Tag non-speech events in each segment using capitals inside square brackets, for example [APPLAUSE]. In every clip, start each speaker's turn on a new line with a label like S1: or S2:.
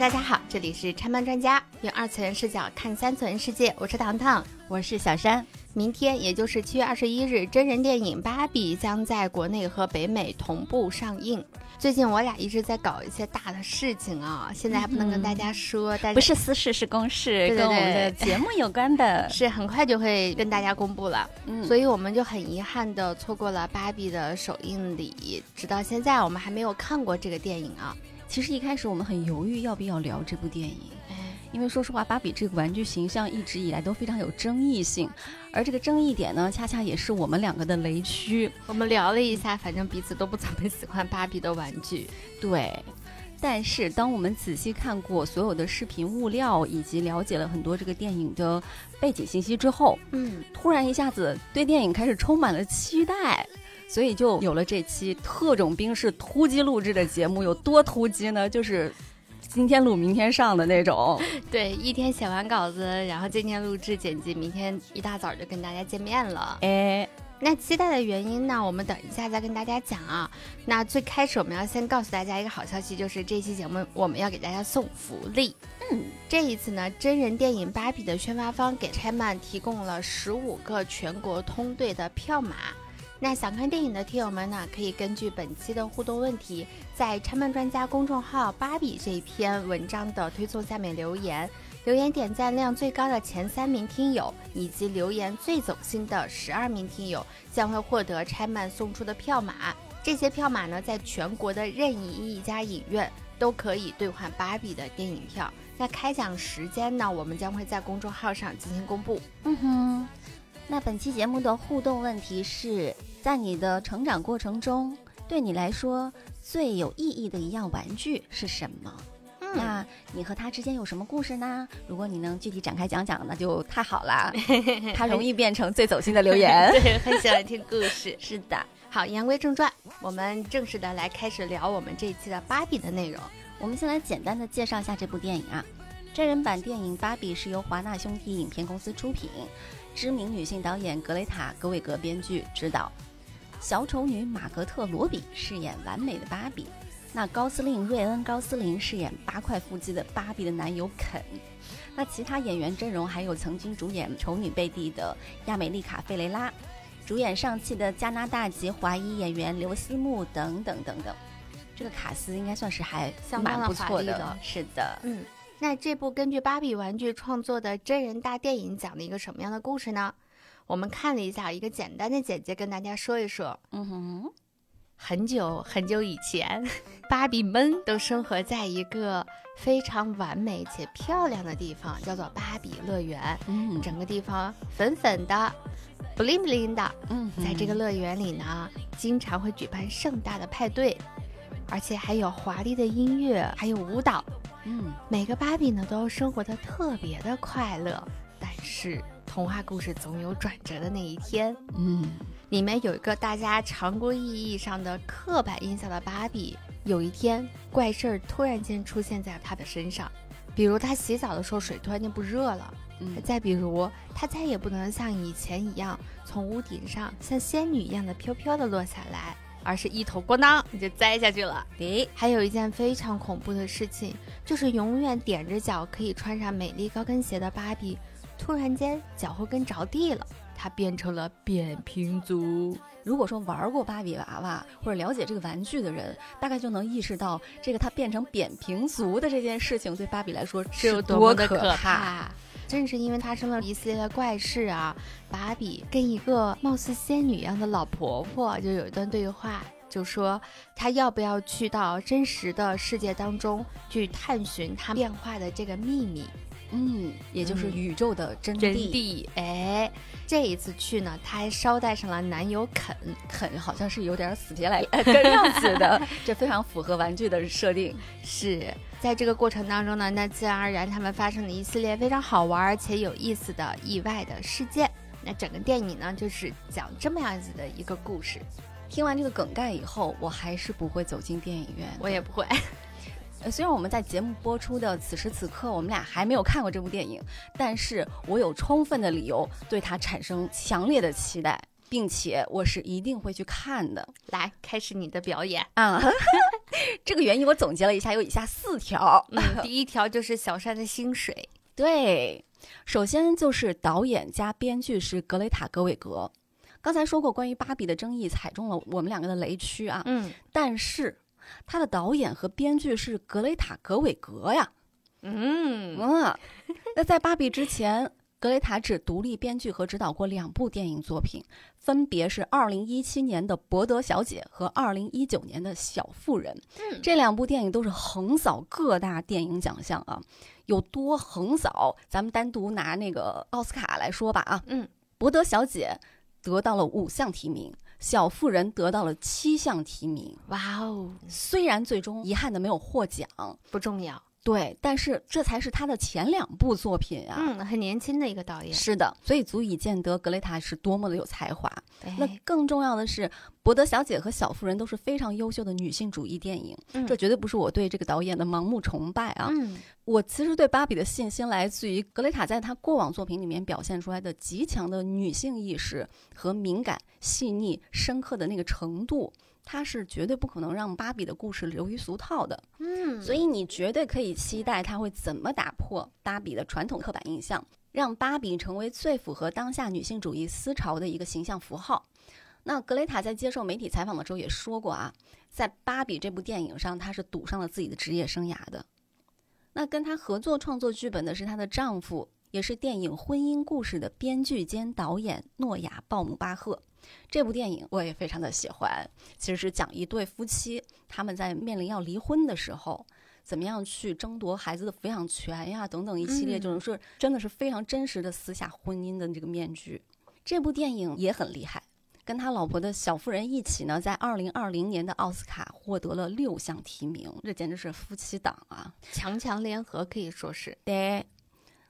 S1: 大家好，这里是拆漫专家，用二次元视角看三次元世界，我是糖糖。
S2: 我是小山，
S1: 明天，也就是七月二十一日，真人电影《芭比》将在国内和北美同步上映。最近我俩一直在搞一些大的事情啊，现在还不能跟大家说，但
S2: 嗯不
S1: 是
S2: 是私事是公事，
S1: 对对
S2: 跟我们的
S1: 对。
S2: 节目有关的 [LAUGHS]
S1: 是很快就会跟大家公布了。
S2: 嗯
S1: 所以我们就很遗憾的错过了《芭比》的首映礼，直到现在我们还没有看过这个电影啊。
S2: 其实一开始我们很犹豫要不要聊这部电影，
S1: 哎，
S2: 因为说实话，芭比这个玩具形象一直以来都非常有争议性，而这个争议点呢，恰恰也是我们两个的雷区。
S1: 我们聊了一下，反正彼此都不怎么喜欢芭比的玩具。
S2: 对。但是，当我们仔细看过所有的视频物料，以及了解了很多这个电影的背景信息之后，
S1: 嗯，
S2: 突然一下子对电影开始充满了期待，所以就有了这期特种兵式突击录制的节目。有多突击呢？就是今天录明天上的那种。
S1: 对，一天写完稿子，然后今天录制剪辑，明天一大早就跟大家见面了。
S2: 哎，
S1: 那期待的原因呢，我们等一下再跟大家讲啊。那最开始我们要先告诉大家一个好消息，就是这期节目我们要给大家送福利。嗯，这一次呢，真人电影《芭比》的宣发方给拆漫提供了十五个全国通兑的票码。那想看电影的听友们呢，可以根据本期的互动问题，在拆漫专家公众号“芭比”这一篇文章的推送下面留言，留言点赞量最高的前三名听友，以及留言最走心的十二名听友，将会获得拆漫送出的票码。这些票码呢，在全国的任意一家影院都可以兑换芭比的电影票。那开奖时间呢，我们将会在公众号上进行公布。
S3: 嗯哼，那本期节目的互动问题是在你的成长过程中，对你来说最有意义的一样玩具是什么？
S1: 嗯，
S3: 那你和他之间有什么故事呢？如果你能具体展开讲讲，那就太
S2: [LAUGHS]
S3: 好了，它容易变成最走心的留言。
S1: 对，很喜欢听故事。
S3: 是的，
S1: 好，言归正传，我们正式的来开始聊我们这一期的芭比的内容。
S3: 我们先来简单的介绍一下这部电影啊。真人版电影《芭比》是由华纳兄弟影片公司出品，知名女性导演格雷塔·格韦格编剧执导，小丑女玛格特·罗比饰演完美的芭比，那高司令瑞恩·高斯林饰演八块腹肌的芭比的男友肯。那其他演员阵容还有曾经主演《丑女贝蒂》的亚美丽卡·费雷拉，主演上汽的加拿大籍华裔演员刘思慕等等等等。这个卡斯应该算是还
S1: 相当
S3: 蛮
S1: 的
S3: 不
S1: 华
S3: 错
S1: 丽
S3: 的，
S1: 的
S3: 是的。
S1: 嗯，那这部根据芭比玩具创作的真人大电影讲了一个什么样的故事呢？我们看了一下一个简单的简介，跟大家说一说。
S3: 嗯哼，
S1: 很久很久以前， [LAUGHS] 芭比们都生活在一个非常完美且漂亮的地方，叫做芭比乐园。
S2: 嗯
S1: 整个地方粉粉的、不灵不灵的。
S2: 嗯
S1: 在这个乐园里呢，经常会举办盛大的派对，而且还有华丽的音乐，还有舞蹈。
S2: 嗯，
S1: 每个芭比呢都生活的特别的快乐，但是童话故事总有转折的那一天。
S2: 嗯
S1: 里面有一个大家常规意义上的刻板印象的芭比，有一天怪事儿突然间出现在她的身上，比如她洗澡的时候水突然间不热了，
S2: 嗯
S1: 再比如她再也不能像以前一样从屋顶上像仙女一样的飘飘的落下来，而是一头咣当就栽下去了。
S3: 诶，
S1: 还有一件非常恐怖的事情，就是永远踮着脚可以穿上美丽高跟鞋的芭比，突然间脚后跟着地了，她变成了扁平足。
S2: 如果说玩过芭比娃娃或者了解这个玩具的人，大概就能意识到这个它变成扁平足的这件事情对芭比来说
S1: 是有
S2: 多
S1: 么的
S2: 可怕。
S1: 怕。正是因为她生了一系列的怪事啊，芭比跟一个貌似仙女一样的老婆婆就有一段对话，就说她要不要去到真实的世界当中去探寻她变化的这个秘密。
S2: 嗯，也就是
S1: 嗯
S2: 宇宙的真谛。
S1: 真谛。哎，这一次去呢，她还捎带上了男友肯。
S2: 肯好像是有点死皮赖 [LAUGHS] 脸的样子的，这非常符合玩具的设定。
S1: 是在这个过程当中呢，那自然而然他们发生了一系列非常好玩而且有意思的意外的事件。那整个电影呢，就是讲这么样子的一个故事。
S2: 听完这个梗概以后，我还是不会走进电影院。
S1: 我也不 [LAUGHS] 会，
S2: 呃虽然我们在节目播出的此时此刻，我们俩还没有看过这部电影，但是我有充分的理由对它产生强烈的期待，并且我是一定会去看的。
S1: 来开始你的表演。
S2: 啊，
S3: [LAUGHS] 这个原因我总结了一下，有以下四条。
S1: [LAUGHS] 嗯，第一条就是小善的薪水，
S3: 对，首先就是导演加编剧是格雷塔·格韦格。刚才说过关于芭比的争议，踩中了我们两个的雷区啊。
S1: 嗯
S3: 但是他的导演和编剧是格雷塔·格韦格呀。
S1: 嗯，
S3: 嗯，那在芭比之前，格雷塔只独立编剧和指导过两部电影作品，分别是2017年的《博德小姐》和2019年的《小妇人》。
S1: 嗯
S3: 这两部电影都是横扫各大电影奖项啊，有多横扫？咱们单独拿那个奥斯卡来说吧啊，
S1: 嗯，
S3: 博德小姐得到了五项提名，小妇人得到了七项提名，
S1: 哇哦，
S3: 虽然最终遗憾的没有获奖。
S1: 不重要，
S3: 对，但是这才是他的前两部作品啊。
S1: 嗯，很年轻的一个导演，
S3: 是的，所以足以见得格雷塔是多么的有才华。那
S1: 哎
S3: 更重要的是，《博德小姐》和《小妇人》都是非常优秀的女性主义电影，
S1: 嗯
S3: 这绝对不是我对这个导演的盲目崇拜啊。
S1: 嗯
S3: 我其实对芭比的信心来自于格雷塔在她过往作品里面表现出来的极强的女性意识和敏感、细腻、深刻的那个程度，她是绝对不可能让芭比的故事流于俗套的。
S1: 嗯，
S3: 所
S1: 以
S3: 以你绝对可以期待他会怎么打破芭比的传统刻板印象，让芭比成为最符合当下女性主义思潮的一个形象符号。那格雷塔在接受媒体采访的时候也说过啊，在《芭比》这部电影上，她是赌上了自己的职业生涯的。那跟她合作创作剧本的是她的丈夫，也是电影《婚姻故事》的编剧兼导演诺亚·鲍姆巴赫。这部电影我也非常的喜欢，其实是讲一对夫妻他们在面临要离婚的时候，怎么样去争夺孩子的抚养权呀，等等一系列
S1: 嗯
S3: 这种事，真的是非常真实的撕下婚姻的这个面具。这部电影也很厉害，跟他老婆的小妇人一起呢，在二零二零年的奥斯卡获得了六项提名，这简直是夫妻档啊！
S1: 强强联合可以说是，
S3: 对。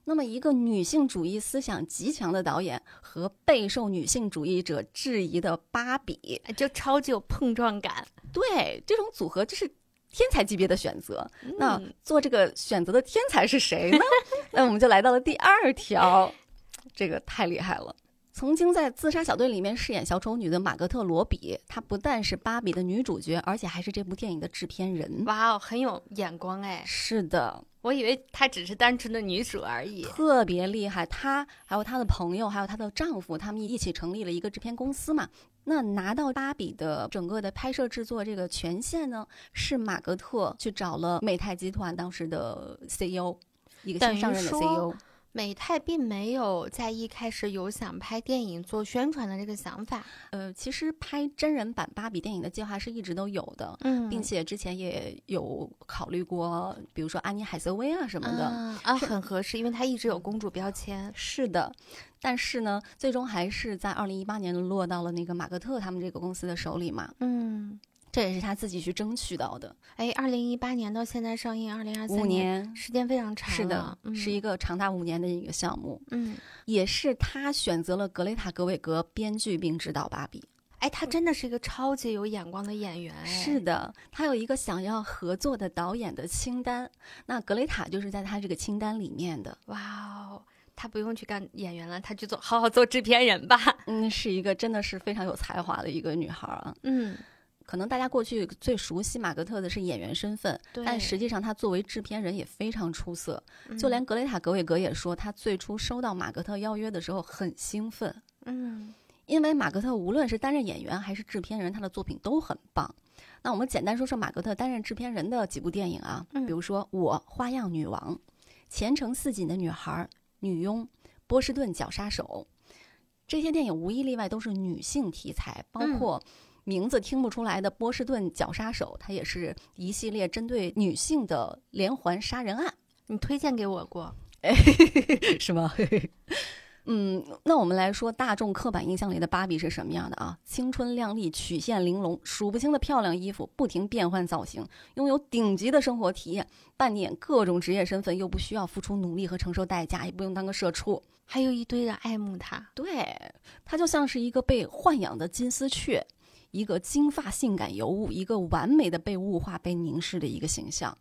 S3: 那么，一个女性主义思想极强的导演和备受女性主义者质疑的芭比，
S1: 哎就超级有碰撞感。
S3: 对这种组合，这是天才级别的选择。那
S1: 嗯
S3: 做这个选择的天才是谁 [LAUGHS] 呢？那我们就来到了第二条，这个太厉害了。曾经在《自杀小队》里面饰演小丑女的玛格特·罗比，她不但是芭比的女主角，而且还是这部电影的制片人。
S1: 哇哦，很有眼光哎！
S3: 是的，
S1: 我以为她只是单纯的女主而已。
S3: 特别厉害。她还有她的朋友，还有她的丈夫，他们一起成立了一个制片公司嘛。那拿到芭比的整个的拍摄制作这个权限呢，是马格特去找了美泰集团当时的 CEO，一个
S1: 等
S3: 新
S1: 于
S3: 上任的 E
S1: 说
S3: CEO。
S1: 美泰并没有在一开始有想拍电影做宣传的这个想法，
S3: 呃，其实拍真人版芭比电影的计划是一直都有的，
S1: 嗯
S3: 并且之前也有考虑过，比如说安妮海瑟薇啊什么的。
S1: 啊啊，很合适，因为她一直有公主标签。
S3: 是的，但是呢，最终还是在二零一八年落到了那个马格特他们这个公司的手里嘛。
S1: 嗯，
S3: 这也是他自己去争取到的。
S1: 哎，二零一八年到现在上映，二零二三，
S3: 年，
S1: 时间非常长了。
S3: 是的，
S1: 嗯、
S3: 是一个长达五年的一个项目，
S1: 嗯，
S3: 也是他选择了格雷塔·格韦格编剧并指导芭比。
S1: 哎，她真的是一个超级有眼光的演员。哎
S3: 是，的，他有一个想要合作的导演的清单，那格雷塔就是在他这个清单里面的。
S1: 哇哦，她不用去干演员了，她去做好好做制片人吧。
S3: 嗯，是一个真的是非常有才华的一个女孩儿啊。
S1: 嗯，
S3: 可能大家过去最熟悉马格特的是演员身份，
S1: 对，
S3: 但实际上她作为制片人也非常出色。就连格雷塔·格韦格也说，她最初收到马格特邀约的时候很兴奋，
S1: 嗯，
S3: 因为马格特无论是担任演员还是制片人，他的作品都很棒。那我们简单说说马格特担任制片人的几部电影啊，
S1: 嗯
S3: 比如说《我花样女王》《前程似锦的女孩》《女佣》《波士顿绞杀手》，这些电影无一例外都是女性题材，包
S1: 嗯
S3: 括名字听不出来的《波士顿绞杀手》，它也是一系列针对女性的连环杀人案。
S1: 你推荐给我过。
S3: [LAUGHS] 是吗？嗯，那我们来说大众刻板印象里的芭比是什么样的啊？青春靓丽、曲线玲珑、数不清的漂亮衣服，不停变换造型，拥有顶级的生活体验，扮演各种职业身份，又不需要付出努力和承受代价，也不用当个社畜。
S1: 还有一堆人爱慕她，
S3: 对，她就像是一个被豢养的金丝雀，一个金发性感尤物，一个完美的被物化、被凝视的一个形象。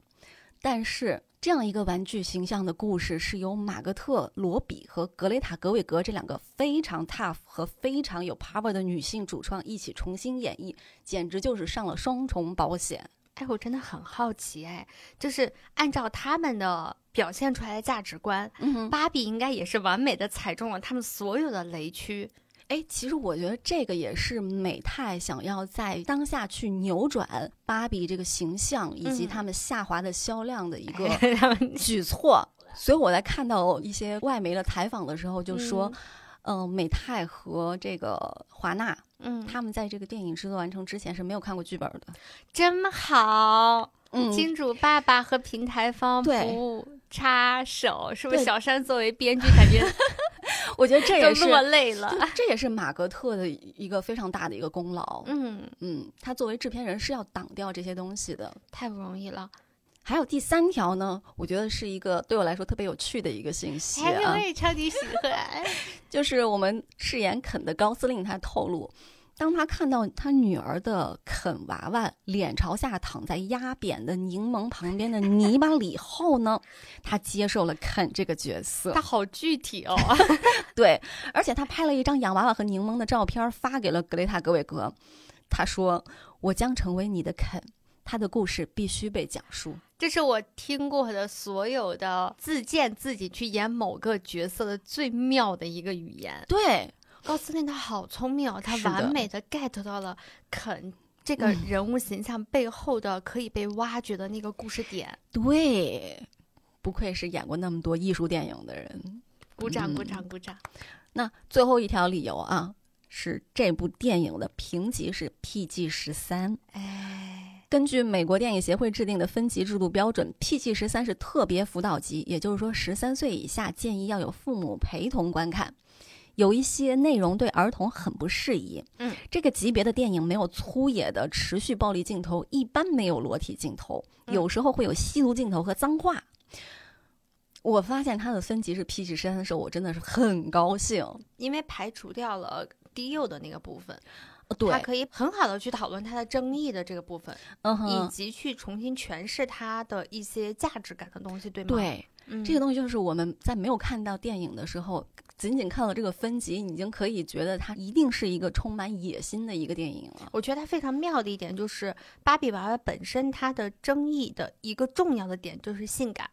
S3: 但是，这样一个玩具形象的故事是由马格特·罗比和格雷塔·格韦格这两个非常 tough 和非常有 power 的女性主创一起重新演绎，简直就是上了双重保险。
S1: 哎，我真的很好奇，哎，就是按照他们的表现出来的价值观，
S3: 嗯哼，
S1: 芭比应该也是完美的踩中了他们所有的雷区。
S2: 哎，
S3: 其实我觉得这个也是美泰想要在当下去扭转芭比这个形象以及
S1: 嗯
S3: 他们下滑的销量的一
S1: 哎 [LAUGHS]
S3: 个
S1: 他们
S3: 举措。所以我在看到一些外媒的采访的时候，就说，嗯、美泰和这个华纳
S1: 嗯，嗯，
S3: 他们在这个电影制作完成之前是没有看过剧本的。
S1: 真好，
S3: 嗯
S1: 金主爸爸和平台方
S3: 对
S1: 不插手，是不是？
S3: 对
S1: 小山作为编剧，
S3: [LAUGHS]
S1: 感觉
S3: 我觉得这也
S1: 都
S3: 是
S1: 落泪
S3: [LAUGHS]
S1: 了。
S3: 就这也是马格特的一个非常大的一个功劳。
S1: 嗯，
S3: 嗯，他作为制片人是要挡掉这些东西的。
S1: 太不容易了。
S3: 还有第三条呢，我觉得是一个对我来说特别有趣的一个信息
S1: 哎，
S3: 啊
S1: 我，也超级喜
S3: [LAUGHS]
S1: 欢。
S3: 就是我们饰演肯的高司令他透露，当他看到他女儿的肯娃娃脸朝下躺在压扁的柠檬旁边的泥巴里后呢，他接受了肯这个角色
S1: 他。好具体哦。
S3: 对，而且他拍了一张洋娃娃和柠檬的照片儿发给了格雷塔·格韦格，他说：“我将成为你的肯，他的故事必须被讲述。”
S1: 这是我听过的所有的自荐自己去演某个角色的最妙的一个语言。
S3: 对，
S1: 高司令他好聪明哦，他
S3: 是的
S1: 完美的 get 到了肯这个
S3: 嗯
S1: 人物形象背后的可以被挖掘的那个故事点。
S3: 对，不愧是演过那么多艺术电影的人。
S1: 鼓掌，
S3: 嗯
S1: 鼓掌，鼓掌！
S3: 那最后一条理由啊，是这部电影的评级是 PG 十三。
S1: 哎，
S3: 根据美国电影协会制定的分级制度标准，PG 十三是特别辅导级，也就是说，十三岁以下建议要有父母陪同观看。有一些内容对儿童很不适宜。
S1: 嗯，
S3: 这个级别的电影没有粗野的持续暴力镜头，一般没有裸体镜头，
S1: 嗯
S3: 有时候会有吸毒镜头和脏话。我发现它的分级是 PG 十三的时候，我真的是很高兴。
S1: 因为排除掉了低幼的那个部分，他
S3: 呃对，
S1: 可以很好的去讨论他的争议的这个部分，
S3: 嗯
S1: 以
S3: 哼，
S1: 及去重新诠释他的一些价值感的东西，对吗？，
S3: 对，
S1: 嗯、
S3: 这个东西就是我们在没有看到电影的时候，仅仅看到这个分级，已经可以觉得它一定是一个充满野心的一个电影了。
S1: 我觉得它非常妙的一点就是，芭比娃娃本身它的争议的一个重要的点就是性感，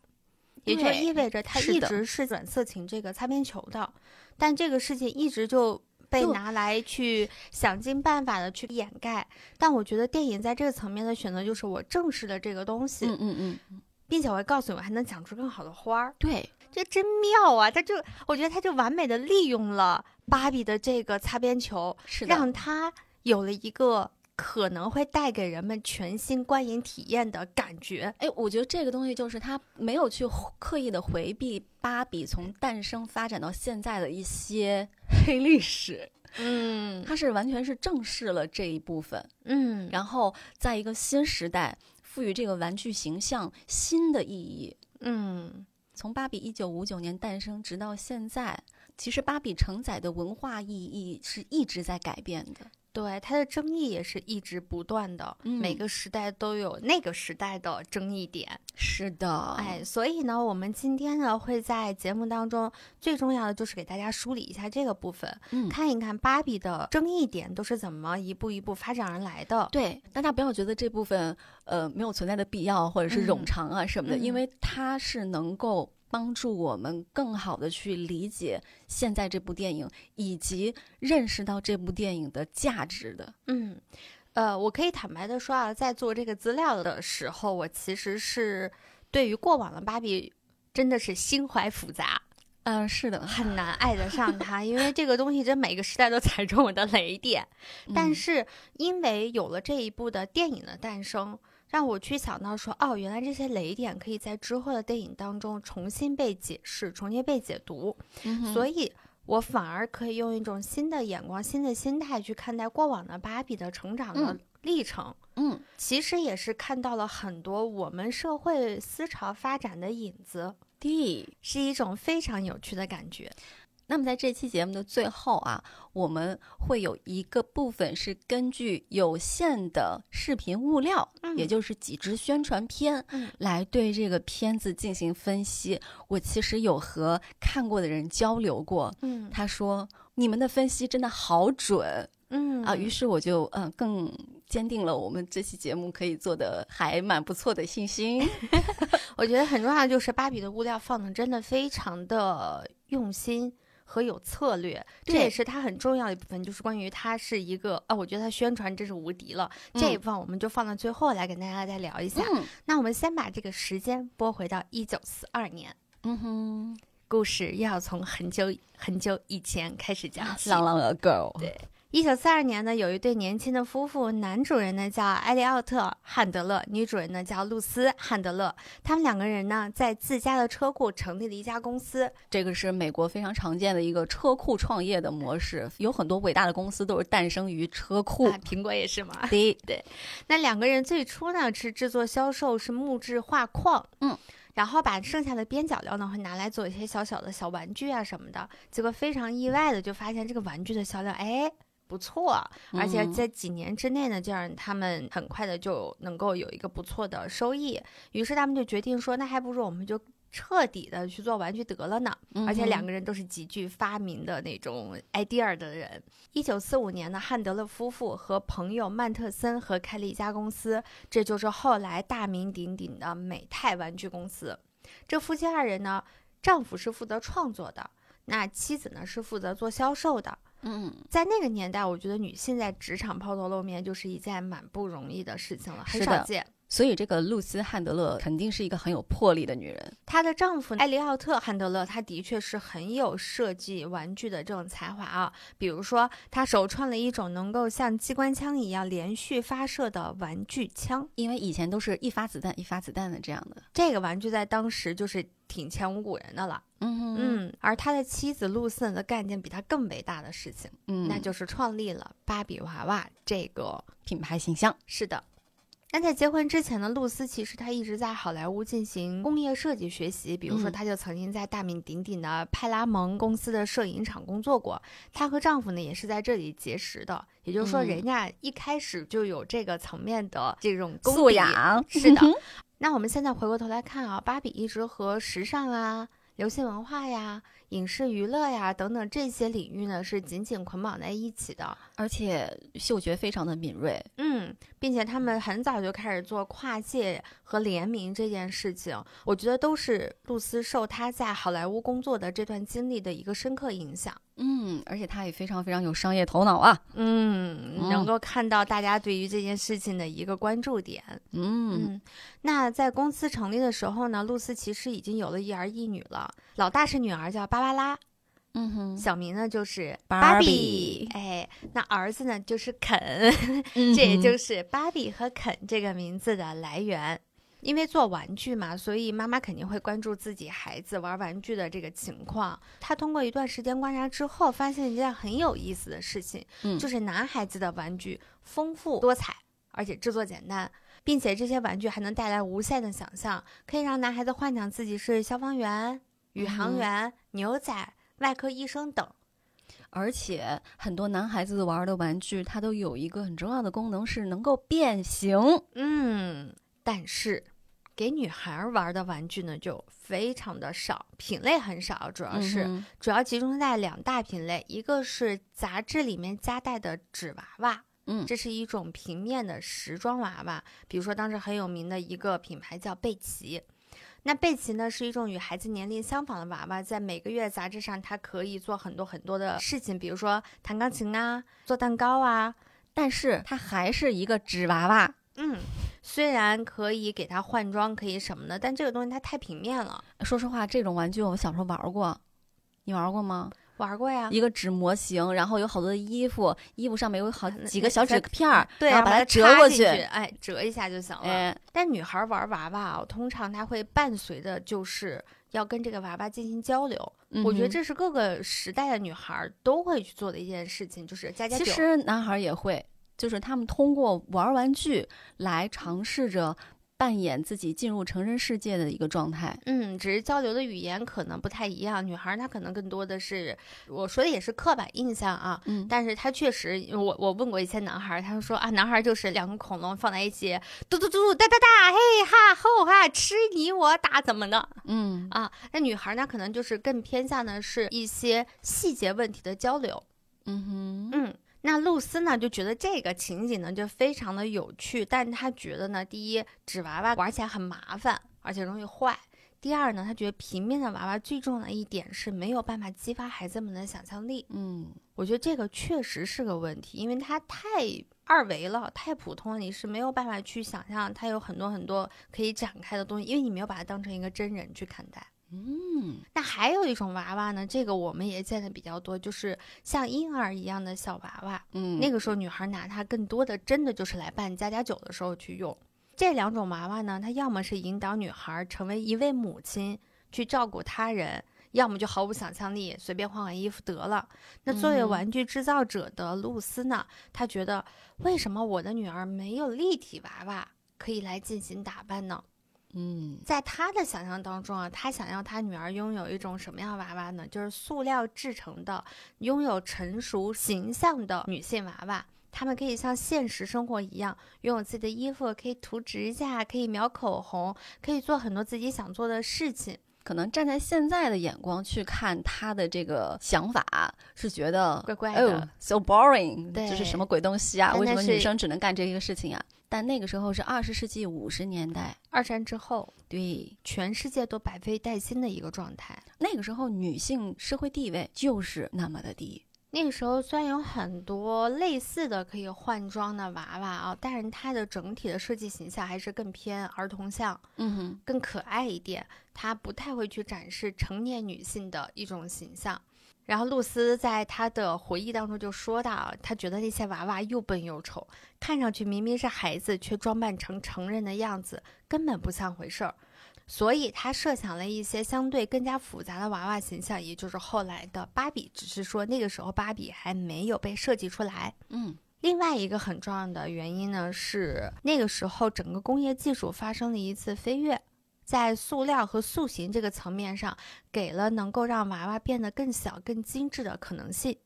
S1: 也就
S3: 对
S1: 意味着它
S3: 是
S1: 一
S3: 的
S1: 直是转色情这个擦边球的，但这个事情一直就。被
S3: 就
S1: 拿来去想尽办法的去掩盖，但我觉得电影在这个层面的选择就是我正视了这个东西，
S3: 嗯嗯嗯，
S1: 并且我还告诉你我还能长出更好的花儿，
S3: 对，
S1: 这真妙啊！它就我觉得它就完美的利用了芭比的这个擦边球，
S3: 是的，
S1: 让他有了一个可能会带给人们全新观影体验的感觉。
S3: 哎，我觉得这个东西就是它没有去刻意的回避芭比从诞生发展到现在的一些黑历史，
S1: 嗯
S3: 它是完全是正视了这一部分，
S1: 嗯，
S3: 然后在一个新时代赋予这个玩具形象新的意义。
S1: 嗯
S3: 从芭比一九五九年诞生直到现在，其实芭比承载的文化意义是一直在改变的。
S1: 对，它的争议也是一直不断的，
S3: 嗯
S1: 每个时代都有那个时代的争议点。
S3: 是的，
S1: 哎，，所以呢，我们今天呢会在节目当中最重要的就是给大家梳理一下这个部分，
S3: 嗯
S1: 看一看芭比的争议点都是怎么一步一步发展而来的。
S3: 对，大家不要觉得这部分呃没有存在的必要，或者是冗
S1: 嗯
S3: 长啊什么的，
S1: 嗯
S3: 因为它是能够帮助我们更好的去理解现在这部电影，以及认识到这部电影的价值的。
S1: 嗯，呃，我可以坦白的说啊，在做这个资料的时候，我其实是对于过往的芭比真的是心怀复杂，呃
S3: 嗯、是的，
S1: 很难爱得上它，因为这个东西真每个时代都踩中我的雷点。但
S3: 嗯
S1: 是因为有了这一部的电影的诞生，让我去想到说，哦，原来这些雷点可以在之后的电影当中重新被解释、重新被解读。
S3: 嗯哼
S1: 所以我反而可以用一种新的眼光、新的心态去看待过往的芭比的成长的
S3: 嗯
S1: 历程。
S3: 嗯，
S1: 其实也是看到了很多我们社会思潮发展的影子，
S3: 对。
S1: 是一种非常有趣的感觉。
S3: 那么在这期节目的最后啊，我们会有一个部分是根据有限的视频物料，
S1: 嗯
S3: 也就是几支宣传片，
S1: 嗯
S3: 来对这个片子进行分析。我其实有和看过的人交流过，
S1: 嗯，
S3: 他说你们的分析真的好准，
S1: 嗯
S3: 啊，于是我就嗯、呃更坚定了我们这期节目可以做的还蛮不错的信心。
S1: 我觉得很重要的就是芭比的物料放的真的非常的用心和有策略，这
S3: 对
S1: 也是它很重要的一部分，就是关于它是一个啊，我觉得它宣传真是无敌了。这一部分我们就放到最后来跟大家再聊一下。
S3: 嗯
S1: 那我们先把这个时间拨回到一九四二年，
S3: 嗯哼， [LAUGHS]
S1: 故事又要从很久很久以前开始讲
S3: [LAUGHS]
S1: 起。
S2: 浪浪 a girl，
S3: 哦
S1: 对一九四二年呢，有一对年轻的夫妇，男主人呢叫埃利奥特·汉德勒，女主人呢叫露丝·汉德勒。他们两个人呢，在自家的车库成立了一家公司。
S2: 这个是美国非常常见的一个车库创业的模式，有很多伟大的公司都是诞生于车库
S3: 哦
S1: 啊。，苹果也是嘛。
S2: 对，
S1: 那两个人最初呢是制作、销售是木质画框，
S3: 嗯，
S1: 然后把剩下的边角料呢会拿来做一些小小的小玩具啊什么的。结果非常意外的就发现这个玩具的销量，哎。不错，而且
S2: 嗯
S1: 在几年之内呢，就让他们很快的就能够有一个不错的收益。于是他们就决定说，那还不如我们就彻底的去做玩具得了呢。而且两
S2: 个
S1: 个人都是极具发明的那种 idea 的人。一九四五年呢，汉德勒夫妇和朋友曼特森合开了一家公司，这就是后来大名鼎鼎的美泰玩具公司。这夫妻二人呢，丈夫是负责创作的，那妻子呢是负责做销售的。
S3: 嗯，
S1: 在那个年代，我觉得女性在职场抛头露面就是一件蛮不容易的事情了，很
S2: 是
S1: 少
S2: 的
S1: 见。
S2: 所以这个露丝·汉德勒肯定是一个很有魄力的女人。
S1: 她的丈夫埃利奥特·汉德勒，他的确是很有设计玩具的这种才华啊。比如说，他首创了一种能够像机关枪一样连续发射的玩具枪，
S2: 因为以前都是一发子弹一发子弹的这样的，
S1: 这个玩具在当时就是挺前无古人的了。
S2: 嗯
S1: 嗯，而他的妻子露丝呢，则干件比他更伟大的事情，
S2: 嗯，
S1: 那就是创立了芭比娃娃这个
S2: 品牌形象，
S1: 是的。那在结婚之前呢，露丝其实她一直在好莱坞进行工业设计学习，比如说
S2: 嗯
S1: 她就曾经在大名鼎鼎的派拉蒙公司的摄影厂工作过。她和丈夫呢也是在这里结识的，也就是说
S2: 嗯
S1: 人家一开始就有这个层面的这种功
S2: 素
S1: 底。
S2: 养嗯
S1: 是的。那我们现在回过头来看啊，芭比一直和时尚啊、流行文化呀、影视娱乐呀等等这些领域呢是紧紧捆绑在一起的。
S2: 而且嗅觉非常的敏锐，
S1: 嗯，并且他们很早就开始做跨界和联名这件事情，我觉得都是露丝受她在好莱坞工作的这段经历的一个深刻影响。
S2: 嗯，而且她也非常非常有商业头脑啊，
S1: 嗯，能
S2: 嗯
S1: 够看到大家对于这件事情的一个关注点。
S2: 嗯，
S1: 嗯，那在公司成立的时候呢，露丝其实已经有了一儿一女了，老大是女儿叫芭芭拉，
S2: 嗯哼，
S1: 小名呢就是芭
S2: 芭
S1: 比
S2: 比，
S1: 哎，那儿子呢就是肯。
S2: 嗯
S1: 这也就是是芭比和肯这个名字的来源。因为做玩具嘛，所以妈妈肯定会关注自己孩子玩玩具的这个情况。她通过一段时间观察之后，发现一件很有意思的事情，
S2: 嗯
S1: 就是男孩子的玩具丰富多彩，而且制作简单，并且这些玩具还能带来无限的想象，可以让男孩子幻想自己是消防员、宇
S2: 嗯
S1: 航员、牛仔、外科医生等。
S2: 而且很多男孩子玩的玩具，它都有一个很重要的功能是能够变形，
S1: 嗯，但是给女孩儿玩的玩具呢，就非常的少，品类很少，主要是、
S2: 嗯哼
S1: 主要集中在两大品类，一个是杂志里面夹带的纸娃娃。
S2: 嗯
S1: 这是一种平面的时装娃娃，比如说当时很有名的一个品牌叫贝奇。那贝奇呢是一种与孩子年龄相仿的娃娃，在每个月杂志上，它可以做很多很多的事情，比如说弹钢琴啊、做蛋糕啊，
S2: 但是它还是一个纸娃娃，
S1: 嗯，虽然可以给它换装，可以什么的，但这个东西它太平面了。
S2: 说实话，这种玩具我小时候玩过。你玩过吗？
S1: 玩过呀，
S2: 一个纸模型，然后有好多的衣服，衣服上面有好
S1: 那
S2: 几个小纸片儿，
S1: 对、
S2: 然
S1: 啊，
S2: 后把
S1: 它
S2: 它折过
S1: 插
S2: 去
S1: 进，哎，折一下就行了。
S2: 哎，
S1: 但女孩玩娃娃啊，通常她会伴随的就是要跟这个娃娃进行交流。我觉得
S2: 嗯哼
S1: 这是各个时代的女孩都会去做的一件事情，就是家家
S2: 其
S1: 酒。
S2: 实男孩儿也会，就是他们通过玩玩具来尝试着扮演自己进入成人世界的一个状态。
S1: 嗯，只是交流的语言可能不太一样，女孩她可能更多的是，我说的也是刻板印象啊，
S2: 嗯，
S1: 但是他确实，我我问过一些男孩儿，他们说啊，男孩儿就是两个恐龙放在一起，嘟嘟嘟，哒哒哒，嘿哈吼哈，吃你我打怎么的
S2: 嗯
S1: 啊？那女孩儿呢，可能就是更偏向的是一些细节问题的交流。
S2: 嗯哼，
S1: 嗯，那露丝呢就觉得这个情景呢就非常的有趣，但她觉得呢，第一纸娃娃玩起来很麻烦，而且容易坏；第二呢，她觉得平面的娃娃最重要的一点是没有办法激发孩子们的想象力。
S3: 嗯，
S1: 我觉得这个确实是个问题，因为它太二维了，太普通了，你是没有办法去想象它有很多很多可以展开的东西，因为你没有把它当成一个真人去看待。
S3: 嗯，
S1: 那还有一种娃娃呢，这个我们也见的比较多，就是像婴儿一样的小娃娃。
S3: 嗯，
S1: 那个时候女孩拿它更多的真的就是来办家家酒的时候去用。这两种娃娃呢，它要么是引导女孩成为一位母亲去照顾他人，要么就毫无想象力，随便换换衣服得了。那作为
S3: 嗯
S1: 玩具制造者的露丝呢，她觉得为什么我的女儿没有立体娃娃可以来进行打扮呢？
S3: 嗯，
S1: 在他的想象当中啊，他想要他女儿拥有一种什么样的娃娃呢？就是塑料制成的、拥有成熟形象的女性娃娃。她们可以像现实生活一样，拥有自己的衣服，可以涂指甲，可以描口红，可以做很多自己想做的事情。
S2: 可能站在现在的眼光去看他的这个想法，是觉得
S1: 怪怪
S2: 哎呦
S3: 哦
S1: 的，
S2: ，so boring，
S1: 对
S2: 这是什么鬼东西啊？
S1: 但
S2: 为什
S1: 那
S2: 么
S1: 是
S2: 女生只能干这个事情啊？
S3: 但那个时候是二十世纪五十年代，
S1: 二战之后，
S3: 对，
S1: 全世界都百废待兴的一个状态。
S3: 那个时候女性社会地位就是那么的低，
S1: 那个时候虽然有很多类似的可以换装的娃娃啊，但是它的整体的设计形象还是更偏儿童向。
S3: 嗯哼，
S1: 更可爱一点，她不太会去展示成年女性的一种形象。然后露丝在她的回忆当中就说到，啊她觉得那些娃娃又笨又丑，看上去明明是孩子，却装扮成成人的样子，根本不像回事儿。所以她设想了一些相对更加复杂的娃娃形象，也就是后来的芭比。只是说那个时候芭比还没有被设计出来。
S3: 嗯
S1: 另外一个很重要的原因呢，是那个时候整个工业技术发生了一次飞跃，在塑料和塑形这个层面上，给了能够让娃娃变得更小、更精致的可能性。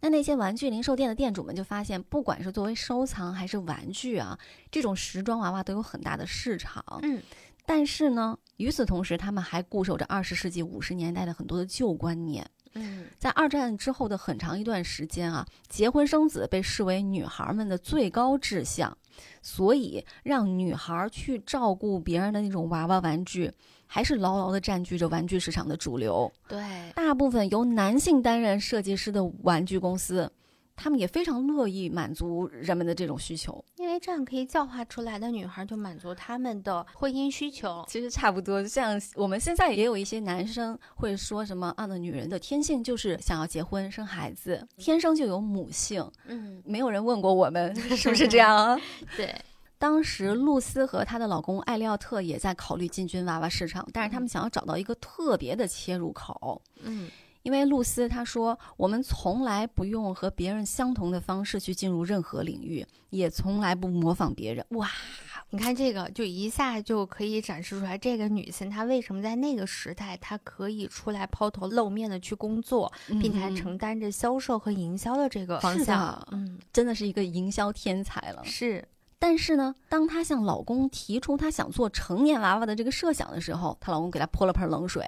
S3: 那那些玩具零售店的店主们就发现，不管是作为收藏还是玩具啊，这种时装娃娃都有很大的市场。
S1: 嗯，
S3: 但是呢，与此同时，他们还固守着二十世纪五十年代的很多的旧观念。
S1: 嗯，
S3: 在二战之后的很长一段时间啊，结婚生子被视为女孩们的最高志向，所以让女孩去照顾别人的那种娃娃玩具，还是牢牢地占据着玩具市场的主流。
S1: 对，
S3: 大部分由男性担任设计师的玩具公司，他们也非常乐意满足人们的这种需求。
S1: 因为这样可以教化出来的女孩就满足她们的婚姻需求。
S3: 其实差不多，像我们现在也有一些男生会说什么啊，那女人的天性就是想要结婚生孩子，天生就有母性。
S1: 嗯，
S3: 没有人问过我们 [LAUGHS] 是不是这样啊？ [LAUGHS]
S1: 对，
S3: 当时露丝和她的老公艾利奥特也在考虑进军娃娃市场，但是他们想要找到一个特别的切入口，
S1: 嗯，
S3: 因为露丝她说：“我们从来不用和别人相同的方式去进入任何领域，也从来不模仿别人。”哇，
S1: 你看这个，就一下就可以展示出来，这个女性她为什么在那个时代，她可以出来抛头露面的去工作，并且还
S3: 嗯
S1: 承担着销售和营销的这个方
S3: 是
S1: 向。
S3: 的，
S1: 嗯，
S3: 真的是一个营销天才了。
S1: 是，
S3: 但是呢，当她向老公提出她想做成年娃娃的这个设想的时候，她老公给她泼了盆冷水。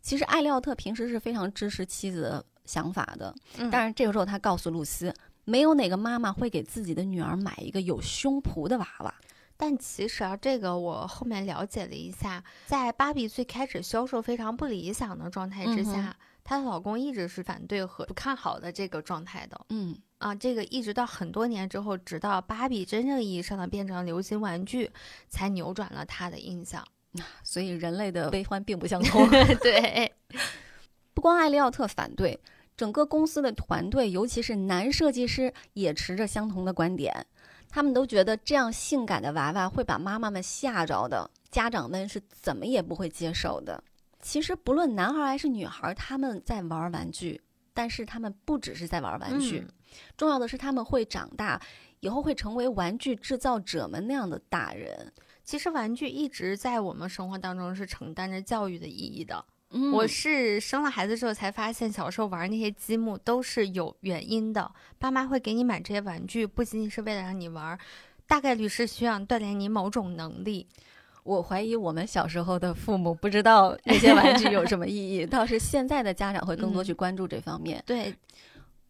S3: 其实艾利奥特平时是非常支持妻子的想法的，
S1: 嗯
S3: 但是这个时候他告诉露丝，没有哪个妈妈会给自己的女儿买一个有胸脯的娃娃。
S1: 但其实啊，这个我后面了解了一下，在芭比最开始销售非常不理想的状态之
S3: 嗯
S1: 下
S3: 哼，
S1: 她、的老公一直是反对和不看好的这个状态的
S3: 嗯
S1: 啊。这个一直到很多年之后，直到芭比真正意义上的变成流行玩具，才扭转了他的印
S3: [LAUGHS]
S1: 象。
S3: 所以人类的悲欢并不相通。
S1: 对，
S3: 不光艾利奥特反对，整个公司的团队，尤其是男设计师，也持着相同的观点。他们都觉得这样性感的娃娃会把妈妈们吓着的，家长们是怎么也不会接受的。其实不论男孩还是女孩，他们在玩玩具，但是他们不只是在玩玩具，
S1: 嗯
S3: 重要的是他们会长大，以后会成为玩具制造者们那样的大人。
S1: 其实玩具一直在我们生活当中是承担着教育的意义的。
S3: 嗯
S1: 我是生了孩子之后才发现，小时候玩那些积木都是有原因的。爸妈会给你买这些玩具，不仅仅是为了让你玩儿，大概率是需要锻炼你某种能力。
S3: 我怀疑我们小时候的父母不
S1: [LAUGHS]
S3: 知道那些玩具有什么意义，倒是现在的家长会更多去关注这方面。
S1: 嗯对，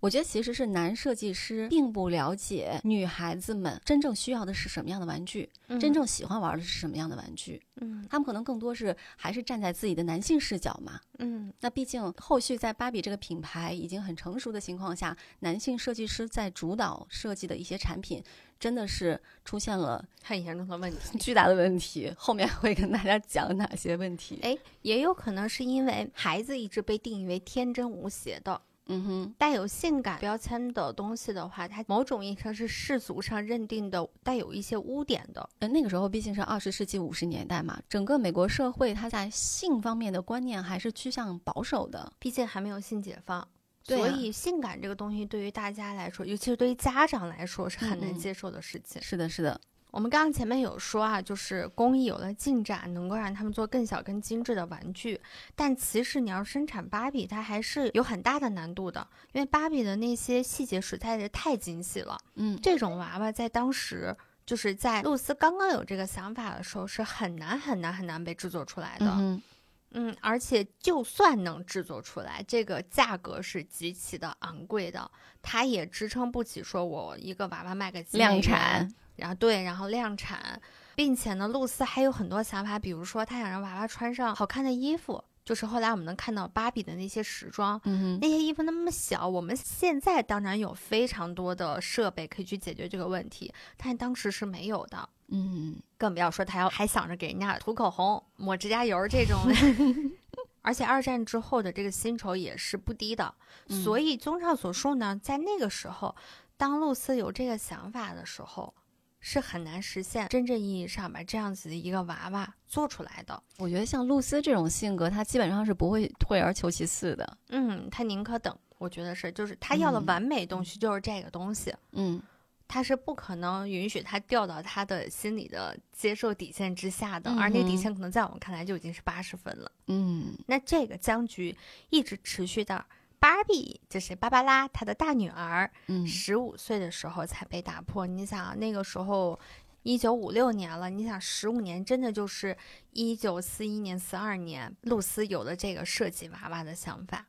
S3: 我觉得其实是男设计师并不了解女孩子们真正需要的是什么样的玩具，
S1: 嗯
S3: 真正喜欢玩的是什么样的玩具。
S1: 嗯
S3: 他们可能更多是还是站在自己的男性视角嘛。
S1: 嗯
S3: 那毕竟后续在芭比这个品牌已经很成熟的情况下，男性设计师在主导设计的一些产品，真的是出现了
S1: 很严重的问题。
S3: 巨大的问题。后面会跟大家讲哪些问题。
S1: 哎，也有可能是因为孩子一直被定义为天真无邪的，
S3: 嗯哼，
S1: 带有性感标签的东西的话，它某种意义上是世俗上认定的带有一些污点的。
S3: 呃，那个时候毕竟是二十世纪五十年代嘛，整个美国社会它在性方面的观念还是趋向保守的。
S1: 毕竟还没有性解放，
S3: 对
S1: 所
S3: 啊
S1: 以性感这个东西对于大家来说，尤其是对于家长来说是很
S3: 嗯
S1: 难
S3: 嗯
S1: 接受的事情。
S3: 是的，是的，
S1: 我们刚刚前面有说啊，就是工艺有了进展，能够让他们做更小、更精致的玩具。但其实你要生产芭比，它还是有很大的难度的，因为芭比的那些细节实在是太精细了。
S3: 嗯，
S1: 这种娃娃在当时，就是在露丝刚刚有这个想法的时候，是很难、很难、很难被制作出来的。
S3: 嗯哼
S1: 嗯，而且就算能制作出来，这个价格是极其的昂贵的，它也支撑不起说我一个娃娃卖个几美
S3: 量
S1: 元
S3: 产，，
S1: 然后对，然后量产，并且呢，露丝还有很多想法，比如说她想让娃娃穿上好看的衣服，就是后来我们能看到芭比的那些时装。
S3: 嗯哼，
S1: 那些衣服那么小，我们现在当然有非常多的设备可以去解决这个问题，但当时是没有的。
S3: 嗯，
S1: 更不要说他要还想着给人家涂口红、抹指甲油这
S3: [LAUGHS]
S1: 种。而且二战之后的这个薪酬也是不低的，
S3: 嗯
S1: 所以综上所述呢，在那个时候，当露丝有这个想法的时候，是很难实现真正意义上把这样子的一个娃娃做出来的。
S3: 我觉得像露丝这种性格，她基本上是不会退而求其次的。
S1: 嗯，他宁可等，我觉得是，就是他要的
S3: 嗯
S1: 完美东西就是这个东西，
S3: 嗯，
S1: 他是不可能允许他掉到他的心理的接受底线之下的，而那个底
S3: 嗯哼
S1: 线可能在我们看来就已经是八十分了。
S3: 嗯
S1: 那这个僵局一直持续到芭比，就是芭芭拉她的大女儿
S3: 嗯
S1: 十五岁的时候才被打破。你想那个时候。一九五六年了，你想十五年真的就是一九四一年、四二年，露丝有了这个设计娃娃的想法。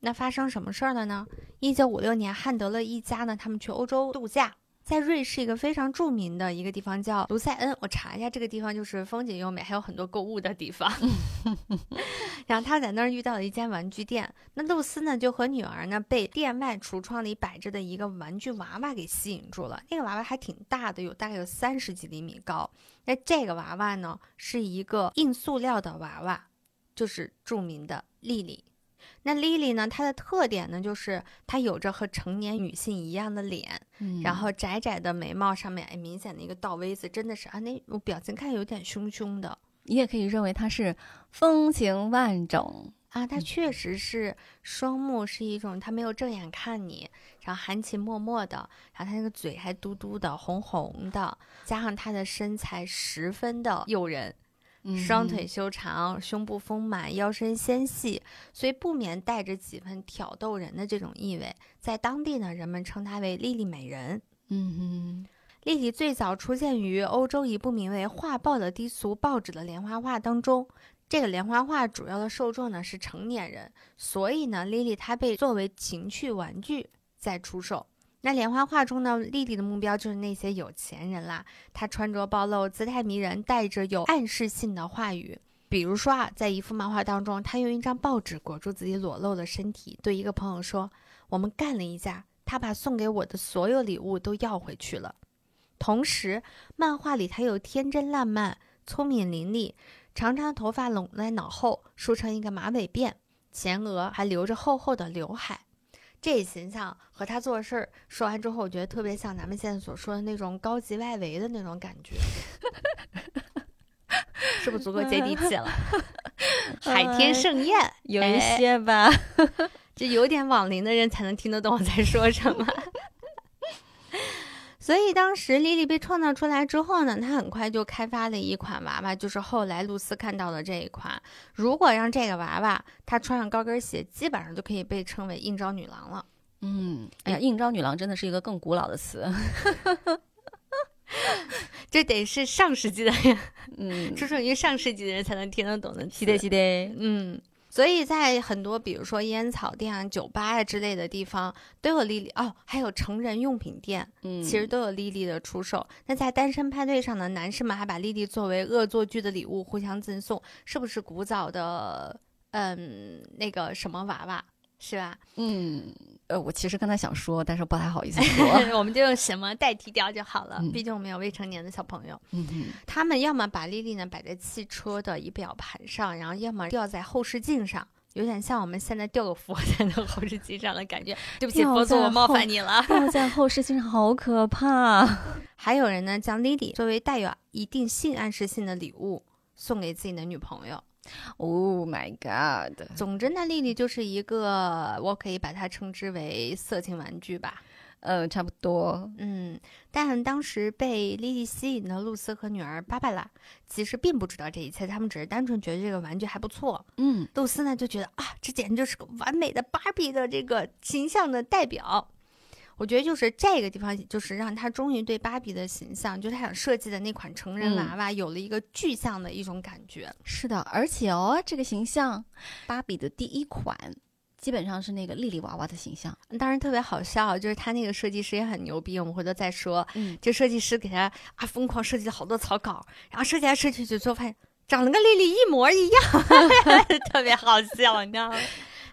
S1: 那发生什么事儿了呢？一九五六年，汉德勒一家呢，他们去欧洲度假，在瑞士一个非常著名的一个地方叫卢塞恩。我查一下，这个地方就是风景优美，还有很多购物的地方。然后他在那儿遇到了一间玩具店，那露丝呢就和女儿呢被店外橱窗里摆着的一个玩具娃娃给吸引住了。那个娃娃还挺大的，有大概有三十几厘米高。那这个娃娃呢是一个硬塑料的娃娃，就是著名的莉莉。那莉莉呢，她的特点呢就是她有着和成年女性一样的脸，
S3: 嗯
S1: 然后窄窄的眉毛上面哎明显的一个倒 V 字，真的是啊，那我表情看有点凶凶的。
S3: 你也可以认为她是风情万种。
S1: 啊，他确实是双目是一种，他没有正眼看你，然后含情脉脉的，然后他那个嘴还嘟嘟的、红红的，加上他的身材十分的诱人，
S3: 嗯
S1: 双腿修长，胸部丰满，腰身纤细，所以不免带着几分挑逗人的这种意味。在当地呢，人们称她为“莉莉美人”。
S3: 嗯
S1: 莉莉最早出现于欧洲一部名为《画报》的低俗报纸的连环画当中。这个连环画主要的受众呢是成年人，所以呢，莉莉她被作为情趣玩具在出售。那连环画中呢，莉莉的目标就是那些有钱人啦。她穿着暴露，姿态迷人，带着有暗示性的话语。比如说啊，在一幅漫画当中，她用一张报纸裹住自己裸露的身体，对一个朋友说：“我们干了一架，他把送给我的所有礼物都要回去了。”同时，漫画里他又天真烂漫、聪明伶俐，长长的头发拢在脑后，梳成一个马尾辫，前额还留着厚厚的刘海。这形象和他做事儿，说完之后，我觉得特别像咱们现在所说的那种高级外围的那种感觉，是不是足够接地气了？海天盛宴，
S3: 有
S1: 一
S3: 一些吧。
S1: 这有点网龄的人才能听得懂我在说什么。所以当时莉莉被创造出来之后呢，她很快就开发了一款娃娃，就是后来露丝看到的这一款。如果让这个娃娃她穿上高跟鞋，基本上就可以被称为应招女郎了。
S3: 嗯，哎呀，应招女郎真的是一个更古老
S2: [LAUGHS]
S3: 的词。
S1: 这得是上世纪的，
S3: 嗯，
S1: 出生于上世纪的人才能听得懂的词。
S3: 西得西得，
S1: 嗯，所以在很多比如说烟草店啊、酒吧啊之类的地方都有莉莉哦，还有成人用品店，
S2: 嗯，
S1: 其实都有莉莉的出售。那在单身派对上呢，男士们还把莉莉作为恶作剧的礼物互相赠送，是不是古早的嗯那个什么娃娃是吧？
S2: 嗯，呃，我其实刚才想说，但是不太好意思
S3: [LAUGHS]
S2: 说。
S1: [LAUGHS] 我们就用什么代替掉就好了，
S2: 哦嗯
S1: 毕竟我们有未成年的小朋友。
S3: [LAUGHS]
S2: 嗯
S1: 他们要么把莉莉呢摆在汽车的仪表盘上，然后要么吊在后视镜上，有点像我们现在吊个佛在那后视镜上的感觉。对不起，
S2: 吊
S1: 佛祖，
S2: 在
S1: 我冒
S2: 后
S1: 犯你了。
S2: 哼，在后视镜好可怕。
S1: 还有人呢，将莉莉作为带有一定性暗示性的礼物送给自己的女朋友。
S2: [LAUGHS] Oh my god！
S1: 总之呢，莉莉就是一个，我可以把它称之为色情玩具吧。
S2: 呃，差不多。
S1: 嗯，但当时被莉莉吸引的露丝和女儿芭芭拉其实并不知道这一切，他们只是单纯觉得这个玩具还不错。
S2: 嗯
S1: 露丝呢就觉得啊，这简直就是个完美的芭比的这个形象的代表。我觉得就是这个地方，就是让她终于对芭比的形象，就是她想设计的那款成
S2: 嗯
S1: 人娃娃，有了一个具象的一种感觉。
S3: 是的，而且哦，这个形象，芭比的第一款基本上是那个莉莉娃娃的形象。
S1: 当然特别好笑，啊就是她那个设计师也很牛逼，我们回头再说。
S3: 嗯，
S1: 这设计师给她啊疯狂设计了好多草稿，然后设计来设计去，最后发现长得跟莉莉一模一样，特别好笑，你知道吗？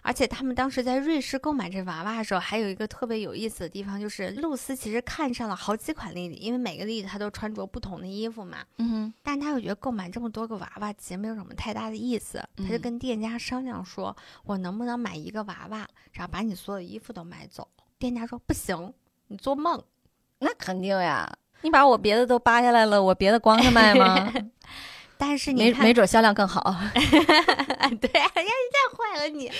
S1: 而且他们当时在瑞士购买这娃娃的时候，还有一个特别有意思的地方，就是露丝其实看上了好几款莉莉，因为每个莉莉她都穿着不同的衣服嘛。
S3: 嗯
S1: 但他又觉得购买这么多个娃娃其实没有什么太大的意思，他就
S2: 嗯
S1: 跟店家商量说：“我能不能买一个娃娃，然后把你所有衣服都买走？”店家说：“不行，你做梦。”
S2: 那肯定呀。你把我别的都扒下来了，我别的光着卖
S3: [LAUGHS]
S2: 吗？
S1: 但是你
S2: 没
S1: 看，
S2: 没准销量更好。
S1: 对，哎呀，你太坏了
S2: [LAUGHS]
S1: 你。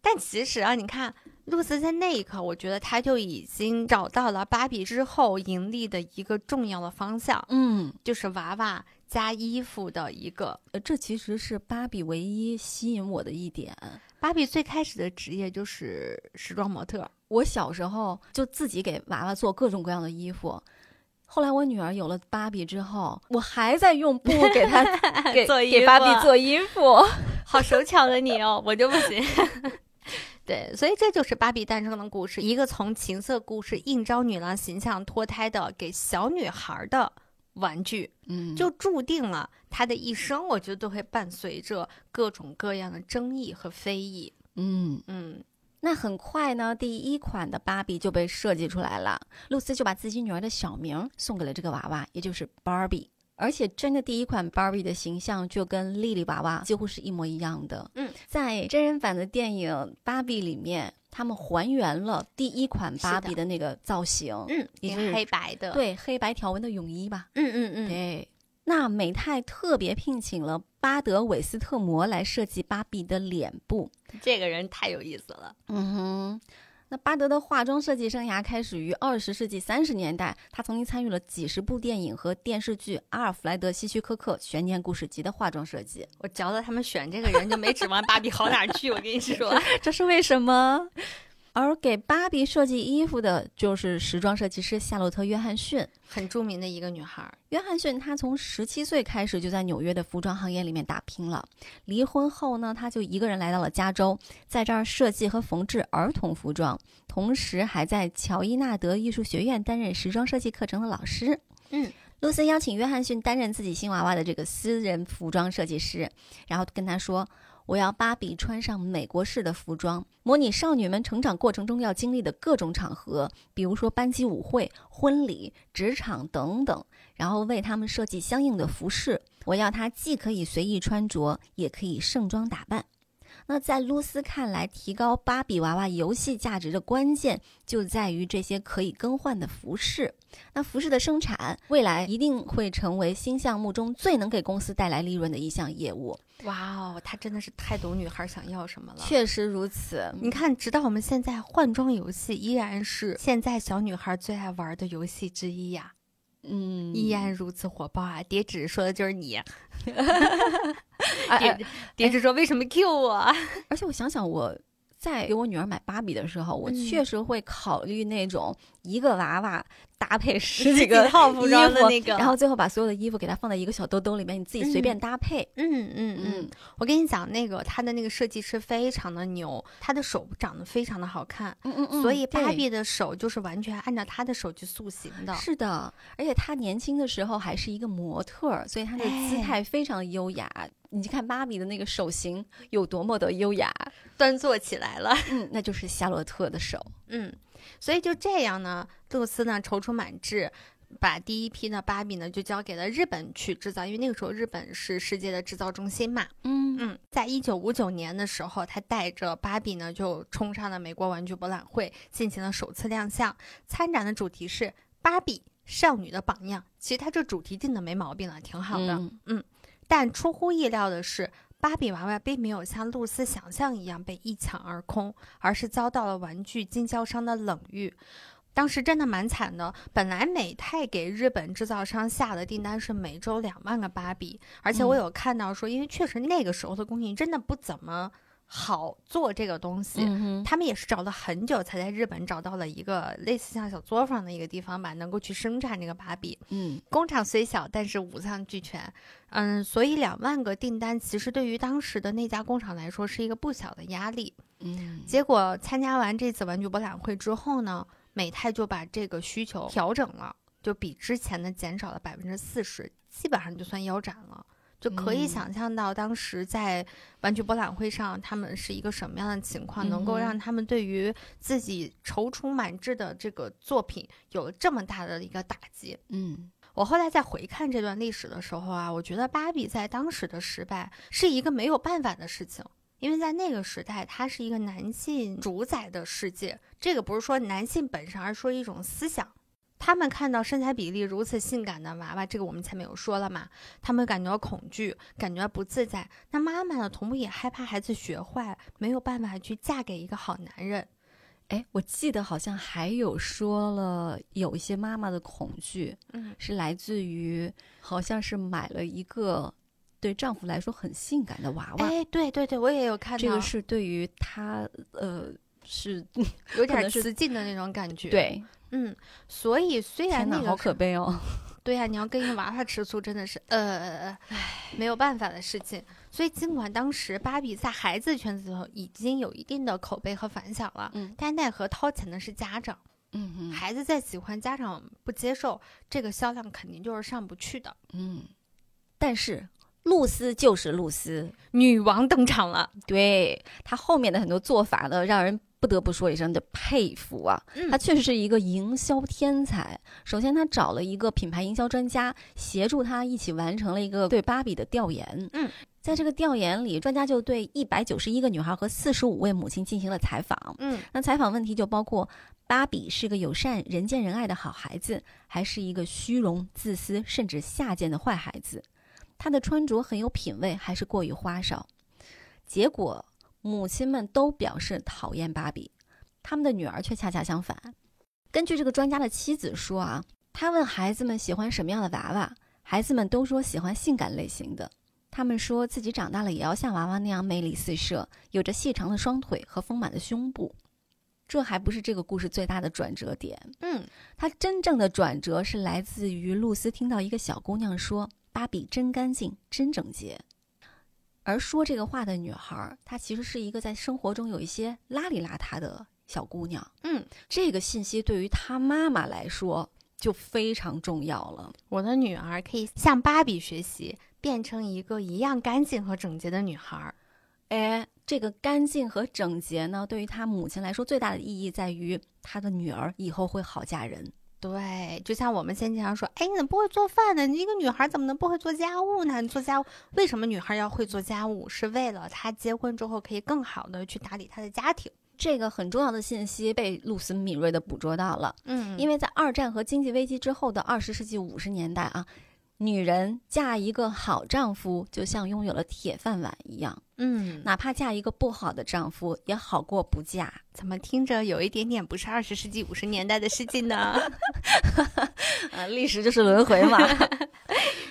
S1: 但其实啊，你看露丝在那一刻，我觉得她就已经找到了芭比之后盈利的一个重要的方向，
S2: 嗯，
S1: 就是娃娃加衣服的一个。
S2: 呃，这其实是芭比唯一吸引我的一点。
S1: 芭比最开始的职业就是时装模特，
S2: 我小时候就自己给娃娃做各种各样的衣服，后来我女儿有了芭比之后，我还在用布给
S1: [LAUGHS]
S2: 她给
S1: 做衣
S2: 给芭比
S1: 服
S2: 做衣
S1: [LAUGHS]
S2: 服。
S1: 好手巧的你哦，我就不行。 [LAUGHS] 对，所以这就是芭比诞生的故事，一个从情色故事应招女郎形象脱胎的给小女孩的玩具。
S2: 嗯
S1: 就注定了他的一生，我觉得都会伴随着各种各样的争议和非议。
S2: 嗯，
S1: 嗯，
S3: 那很快呢，第一款的芭比就被设计出来了。露丝就把自己女儿的小名送给了这个娃娃，也就是芭比。而且真的第一款芭比的形象就跟莉莉娃娃几乎是一模一样的。
S1: 嗯，
S3: 在真人版的电影《芭比》里面，他们还原了第一款芭比
S1: 是
S3: 的那个造型，
S1: 嗯，
S3: 也
S1: 也
S3: 就是
S1: 是黑白的，，
S3: 对，黑白条纹的泳衣吧。
S1: 嗯嗯嗯，
S2: 对，
S3: 那美泰特别聘请了巴德韦斯特摩来设计芭比的脸部。
S1: 这个人太有意思了。
S3: 嗯哼，那巴德的化妆设计生涯开始于二十世纪三十年代，他曾经参与了几十部电影和电视剧《阿尔弗莱德·希区柯克悬念故事集》的化妆设计。 [LAUGHS]
S1: 我觉得他们选这个人就没指望芭比好哪儿去，我跟你说。
S3: 这是为什么？而给芭比设计衣服的就是时装设计师夏洛特·约翰逊。
S1: [LAUGHS] 很著名的一个女孩儿，
S3: 约翰逊他从十七岁开始就在纽约的服装行业里面打拼了。离婚后呢，他就一个人来到了加州，在这儿设计和缝制儿童服装，同时还在乔伊纳德艺术学院担任时装设计课程的老师。
S1: 嗯，
S3: 露丝邀请约翰逊担任自己新娃娃的这个私人服装设计师，然后跟他说。我要芭比穿上美国式的服装，模拟少女们成长过程中要经历的各种场合，比如说班级舞会、婚礼、职场等等。然后为他们设计相应的服饰。我要她既可以随意穿着，也可以盛装打扮。那在露丝看来，提高芭比娃娃游戏价值的关键就在于这些可以更换的服饰。那服饰的生产，未来一定会成为新项目中最能给公司带来利润的一项业务。
S1: 哇哦，她真的是太懂女孩儿想要什么了。
S3: 确实如此，
S1: 你看，直到我们现在，换装游戏依然是现在小女孩儿最爱玩的游戏之一呀、
S2: 嗯，
S1: 依然如此火爆啊！叠纸说的就是
S3: [LAUGHS]
S1: 你，
S2: 哎哎
S1: 叠叠纸说为什么 Q 我？啊
S3: 而且我想想，我在给我女儿买芭比的时候，我
S1: 嗯
S3: 确实会考虑那种一个娃娃搭
S1: [LAUGHS]
S3: 配十
S1: 十
S3: 几
S1: 几
S3: 个
S1: 套服装的
S3: 衣服
S1: 那个
S3: 然后最后把所有的衣服给它放在一个小兜兜里面，你自己随便搭配。
S1: 嗯嗯嗯，我跟你讲，那个它的那个设计师非常的牛，他的手长得非常的好看，
S3: 嗯嗯嗯
S1: 所以芭
S3: 对
S1: 比的手就是完全按照他的手去塑形的。
S3: 是的，而且她年轻的时候还是一个模特儿，所以她的姿
S1: 哎
S3: 态非常优雅。你看芭比的那个手型有多么的优雅，
S1: 端坐起来了。
S3: 嗯，那就是夏洛特的手。
S1: 嗯，所以就这样呢，露丝呢踌躇满志。把第一批的芭比呢，就交给了日本去制造，因为那个时候日本是世界的制造中心嘛。
S3: 嗯
S1: 嗯，在一九五九年的时候，他带着芭比呢，就冲上了美国玩具博览会，进行了首次亮相。参展的主题是“芭比少女的榜样”，其实他这主题定的没毛病了，挺好的。
S3: 嗯
S1: 但出乎意料的是，芭比娃娃并没有像露丝想象一样被一抢而空，而是遭到了玩具经销商的冷遇。当时真的蛮惨的，本来美泰给日本制造商下的订单是每周两万个芭比，而且我
S3: 嗯
S1: 有看到说，因为确实那个时候的工艺真的不怎么好做这个东西，
S3: 嗯哼
S1: 他们也是找了很久才在日本找到了一个类似像小作坊的一个地方吧，能够去生产这个芭比。
S3: 嗯
S1: 工厂虽小，但是五脏俱全。嗯，所以两万个订单其实对于当时的那家工厂来说是一个不小的压力。
S3: 嗯
S1: 结果参加完这次玩具博览会之后呢，美泰就把这个需求调整了，就比之前的减少了百分之四十，基本上就算腰斩了。就可以
S3: 嗯
S1: 想象到当时在玩具博览会上，他们是一个什么样的情况，能
S3: 嗯
S1: 够
S3: 哼
S1: 让他们对于自己踌躇满志的这个作品有了这么大的一个打击。
S3: 嗯
S1: 我后来再回看这段历史的时候啊，我觉得芭比在当时的失败是一个没有办法的事情，因为在那个时代，它是一个男性主宰的世界。这个不是说男性本身，而是说一种思想。他们看到身材比例如此性感的娃娃，这个我们前面有说了嘛，他们感觉到恐惧，感觉到不自在。那妈妈呢，同步也害怕孩子学坏，没有办法去嫁给一个好男人。
S3: 哎，我记得好像还有说了，有一些妈妈的恐惧
S1: 嗯，
S3: 是来自于，好像是买了一个对丈夫来说很性感的娃娃，
S1: 哎，对对对，我也有看到，
S3: 这个是对于她呃是
S1: 有
S3: 可
S1: 点
S3: 能是
S1: 雌竞的那种感觉。。
S3: 对， [LAUGHS]
S1: 嗯，所以虽然
S3: 天
S1: 那
S3: 哪，
S1: 个
S3: 好
S1: 是
S3: 可悲哦，
S1: 对呀、你要跟一个娃娃吃醋，真的是呃，没有办法的事情。所以尽管当时芭比在孩子圈子头已经有一定的口碑和反响了，
S3: 嗯
S1: 但奈何掏钱的是家长，
S3: [LAUGHS] 嗯
S1: 孩子再喜欢，家长不接受，这个销量肯定就是上不去的。
S3: 嗯，但是露丝就是露丝，
S1: 女王登场了，
S3: 对她后面的很多做法呢，让人不得不说一声的佩服啊。
S1: 嗯
S3: 她确实是一个营销天才。首先，她找了一个品牌营销专家协助她一起完成了一个对芭比的调研。
S1: 嗯，
S3: 在这个调研里，专家就对一百九十一个女孩和四十五位母亲进行了采访。
S1: 嗯
S3: 那采访问题就包括：芭比是个友善、人见人爱的好孩子，还是一个虚荣、自私甚至下贱的坏孩子？她的穿着很有品味，还是过于花哨？结果，母亲们都表示讨厌芭比，他们的女儿却恰恰相反。根据这个专家的妻子说啊，他问孩子们喜欢什么样的娃娃，孩子们都说喜欢性感类型的。他们说自己长大了也要像娃娃那样魅力四射，有着细长的双腿和丰满的胸部。这还不是这个故事最大的转折点，
S1: 嗯，
S3: 它真正的转折是来自于露丝听到一个小姑娘说：“芭比真干净，真整洁。”而说这个话的女孩儿，她其实是一个在生活中有一些邋里邋遢的小姑娘。
S1: 嗯，
S3: 这个信息对于她妈妈来说就非常重要了。
S1: 我的女儿可以向芭比学习，变成一个一样干净和整洁的女孩儿。
S3: 哎，这个干净和整洁呢，对于她母亲来说最大的意义在于她的女儿以后会好嫁人。
S1: 对，就像我们先前常说，哎，你怎么不会做饭呢？你一个女孩怎么能不会做家务呢？你做家务，为什么女孩要会做家务？是为了她结婚之后可以更好的去打理她的家庭。
S3: 这个很重要的信息被露丝敏锐地捕捉到了，
S1: 嗯
S3: 因
S1: 为
S3: 为在二战和经济危机之后的二十世纪五十年代啊，女人嫁一个好丈夫就像拥有了铁饭碗一样，
S1: 嗯，那
S3: 哪怕嫁一个不好的丈夫也好过不嫁。
S1: 怎么听着有一点点不是二十世纪五十年代的事情呢？ [LAUGHS]
S3: 啊，历史就是轮回嘛。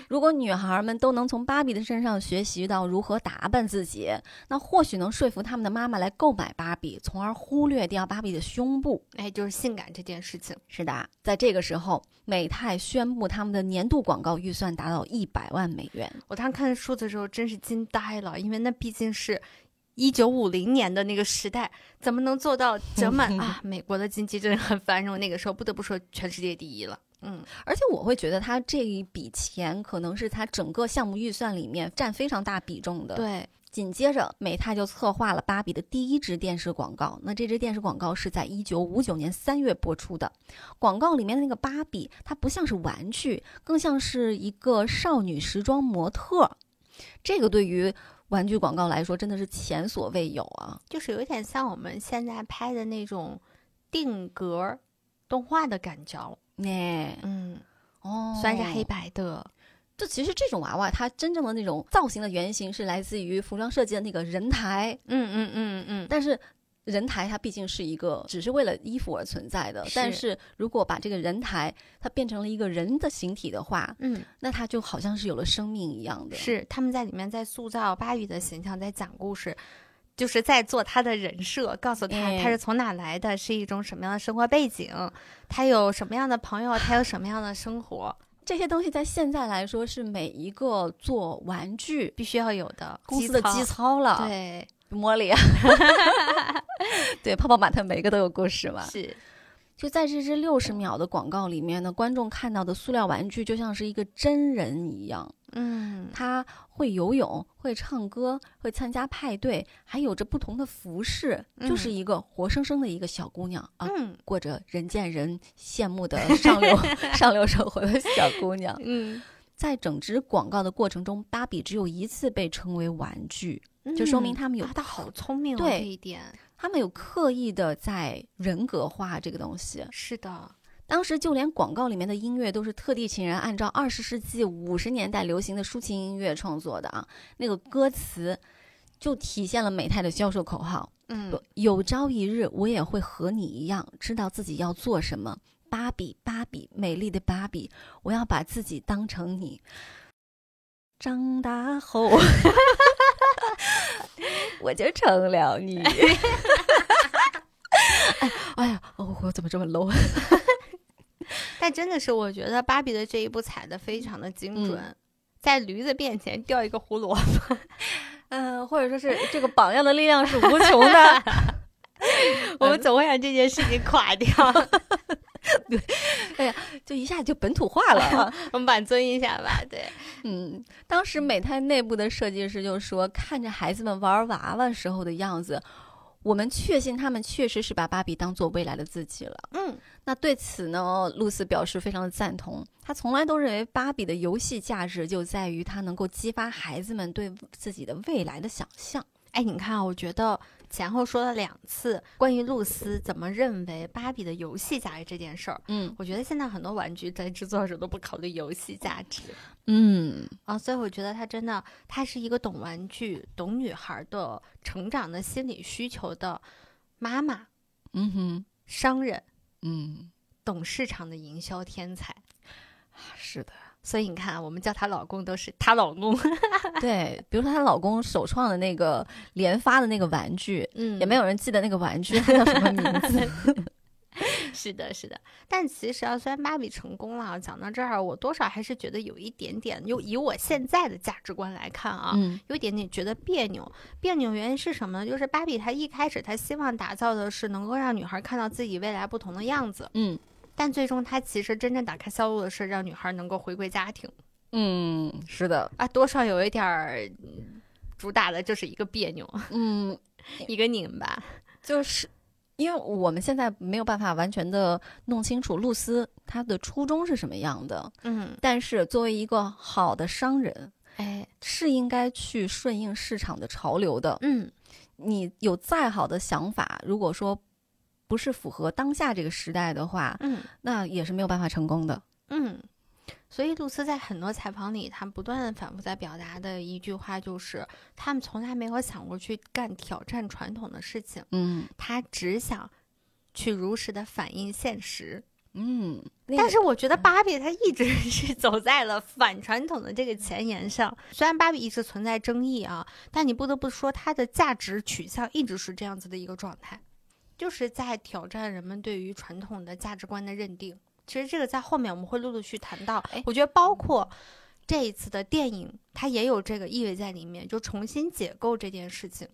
S3: 如果女孩们都能从芭比的身上学习到如何打扮自己，那或许能说服他们的妈妈来购买芭比，从而忽略掉芭比的胸部。
S1: 哎，就是性感这件事情，
S3: 是的，在这个时候，美泰宣布他们的年度广告预算达到一百万美元。
S1: 我当时看书的时候真是惊呆了，因为那毕竟是。一九五零年的那个时代，怎么能做到整 [LAUGHS] 满啊？美国的经济真的很繁荣，那个时候不得不说全世界第一了。嗯，
S3: 而且我会觉得他这一笔钱可能是他整个项目预算里面占非常大比重
S1: [LAUGHS]
S3: 的。
S1: 对，
S3: 紧接着，美泰就策划了芭比的第一支电视广告。那这支电视广告是在一九五九年三月播出的。广告里面的那个芭比，它不像是玩具，更像是一个少女时装模特。这个对于玩具广告来说，真的是前所未有啊！
S1: 就是有点像我们现在拍的那种定格动画的感觉。
S3: 哎，
S1: 嗯，
S3: 哦
S1: 虽然是黑白的，
S3: 就其实这种娃娃，它真正的那种造型的原型是来自于服装设计的那个人台，
S1: 嗯嗯嗯嗯，
S3: 但是人台它毕竟是一个只是为了衣服而存在的。
S1: 是
S3: 但是如果把这个人台它变成了一个人的形体的话，
S1: 嗯，
S3: 那它就好像是有了生命一样的。，
S1: 是他们在里面在塑造巴比的形象，在讲故事，就是在做他的人设，告诉他
S3: 哎
S1: 他是从哪来的，是一种什么样的生活背景，他有什么样的朋友，他有什么样的生活，
S3: 这些东西在现在来说是每一个做玩具
S1: 必须要有的
S3: 公司的
S1: 基
S3: 基
S1: 操。
S3: 操了。，
S1: 对，
S3: 茉莉， [LAUGHS] 对，泡泡玛特每个都有故事嘛。
S1: 是
S3: 就在这支六十秒的广告里面呢，观众看到的塑料玩具就像是一个真人一样，
S1: 嗯，
S3: 他会游泳，会唱歌，会参加派对，还有着不同的服饰，
S1: 嗯
S3: 就是一个活生生的一个小姑娘啊，
S1: 嗯
S3: 过着人见人羡慕的
S1: [LAUGHS]
S3: 上流上流生活的小姑娘。
S1: 嗯，
S3: 在整支广告的过程中，芭比只有一次被称为玩具，就说明他们有
S1: 啊他好聪明哦，
S3: 对
S1: 这一点
S3: 他们有刻意的在人格化这个东西。
S1: 是的，
S3: 当时就连广告里面的音乐都是特地请人按照二十世纪五十年代流行的抒情音乐创作的啊，那个歌词就体现了美泰的销售口号：
S1: 嗯
S3: 有，有朝一日我也会和你一样，知道自己要做什么。芭比，芭比，美丽的芭比，我要把自己当成你。长大后，我就成了你。哎哎呀，哦，我怎么这么 low？
S1: 但真的是我觉得芭比的这一步踩的非常的精
S3: 嗯
S1: 准。在驴子面前掉一个胡萝卜，
S3: 嗯，或者说是这个榜样的力量是无穷的。 [LAUGHS]
S1: 我们总会让这件事情垮 [LAUGHS] 掉。
S3: 就一下就本土化了。啊 [LAUGHS]
S1: 我们bản尊一下吧，对，
S3: 嗯，当时美泰内部的设计师就说，看着孩子们玩娃娃时候的样子，我们确信他们确实是把芭比当做未来的自己了。
S1: 嗯，
S3: 那对此呢，露丝表示非常的赞同。她从来都认为芭比的游戏价值就在于它能够激发孩子们对自己的未来的想象。
S1: 哎，你看啊，我觉得前后说了两次关于露丝怎么认为芭比的游戏价值这件事儿，
S3: 嗯
S1: 我觉得现在很多玩具在制作的时候都不考虑游戏价值
S3: 嗯，
S1: 啊，所以我觉得他真的，他是一个懂玩具、懂女孩的成长的心理需求的妈妈、
S3: 嗯哼，
S1: 商人、
S3: 嗯，
S1: 懂市场的营销天才。
S3: 啊是的。
S1: 所以你看啊，我们叫她老公都是她老公，
S3: 对，比如说她老公首创的那个连发的那个玩具，
S1: 嗯
S3: 也没有人记得那个玩具它叫什么名字。
S1: [LAUGHS] 是的，是的，但其实啊，虽然芭比成功了啊，讲到这儿，我多少还是觉得有一点点，又以我现在的价值观来看啊，
S3: [LAUGHS] 嗯
S1: 有一点点觉得别扭。别扭原因是什么呢？就是芭比她一开始她希望打造的是能够让女孩看到自己未来不同的样子，
S3: 嗯
S1: 但最终她其实真正打开销路的是让女孩能够回归家庭
S3: 嗯，是的，
S1: 啊，多少有一点儿。嗯主打的就是一个别扭，
S3: 嗯，
S1: 一个拧巴。
S3: 就是因为我们现在没有办法完全的弄清楚露丝她的初衷是什么样的，
S1: 嗯，
S3: 但是作为一个好的商人，
S1: 哎，
S3: 是应该去顺应市场的潮流的。
S1: 嗯，
S3: 你有再好的想法，如果说不是符合当下这个时代的话，
S1: 嗯，
S3: 那也是没有办法成功的。
S1: 嗯，所以露丝在很多采访里，她不断地反复在表达的一句话就是，他们从来没有想过去干挑战传统的事情，
S3: 嗯
S1: 她只想去如实的反映现实。
S2: 嗯，那
S1: 但
S2: 个
S1: 是我觉得芭比它一直 [LAUGHS] 是走在了反传统的这个前沿上。虽然芭比一直存在争议啊，但你不得不说它的价值取向一直是这样子的一个状态，就是在挑战人们对于传统的价值观的认定。其实这个在后面我们会陆陆续谈到
S2: 哎，
S1: 我觉得包括这一次的电影，它也有这个意味在里面，就重新解构这件事情。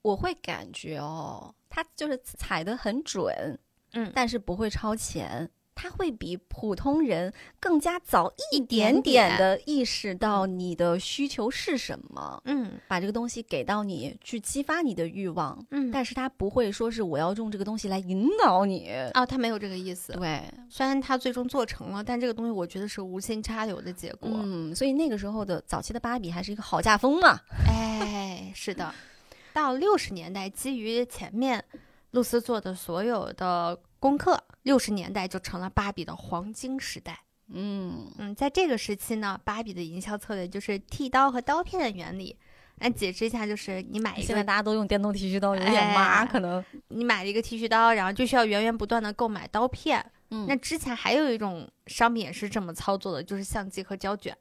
S3: 我会感觉哦，他就是踩得很准，
S1: 嗯
S3: 但是不会超前。他会比普通人更加早一
S1: 点
S3: 点
S1: 点
S3: 点的意识到你的需求是什么，
S1: 嗯
S3: 把这个东西给到你，去激发你的欲望。
S1: 嗯，
S3: 但是他不会说是我要用这个东西来引导你。
S1: 哦，他没有这个意思。
S3: 对，
S1: 虽然它最终做成了，但这个东西我觉得是无心插柳的结果。
S3: 嗯，所以那个时候的早期的芭比还是一个好嫁风嘛。
S1: 哎，是的，到六十年代，基于前面露丝做的所有的功课，六十年代就成了芭比的黄金时代。
S3: 嗯，
S1: 嗯，在这个时期呢，芭比的营销策略就是剃刀和刀片的原理。来解释一下，就是你买一
S2: 现在
S1: 个，
S2: 大家都用电动剃须刀，有点
S1: 哎
S2: 麻，可能
S1: 你买了一个剃须刀，然后就需要源源不断的购买刀片。
S3: 嗯
S1: 那之前还有一种商品也是这么操作的，就是相机和胶卷。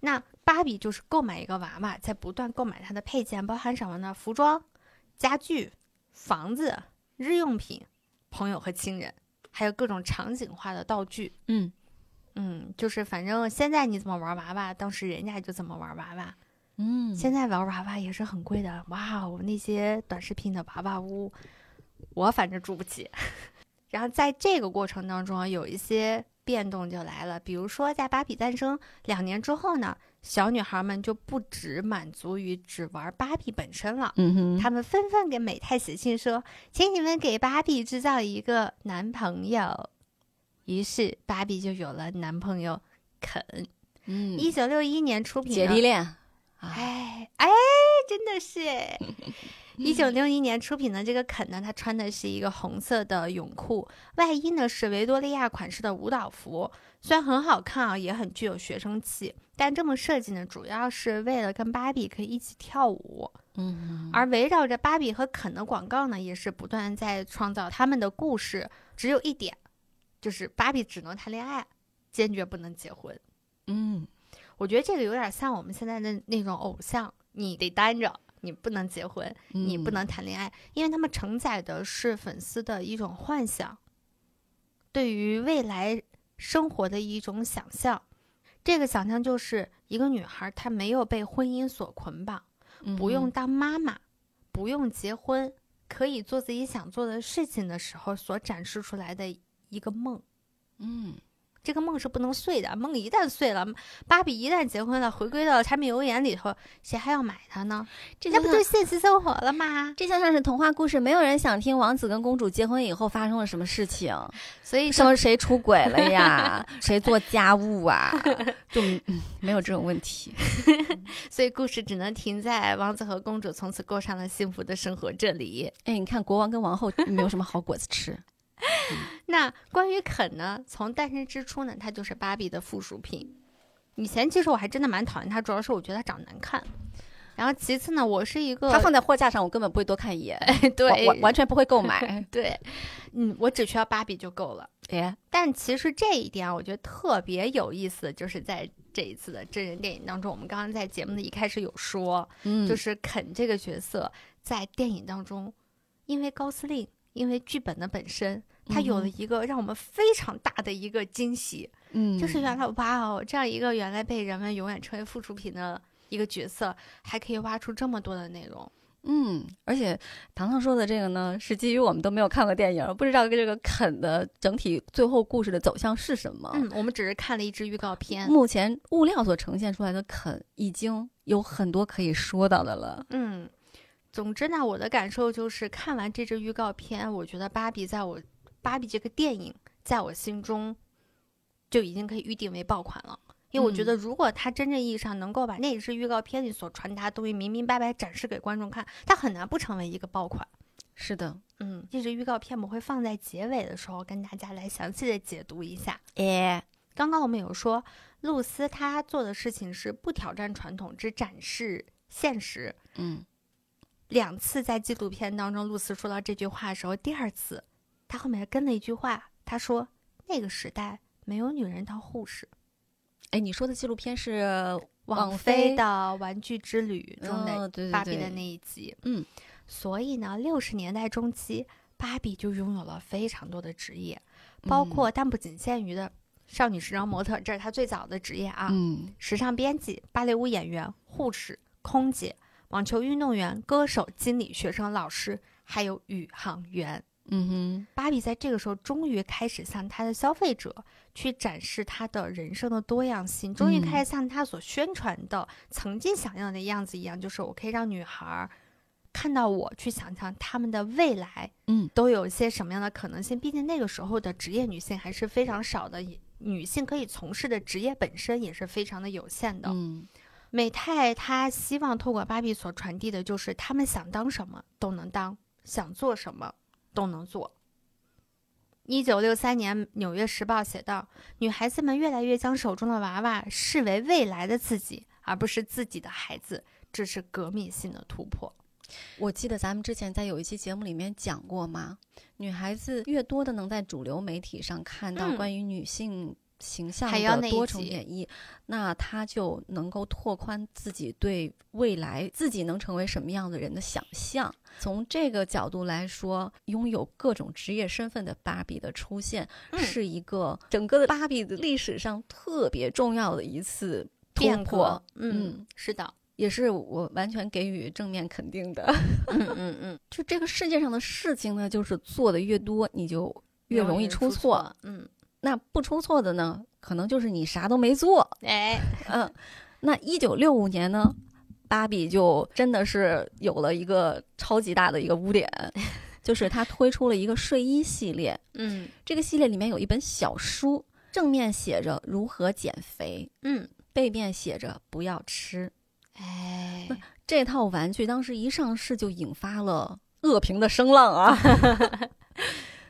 S1: 那芭比就是购买一个娃娃，在不断购买它的配件，包含什么呢？服装、家具、房子、日用品、朋友和亲人，还有各种场景化的道具。
S3: 嗯
S1: 嗯，就是反正现在你怎么玩娃娃，当时人家就怎么玩娃娃。
S3: 嗯，
S1: 现在玩娃娃也是很贵的，哇哦，那些短视频的娃娃屋，我反正住不起。 [LAUGHS] 然后在这个过程当中，有一些变动就来了，比如说在芭比诞生两年之后呢，小女孩们就不只满足于只玩芭比本身了。
S3: 嗯哼，
S1: 她们纷纷给美泰写信说：“请你们给芭比制造一个男朋友。”于是芭比就有了男朋友肯。
S3: 嗯，
S1: 一九六一年出品
S3: 姐
S1: 的
S3: 弟恋啊，
S1: 哎哎，真的是哎！一九六一年出品的这个肯呢，他穿的是一个红色的泳裤，外衣呢是维多利亚款式的舞蹈服，虽然很好看啊，也很具有学生气，但这么设计呢，主要是为了跟芭比可以一起跳舞。
S3: 嗯
S1: 而围绕着芭比和肯的广告呢，也是不断在创造他们的故事。只有一点，就是芭比只能谈恋爱，坚决不能结婚。
S3: 嗯，
S1: 我觉得这个有点像我们现在的那种偶像，你得单着，你不能结婚，
S3: 嗯
S1: 你不能谈恋爱，因为他们承载的是粉丝的一种幻想，对于未来生活的一种想象。这个想象就是一个女孩，她没有被婚姻所捆绑，
S3: 嗯
S1: 不用当妈妈，不用结婚，可以做自己想做的事情的时候所展示出来的一个梦。
S3: 嗯。
S1: 这个梦是不能碎的，梦一旦碎了，芭比一旦结婚了，回归到柴米油盐里头，谁还要买它呢？
S3: 这
S1: 那
S3: 就
S1: 不
S3: 不
S1: 就
S3: 对，
S1: 现实生活了吗？
S3: 这像像是童话故事，没有人想听王子跟公主结婚以后发生了什么事情，
S1: 所以
S3: 什
S1: 说，
S3: 么谁出轨了 [LAUGHS] 呀，谁做家务啊， [LAUGHS] 就、嗯没有这种问题。
S1: 所以故事只能停在王子和公主从此过上了幸福的生活这里。
S3: 哎，你看国王跟王后没有什么好果子 [LAUGHS] 吃，
S1: 那关于肯呢，从诞生之初呢，它就是芭比的附属品。以前其实我还真的蛮讨厌它，主要是我觉得它长得难看。然后其次呢，我是一个
S3: 它放在货架上，我根本不会多看一眼，
S1: [LAUGHS] 对
S3: 我我完全不会购买。
S1: 对，嗯，我只需要芭比就够了。
S3: 哎，
S1: 但其实这一点啊，我觉得特别有意思，就是在这一次的真人电影当中，我们刚刚在节目的一开始有说，
S3: 嗯，
S1: 就是肯这个角色在电影当中，因为高司令，因为剧本的本身，他有了
S3: 嗯
S1: 一个让我们非常大的一个惊喜，
S3: 嗯，
S1: 就是原来哇哦，这样一个原来被人们永远称为附属品的一个角色，还可以挖出这么多的内容。
S3: 嗯，而且糖糖说的这个呢，是基于我们都没有看过电影，不知道这个肯的整体最后故事的走向是什么。
S1: 嗯，我们只是看了一支预告片，
S3: 目前物料所呈现出来的肯已经有很多可以说到的了。
S1: 嗯，总之呢，我的感受就是看完这支预告片，我觉得芭比在我芭比这个电影在我心中就已经可以预定为爆款了。因为我觉
S3: 嗯
S1: 得，如果它真正意义上能够把那支预告片里所传达的东西明明白白展示给观众看，它很难不成为一个爆款。
S3: 是的，
S1: 嗯，这支预告片我们会放在结尾的时候跟大家来详细的解读一下。
S3: 哎，
S1: 刚刚我们有说，露丝她做的事情是不挑战传统，只展示现实。
S3: 嗯
S1: 两次在纪录片当中，露丝说到这句话的时候，第二次，她后面跟了一句话，她说：“那个时代没有女人当护士。
S3: 哎，你说的纪录片是
S1: 网
S3: 网
S1: 飞
S3: 飞
S1: 的《玩具之旅》中的
S3: 哦呃对对
S1: 芭比
S3: 对
S1: 的那一集。
S3: 嗯，
S1: 所以呢，六十年代中期，芭比就拥有了非常多的职业，包
S3: 嗯
S1: 括但不仅限于的少女时装模特，这是她最早的职业啊。
S3: 嗯
S1: 时尚编辑、芭蕾舞演员、护士、空姐、网球运动员、歌手、经理、学生、老师，还有宇航员。
S3: 嗯哼，
S1: 芭比在这个时候终于开始向她的消费者去展示她的人生的多样性，终于
S3: 嗯
S1: 开始像她所宣传的、曾经想要的样子一样，就是我可以让女孩儿看到我，去想象她们的未来，
S3: 嗯，
S1: 都有一些什么样的可能性。毕竟那个时候的职业女性还是非常少的，也女性可以从事的职业本身也是非常的有限的。
S3: 嗯
S1: 美泰她希望透过芭比所传递的就是，她们想当什么都能当，想做什么都能做。一九六三年，《纽约时报》写道：“女孩子们越来越将手中的娃娃视为未来的自己，而不是自己的孩子，这是革命性的突破。
S3: 我记得咱们之前在有一期节目里面讲过嘛，女孩子越多的能在主流媒体上看到
S1: 嗯
S3: 关于女性形象
S1: 海妖那
S3: 的
S1: 一
S3: 多重
S1: 集
S3: 演绎，那她就能够拓宽自己对未来自己能成为什么样的人的想象。从这个角度来说，拥有各种职业身份的芭比的出现，
S1: 嗯
S3: 是一个整个的芭比的历史上特别重要的一次突
S1: 变革
S3: 破，，
S1: 嗯
S3: 嗯，
S1: 是的，
S3: 也是我完全给予正面肯定的。
S1: 嗯嗯嗯，
S3: 就这个世界上的事情呢，就是做的越多，你就越容易出
S1: 出
S3: 错。，
S1: 嗯，
S3: 那不出错的呢，可能就是你啥都没做。
S1: 哎，
S3: 嗯，那一九六五年呢，芭比就真的是有了一个超级大的一个污点，就是它推出了一个睡衣系列。
S1: 嗯
S3: 这个系列里面有一本小书，正面写着如何减肥，
S1: 嗯，
S3: 背面写着不要吃。嗯
S1: 哎，
S3: 这套玩具当时一上市就引发了恶评的声浪啊。 [LAUGHS]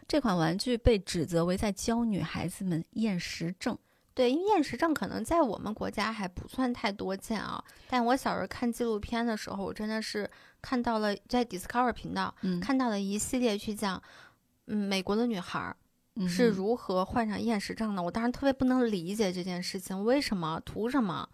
S3: 这款玩具被指责为在教女孩子们厌食症。
S1: 对，因为厌食症可能在我们国家还不算太多见啊，但我小时候看纪录片的时候，我真的是看到了在 Discover 频道
S3: 嗯
S1: 看到了一系列去讲，嗯，美国的女孩儿
S3: 嗯
S1: 是如何患上厌食症的。我当时特别不能理解这件事情，为什么？图什么？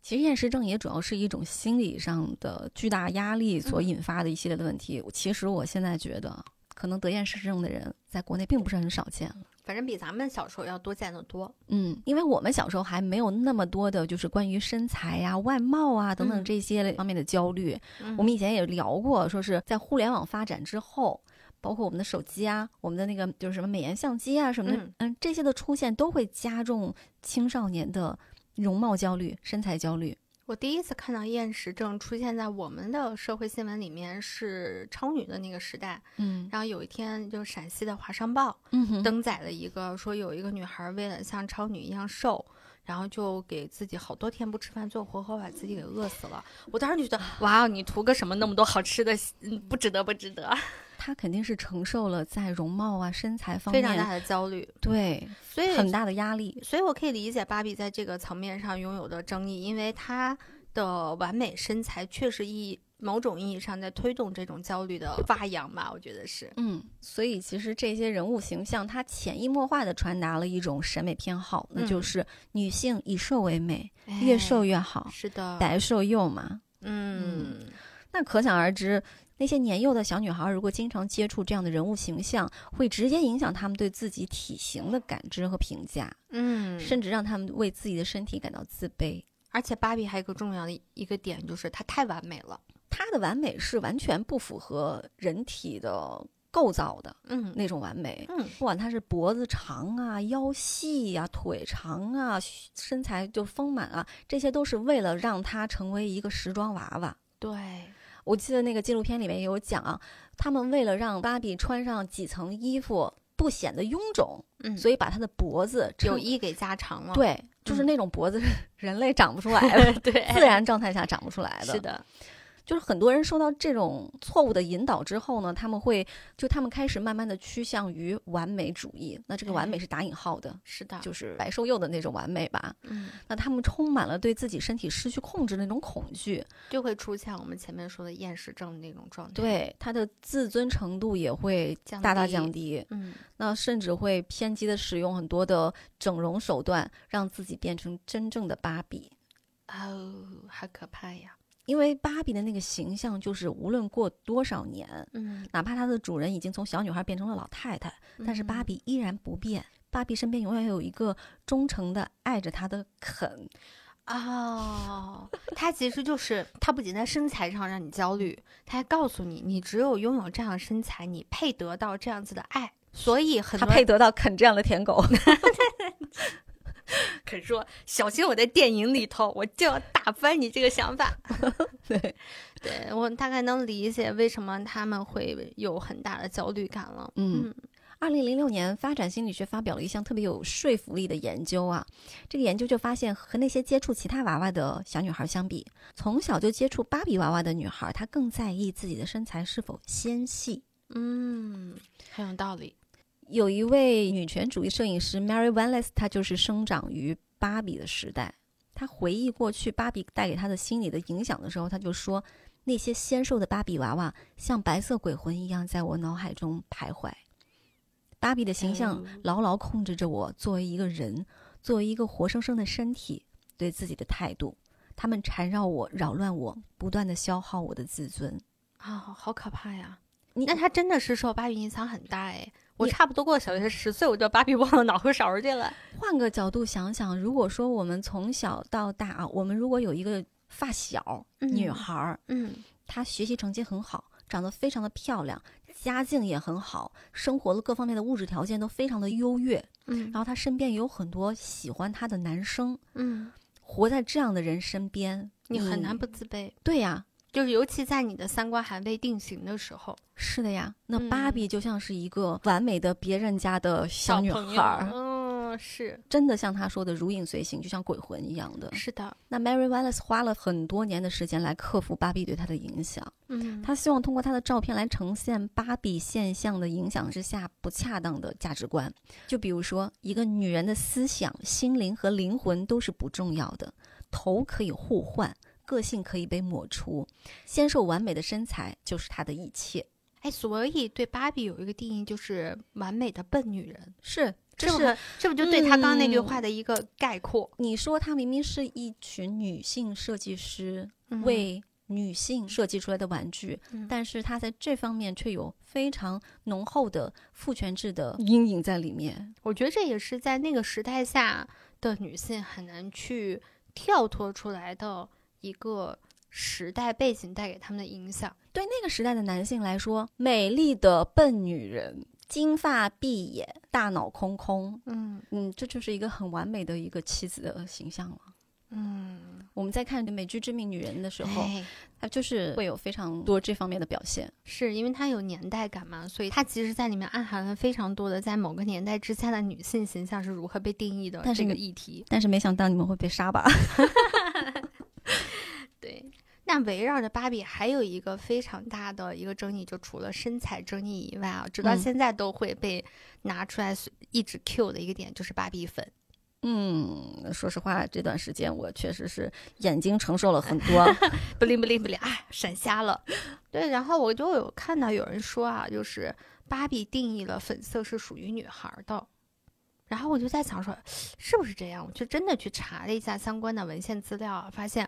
S3: 其实厌食症也主要是一种心理上的巨大压力所引发的一系列的问题。其实我现在觉得，可能得厌食症的人在国内并不是很少见。
S1: 反正比咱们小时候要多见得多。
S3: 嗯，因为我们小时候还没有那么多的，就是关于身材呀、外貌啊等等
S1: 嗯
S3: 这些方面的焦虑。
S1: 嗯
S3: 我们以前也聊过，说是在互联网发展之后，包括我们的手机啊，我们的那个就是什么美颜相机啊什么的，
S1: 嗯
S3: 嗯这些的出现都会加重青少年的容貌焦虑、身材焦虑。
S1: 我第一次看到厌食症出现在我们的社会新闻里面是超女的那个时代，
S3: 嗯
S1: 然后有一天就陕西的《华商报》。
S3: 嗯哼，
S1: 登载了一个说有一个女孩为了像超女一样瘦，然后就给自己好多天不吃饭，最后活活把自己给饿死了。我当时就觉得，
S3: [LAUGHS]
S1: 哇，哦你图个什么那么多好吃的？嗯，不值得，不值得，
S3: 他肯定是承受了在容貌啊、身材方
S1: 非
S3: 面
S1: 常大的焦虑。
S3: 对嗯
S1: 所以，
S3: 很大的压力。
S1: 所以我可以理解芭比在这个层面上拥有的争议，因为她的完美身材确实意义某种意义上在推动这种焦虑的发扬吧，我觉得是。
S3: 嗯，所以其实这些人物形象，它潜移默化的传达了一种审美偏好，那就
S1: 嗯
S3: 是女性以瘦为美，越瘦
S1: 越
S3: 越好，
S1: 哎是的，
S3: 哎白瘦幼嘛。
S1: 嗯，
S3: 那可想而知，那些年幼的小女孩如果经常接触这样的人物形象，会直接影响她们对自己体型的感知和评价，
S1: 嗯，
S3: 甚至让她们为自己的身体感到自卑。
S1: 而且芭比还有一个重要的一个点就是她太完美了，
S3: 她的完美是完全不符合人体的构造的
S1: 嗯
S3: 那种完美。
S1: 嗯
S3: 不管她是脖子长啊、腰细呀、腿长啊、身材就丰满啊，这些都是为了让她成为一个时装娃娃。
S1: 对，
S3: 我记得那个纪录片里面也有讲啊，他们为了让芭比穿上几层衣服不显得臃肿，
S1: 嗯，
S3: 所以把她的脖子撑
S1: 有意给加长了，
S3: 对，就是
S1: 嗯
S3: 那种脖子 [LAUGHS] 人类长不出来
S1: [LAUGHS]
S3: 的，
S1: 对，
S3: 自然状态下长不出来的。
S1: 是，的，
S3: 就是很多人受到这种错误的引导之后呢，他们会就他们开始慢慢的趋向于完美主义。那这个
S1: 哎
S3: 完美是打引号的，
S1: 是的，
S3: 就是白瘦幼的那种完美吧。
S1: 嗯，
S3: 那他们充满了对自己身体失去控制的那种恐惧，
S1: 就会出现我们前面说的厌食症那种状态。，
S3: 对他的自尊程度也会
S1: 降
S3: 大大
S1: 低
S3: 降低。
S1: 嗯，
S3: 那甚至会偏激的使用很多的整容手段，让自己变成真正的芭比。
S1: 哦，好可怕呀。
S3: 因为芭比的那个形象就是，无论过多少年，
S1: 嗯，
S3: 哪怕它的主人已经从小女孩变成了老太太，但是芭
S1: 比
S3: 比依然不变。芭比身边永远有一个忠诚的爱着她的肯，
S1: 嗯哦，它其实就是它不仅在身材上让你焦虑，它还告诉你，你只有拥有这样的身材，你配得到这样子的爱。所以很
S3: 她
S1: 多
S3: 配得到肯这样的舔狗。 [LAUGHS]
S1: 肯说：“小心我在电影里头，我就要打翻你这个想法。
S3: 对，
S1: [LAUGHS] 对”我大概能理解为什么他们会有很大的焦虑感了。
S3: 嗯，二零零六年，发展心理学发表了一项特别有说服力的研究啊。这个研究就发现，和那些接触其他娃娃的小女孩相比，从小就接触芭比娃娃的女孩，她更在意自己的身材是否纤细。
S1: 嗯，很有道理。
S3: 有一位女权主义摄影师 Mary Wallace，她就是生长于芭比的时代。她回忆过去芭比带给她的心理的影响的时候，她就说：“那些纤瘦的芭比娃娃像白色鬼魂一样在我脑海中徘徊。芭比的形象
S1: 哎呦
S3: 牢牢控制着我作为一个人，作为一个活生生的身体对自己的态度。他们缠绕我，扰乱我，不断的消耗我的自尊。
S1: 啊、好可怕呀！
S3: 你
S1: 那他真的是受芭比影响很大哎。我
S3: 你
S1: 差不多过了小学十岁，我就把芭比忘到脑后勺去了。
S3: 换个角度想想，如果说我们从小到大啊，我们如果有一个发小、
S1: 嗯
S3: 女孩儿，
S1: 嗯，
S3: 她学习成绩很好，长得非常的漂亮，家境也很好，生活的各方面的物质条件都非常的优越，
S1: 嗯
S3: 然后她身边也有很多喜欢她的男生，
S1: 嗯，
S3: 活在这样的人身边，
S1: 你很难不自卑，
S3: 对呀。
S1: 就是尤其在你的三观还未定型的时候，
S3: 是的呀，那
S1: 嗯
S3: 芭比就像是一个完美的别人家的小女
S1: 朋
S3: 孩
S1: 友
S3: 儿，
S1: 嗯，是
S3: 真的像她说的如影随形，就像鬼魂一样的。
S1: 是的，
S3: 那 Mary Wallace 花了很多年的时间来克服芭比对她的影响，
S1: 嗯，
S3: 她希望通过她的照片来呈现芭比现象的影响之下不恰当的价值观，就比如说，一个女人的思想、心灵和灵魂都是不重要的，头可以互换，个性可以被抹除，纤瘦完美的身材就是她的一切。
S1: 哎，所以对芭比有一个定义，就是完美的笨女人，
S3: 是，
S1: 这
S3: 这
S1: 不
S3: 是
S1: 是这不就对他刚刚那句
S3: 嗯
S1: 话的一个概括？
S3: 你说她明明是一群女性设计师，
S1: 嗯
S3: 为女性设计出来的玩具，
S1: 嗯
S3: 但是它在这方面却有非常浓厚的父权制的阴影在里面。
S1: 我觉得这也是在那个时代下的女性很难去跳脱出来的一个时代背景带给他们的影响。
S3: 对那个时代的男性来说，美丽的笨女人，金发碧眼，大脑空空，
S1: 嗯
S3: 嗯，这就是一个很完美的一个妻子的形象了。
S1: 嗯，
S3: 我们在看美剧《致命女人》的时候，
S1: 哎
S3: 它就是会有非常多这方面的表现。
S1: 是因为它有年代感嘛，所以它其实在里面暗含了非常多的在某个年代之下的女性形象是如何被定义的
S3: 但是
S1: 这个
S3: 你
S1: 议题。
S3: 但是没想到你们会被杀吧？
S1: 对，那围绕着芭比还有一个非常大的一个争议，就除了身材争议以外啊，直到
S3: 嗯
S1: 现在都会被拿出来随一直 Q 的一个点就是芭比粉。
S3: 嗯，说实话，这段时间我确实是眼睛承受了很多。
S1: 不灵不灵不灵，哎，闪瞎了。对，然后我就有看到有人说啊，就是芭比定义了粉色是属于女孩儿的，然后我就在想说，是不是这样？我就真的去查了一下相关的文献资料啊，发现，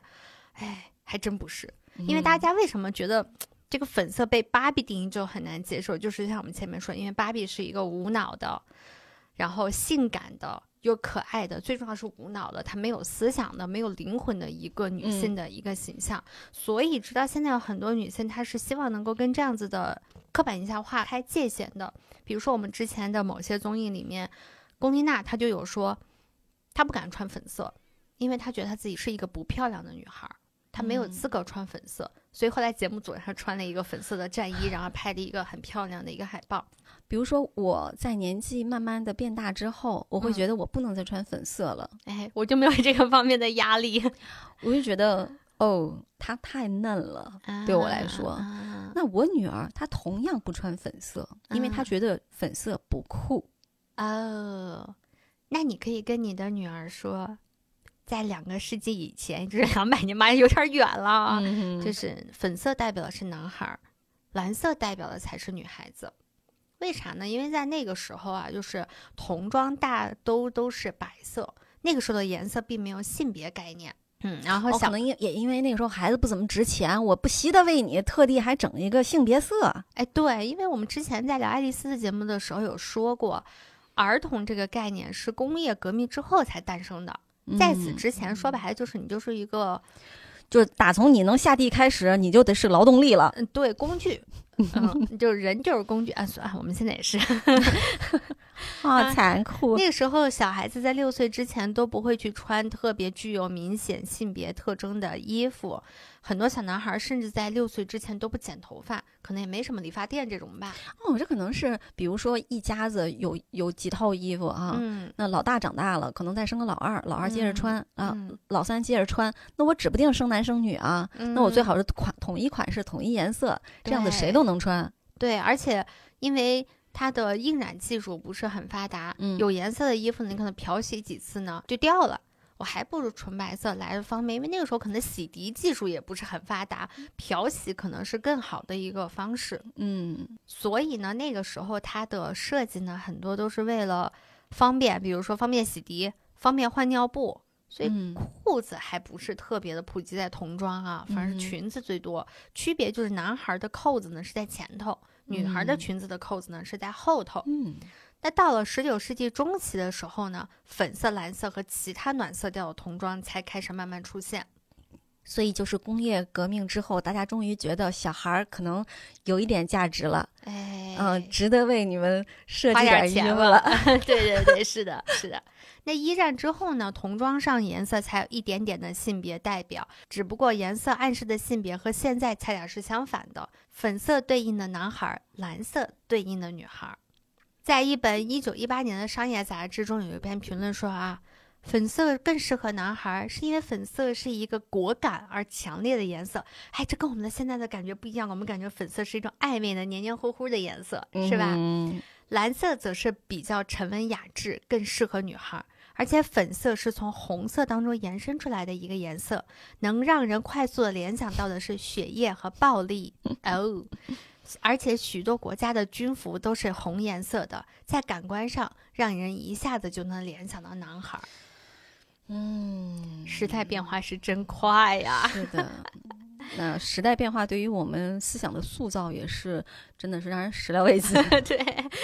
S1: 哎，还真不是。因为大
S3: 家。
S1: 家为什么觉得这个粉色被芭比定义就很难接受？就是像我们前面说，因为芭比是一个无脑的，然后性感的又可爱的，最重要是无脑的，她没有思想的、没有灵魂的一个女性的一个形象。所以直到现在，有很多女性她是希望能够跟这样子的刻板印象划开界限的。比如说我们之前的某些综艺里面，龚琳娜她就有说，她不敢穿粉色，因为她觉得她自己是一个不漂亮的女孩儿，她没有
S3: 嗯
S1: 资格穿粉色，所以后来节目组让她穿了一个粉色的战衣，然后拍了一个很漂亮的一个海报。
S3: 比如说我在年纪慢慢的变大之后，我会
S1: 嗯
S3: 觉得我不能再穿粉色了，
S1: 哎，我就没有这个方面的压力。
S3: 我就觉得哦，她太嫩了。对我来说
S1: 啊
S3: 那我女儿她同样不穿粉色，因为她
S1: 啊
S3: 觉得粉色不酷。
S1: 哦，那你可以跟你的女儿说，在两个世纪以前，就是两百年嘛，有点远了啊。
S3: 嗯
S1: 就
S3: 就是
S1: 是粉色代表的是男孩儿，蓝色代表的才是女孩子。为啥呢？因为在那个时候啊，就是童装大都都是白色，那个时候的颜色并没有性别概念。嗯，然后
S3: 我
S1: 小
S3: 可能因也因为那个时候孩子不怎么值钱，我不惜的为你特地还整一个性别色。
S1: 哎，对，因为我们之前在聊爱丽丝的节目的时候有说过，儿童这个概念是工业革命之后才诞生的。在此
S3: 嗯
S1: 之前，说白了就是你就是一个
S3: 就是打从你能下地开始，你就得是劳动力了。
S1: 嗯，对，工
S3: [LAUGHS]
S1: 具，嗯，就是人就是工具啊，算我们现在也是。
S3: 啊，残酷！
S1: 那个时候，小孩子在六岁之前都不会去穿特别具有明显性别特征的衣服，很多小男孩甚至在六岁之前都不剪头发，可能也没什么理发店这种吧。
S3: 哦，这可能是比如说一家子有有几套衣服啊。
S1: 嗯
S3: 那老大长大了，可能再生个老二，老二接着
S1: 嗯
S3: 穿、啊，
S1: 嗯
S3: 老三接着穿，那我指不定生男生女啊。那我最好是款统一款式、统一颜色，这样子谁
S1: 嗯对
S3: 都能穿。
S1: 对，而且因为它的印染技术不是很发达，
S3: 嗯
S1: 有颜色的衣服呢，你可能漂洗几次呢就掉了。我还不如纯白色来的方便，因为那个时候可能洗涤技术也不是很发达，漂洗可能是更好的一个方式。
S3: 嗯
S1: 所以呢，那个时候它的设计呢，很多都是为了方便，比如说方便洗涤、方便换尿布，所以
S3: 嗯
S1: 裤子还不是特别的普及在童装啊，反而是
S3: 嗯
S1: 裙子最多。区别就是男孩的扣子呢是在前头，女孩的
S3: 嗯
S1: 裙子的扣子呢是在后头。
S3: 嗯，
S1: 那到了十九世纪中期的时候呢，粉色、蓝色和其他暖色调的童装才开始慢慢出现。
S3: 所以就是工业革命之后，大家终于觉得小孩儿可能有一点价值了，
S1: 哎，
S3: 嗯、值得为你们设计
S1: 花点
S3: 衣
S1: 钱
S3: 服
S1: 了
S3: 了。
S1: [LAUGHS] 对对对，是的，是的。那一战之后呢，童装上颜色才有一点点的性别代表，只不过颜色暗示的性别和现在恰恰是相反的，粉色对应的男孩，蓝色对应的女孩。在一本一九一八年的商业杂志中，有一篇评论说啊，粉色更适合男孩，是因为粉色是一个果敢而强烈的颜色。哎，这跟我们的现在的感觉不一样，我们感觉粉色是一种暧昧的、黏黏糊糊的颜色，是吧？
S3: 嗯
S1: 蓝色则是比较沉稳雅致，更适合女孩儿。而且粉色是从红色当中延伸出来的一个颜色，能让人快速的联想到的是血液和暴力哦。而且许多国家的军服都是红颜色的，在感官上让人一下子就能联想到男孩儿。
S3: 嗯，
S1: 时态变化是真快呀！
S3: 是的。 [LAUGHS] 那时代变化对于我们思想的塑造也是，真的是让人始料未及。
S1: [LAUGHS] 对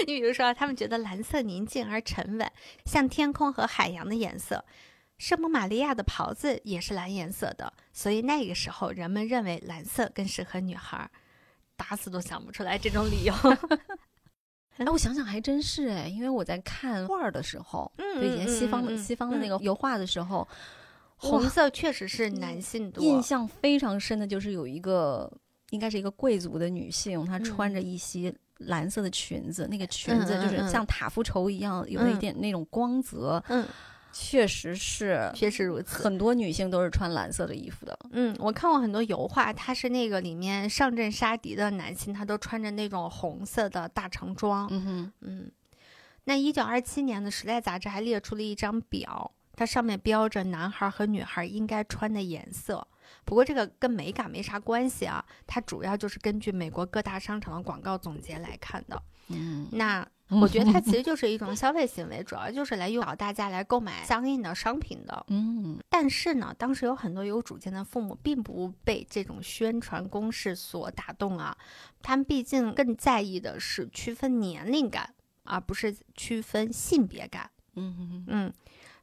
S1: 你比如说，他们觉得蓝色宁静而沉稳，像天空和海洋的颜色。圣母玛利亚的袍子也是蓝颜色的，所以那个时候人们认为蓝色更适合女孩儿，打死都想不出来这种理
S3: [LAUGHS]
S1: 由。
S3: 哎，我想想还真是哎，因为我在看画儿的时候，
S1: 嗯
S3: 就以前西方的、西方的那个油画的时候，
S1: 红色确实是男性多，
S3: 印象非常深的就是有一个，应该是一个贵族的女性，她穿着一些蓝色的裙子，那个裙子就
S1: 嗯嗯
S3: 是
S1: 嗯
S3: 像塔夫绸一样，有一点那种光泽，
S1: 嗯，
S3: 确实是
S1: 确实如此。
S3: 很多女性都是穿蓝色的衣服的。
S1: 嗯，我看过很多油画，它是那个里面上阵杀敌的男性，他都穿着那种红色的大长装，
S3: 嗯哼，
S1: 嗯，那一九二七年的《时代》杂志还列出了一张表，它上面标着男孩和女孩应该穿的颜色。不过这个跟美感没啥关系啊，它主要就是根据美国各大商场的广告总结来看的。
S3: 嗯，
S1: 那我觉得它其实就是一种消费行为，主要就是来诱导大家来购买相应的商品的。
S3: 嗯，
S1: 但是呢，当时有很多有主见的父母并不被这种宣传攻势所打动啊，他们毕竟更在意的是区分年龄感，而不是区分性别感。
S3: 嗯哼，
S1: 嗯，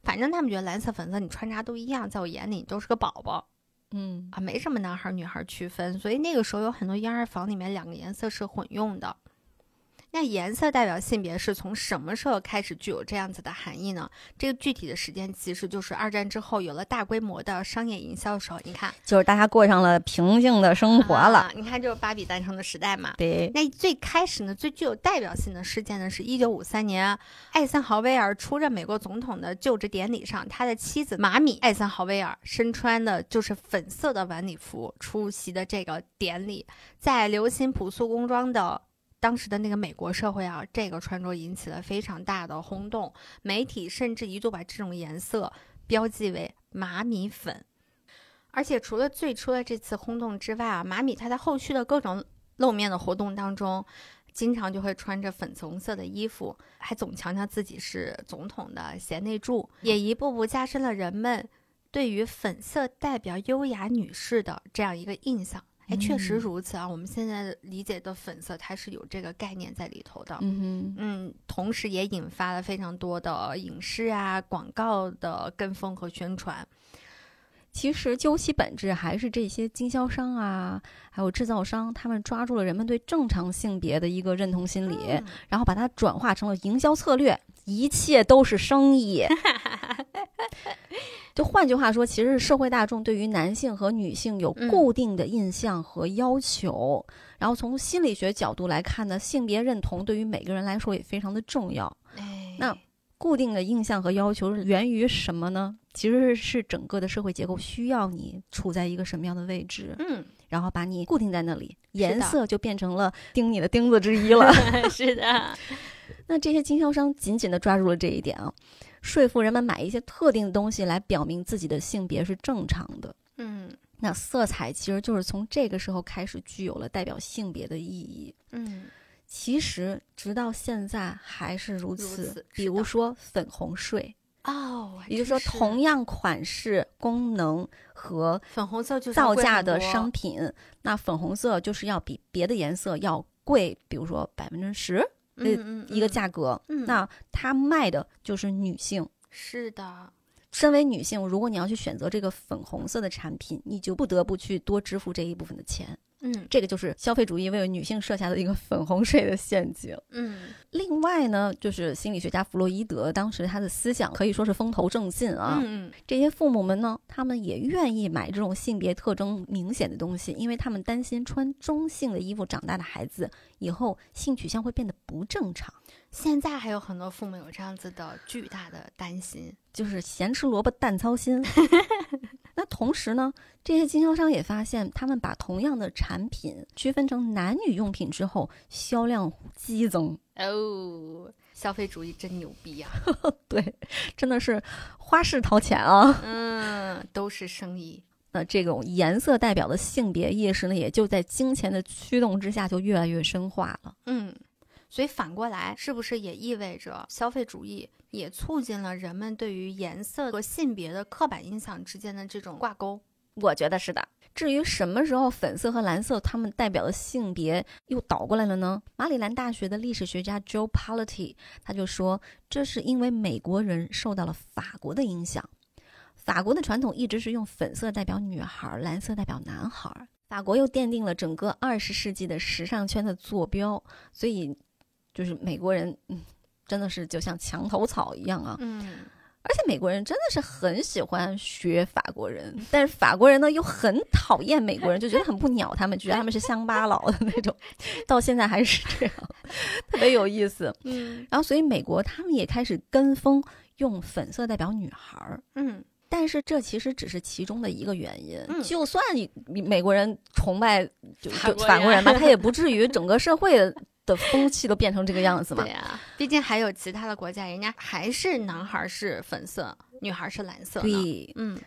S1: 反正他们觉得蓝色、粉色你穿啥都一样，在我眼里你都是个宝宝
S3: 嗯，
S1: 啊，没什么男孩儿女孩儿区分。所以那个时候有很多婴儿房里面两个颜色是混用的。那颜色代表性别是从什么时候开始具有这样子的含义呢？这个具体的时间其实就是二战之后有了大规模的商业营销的时候。你看，
S4: 就是大家过上了平静的生活了。
S1: 啊你看就是芭比诞生的时代嘛。
S4: 对，
S1: 那最开始呢，最具有代表性的事件呢，是一九五三年艾森豪威尔出任美国总统的就职典礼上，他的妻子马米·艾森豪威尔身穿的就是粉色的晚礼服出席的这个典礼，在流行朴素工装的。当时的那个美国社会啊，这个穿着引起了非常大的轰动，媒体甚至一度把这种颜色标记为马米粉。而且除了最初的这次轰动之外啊，马米他在后续的各种露面的活动当中，经常就会穿着粉红色的衣服，还总强调自己是总统的贤内助，也一步步加深了人们对于粉色代表优雅女士的这样一个印象。哎，确实
S3: 嗯
S1: 如此啊！我们现在理解的粉色，它是有这个概念在里头的。
S3: 嗯哼，
S1: 嗯，同时也引发了非常多的影视啊、广告的跟风和宣传。
S3: 其实究其本质，还是这些经销商啊，还有制造商，他们抓住了人们对正常性别的一个认同心理，然后把它转化成了营销策略，一切都是生意。 [LAUGHS] 就换句话说，其实是社会大众对于男性和女性有
S1: 嗯
S3: 固定的印象和要求，然后从心理学角度来看呢，性别认同对于每个人来说也非常的重要。
S1: 哎，
S3: 那固定的印象和要求是源于什么呢？其实是整个的社会结构需要你处在一个什么样的位置，
S1: 嗯，
S3: 然后把你固定在那里，颜
S1: 的
S3: 色就变成了钉你的钉子之一
S1: [LAUGHS]
S3: 了。 [LAUGHS]
S1: 是的，
S3: 那这些经销商紧紧地抓住了这一点啊，说服人们买一些特定的东西来表明自己的性别是正常的。
S1: 嗯
S3: 那色彩其实就是从这个时候开始具有了代表性别的意义。
S1: 嗯，
S3: 其实直到现在还是如此。
S1: 如此
S3: 比
S1: 是的
S3: 如说粉红税，
S1: 哦，
S3: 也就是说同样款式、功能和
S1: 粉红色就
S3: 造价的商品，那粉红色就是要比别的颜色要贵，比如说百分之十
S1: 嗯
S3: 呃一个，价格。
S1: 嗯嗯
S3: 那它卖的就是女性。
S1: 是的，
S3: 身为女性，如果你要去选择这个粉红色的产品，你就不得不去多支付这一部分的钱。
S1: 嗯
S3: 这个就是消费主义为女性设下的一个粉红税的陷阱。
S1: 嗯
S3: 另外呢，就是心理学家弗洛伊德当时他的思想可以说是风头正劲啊。
S1: 嗯
S3: 这些父母们呢，他们也愿意买这种性别特征明显的东西，因为他们担心穿中性的衣服长大的孩子以后性取向会变得不正常，
S1: 现在还有很多父母有这样子的巨大的担心，
S3: 就是咸吃萝卜淡操心。 [LAUGHS] 那同时呢，这些经销商也发现，他们把同样的产品区分成男女用品之后，销量激增。
S1: 哦，消费主义真牛逼啊呀、
S3: 对，真的是花式掏钱啊！
S1: 嗯， [LAUGHS] 都是生意，
S3: 那这种颜色代表的性别意识呢，也就在金钱的驱动之下，就越来越深化了。
S1: 嗯，所以反过来，是不是也意味着消费主义也促进了人们对于颜色和性别的刻板印象之间的这种挂钩？
S3: 我觉得是的。至于什么时候粉色和蓝色它们代表的性别又倒过来了呢？马里兰大学的历史学家 Joe Polity 他就说，这是因为美国人受到了法国的影响。法国的传统一直是用粉色代表女孩，蓝色代表男孩。法国又奠定了整个二十世纪的时尚圈的坐标，所以就是美国人，嗯，真的是就像墙头草一样啊。
S1: 嗯，
S3: 而且美国人真的是很喜欢学法国人，但是法国人呢又很讨厌美国人，就觉得很不鸟他们，觉得他们是乡巴佬的那
S1: [LAUGHS]
S3: 种，到现在还是这样，特别有意思。
S1: 嗯
S3: 然后，所以美国他们也开始跟风用粉色代表女孩儿。
S1: 嗯，
S3: 但是这其实只是其中的一个原因。
S1: 嗯
S3: 就算你美国人崇拜就
S1: 法
S3: 就
S1: 国
S3: 法国人吧，
S1: 人
S3: 他也不至于整个社会的风气都变成这个样子
S1: [LAUGHS]
S3: 嘛
S1: 对。啊呀、毕竟还有其他的国家，人家还是男孩是粉色，女孩是蓝色呢。
S3: 对，
S1: 嗯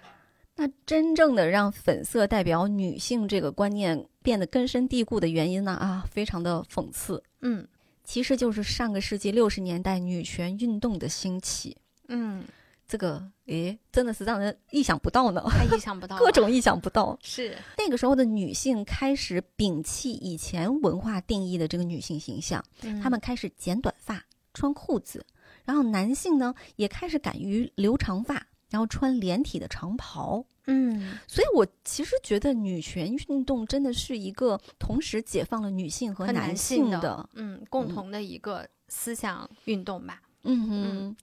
S3: 那真正的让粉色代表女性这个观念变得根深蒂固的原因呢？啊，非常的讽刺，
S1: 嗯
S3: 其实就是上个世纪六十年代女权运动的兴起。
S1: 嗯，
S3: 这个诶，真的是让人意想不到呢，
S1: 太意 [LAUGHS] 想不到了，
S3: [LAUGHS] 各种意想不到。
S1: 是，
S3: 那个时候的女性开始摒弃以前文化定义的这个女性形象，
S1: 嗯
S3: 她们开始剪短发、穿裤子，然后男性呢也开始敢于留长发，然后穿连体的长袍。
S1: 嗯
S3: 所以我其实觉得女权运动真的是一个同时解放了女性和
S1: 和男
S3: 男
S1: 性的
S3: 的
S1: 嗯，共
S3: 嗯
S1: 同的一个思想运动吧。
S3: 嗯哼，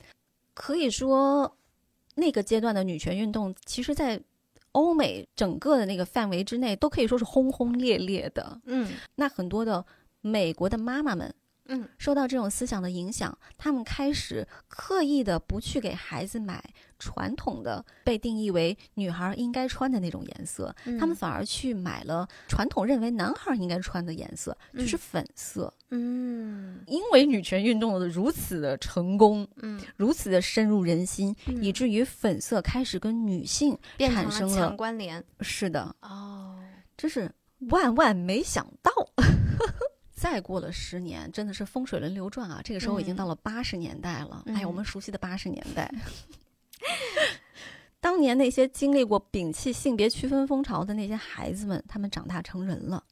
S3: 可以说那个阶段的女权运动，其实，在欧美整个的那个范围之内，都可以说是轰轰烈烈的。
S1: 嗯
S3: 那很多的美国的妈妈们
S1: 嗯
S3: 受到这种思想的影响，她们开始刻意的不去给孩子买传统的被定义为女孩应该穿的那种颜色，
S1: 嗯
S3: 她们反而去买了传统认为男孩应该穿的颜色，就
S1: 嗯
S3: 是粉色。
S1: 嗯
S3: 因为女权运动的如此的成功，
S1: 嗯，
S3: 如此的深入人心，
S1: 嗯
S3: 以至于粉色开始跟女性
S1: 变
S3: 产
S1: 成
S3: 生了
S1: 强关联
S3: 是的，
S1: 哦。
S3: 真是万万没想到。 [LAUGHS] 再过了十年，真的是风水轮流转啊！这个时候已
S1: 嗯
S3: 经到了八十年代了，哎呀，我
S1: 嗯
S3: 们熟悉的八十年代。 [LAUGHS] 当年那些经历过摒弃性别区分风潮的那些孩子们，他们长大成人了。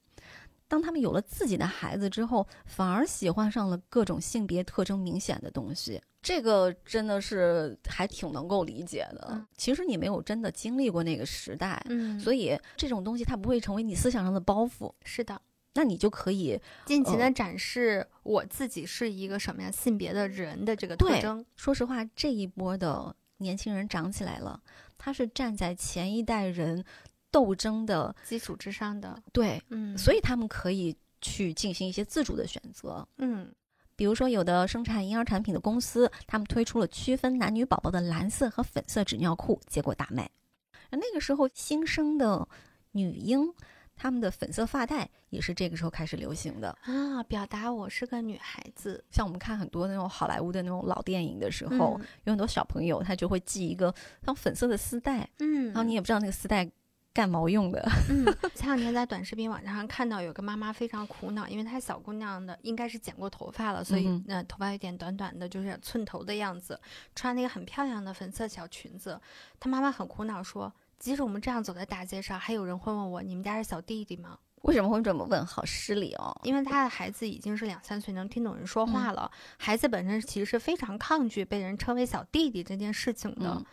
S3: 当他们有了自己的孩子之后，反而喜欢上了各种性别特征明显的东西。这个真的是还挺能够理解的。
S1: 嗯
S3: 其实你没有真的经历过那个时代，
S1: 嗯，
S3: 所
S1: 以
S3: 以这种东西它不会成为你思想上的包袱，
S1: 是的，
S3: 那你就可以
S1: 尽情
S3: 呃
S1: 的展示我自己是一个什么样性别的人的这个特
S3: 对
S1: 征。
S3: 说实话，这一波的年轻人长起来了，他是站在前一代人斗争的
S1: 基础之上的，
S3: 对，
S1: 嗯，
S3: 所
S1: 以，
S3: 以他们可以去进行一些自主的选择。
S1: 嗯
S3: 比如说，有的生产婴儿产品的公司，他们推出了区分男女宝宝的蓝色和粉色纸尿裤，结果大卖。那个时候新生的女婴，她们的粉色发带也是这个时候开始流行的。
S1: 啊，表达我是个女孩子
S3: 像我们看很多那种好莱坞的那种老电影的时
S1: 嗯
S3: 候，，有很多小朋友他就会系一个像粉色的丝带，
S1: 嗯，
S3: 然
S1: [LAUGHS]
S3: 后你也不知道那个丝带干毛用的。 [LAUGHS]
S1: 嗯，前两天在短视频网站上看到有个妈妈非常苦恼，因为她小姑娘的应该是剪过头发了，所以
S3: 嗯哼
S1: 那、头发有点短短的，就是寸头的样子，穿了一个很漂亮的粉色小裙子。她妈妈很苦恼说，即使我们这样走在大街上，还有人会问我你们家是小弟弟吗？
S3: 为什么会这么问？好失礼哦！
S1: 因为她的孩子已经是两三岁，能听懂人说
S3: 嗯
S1: 话了。孩子本身其实是非常抗拒被人称为小弟弟这件事情的。
S3: 嗯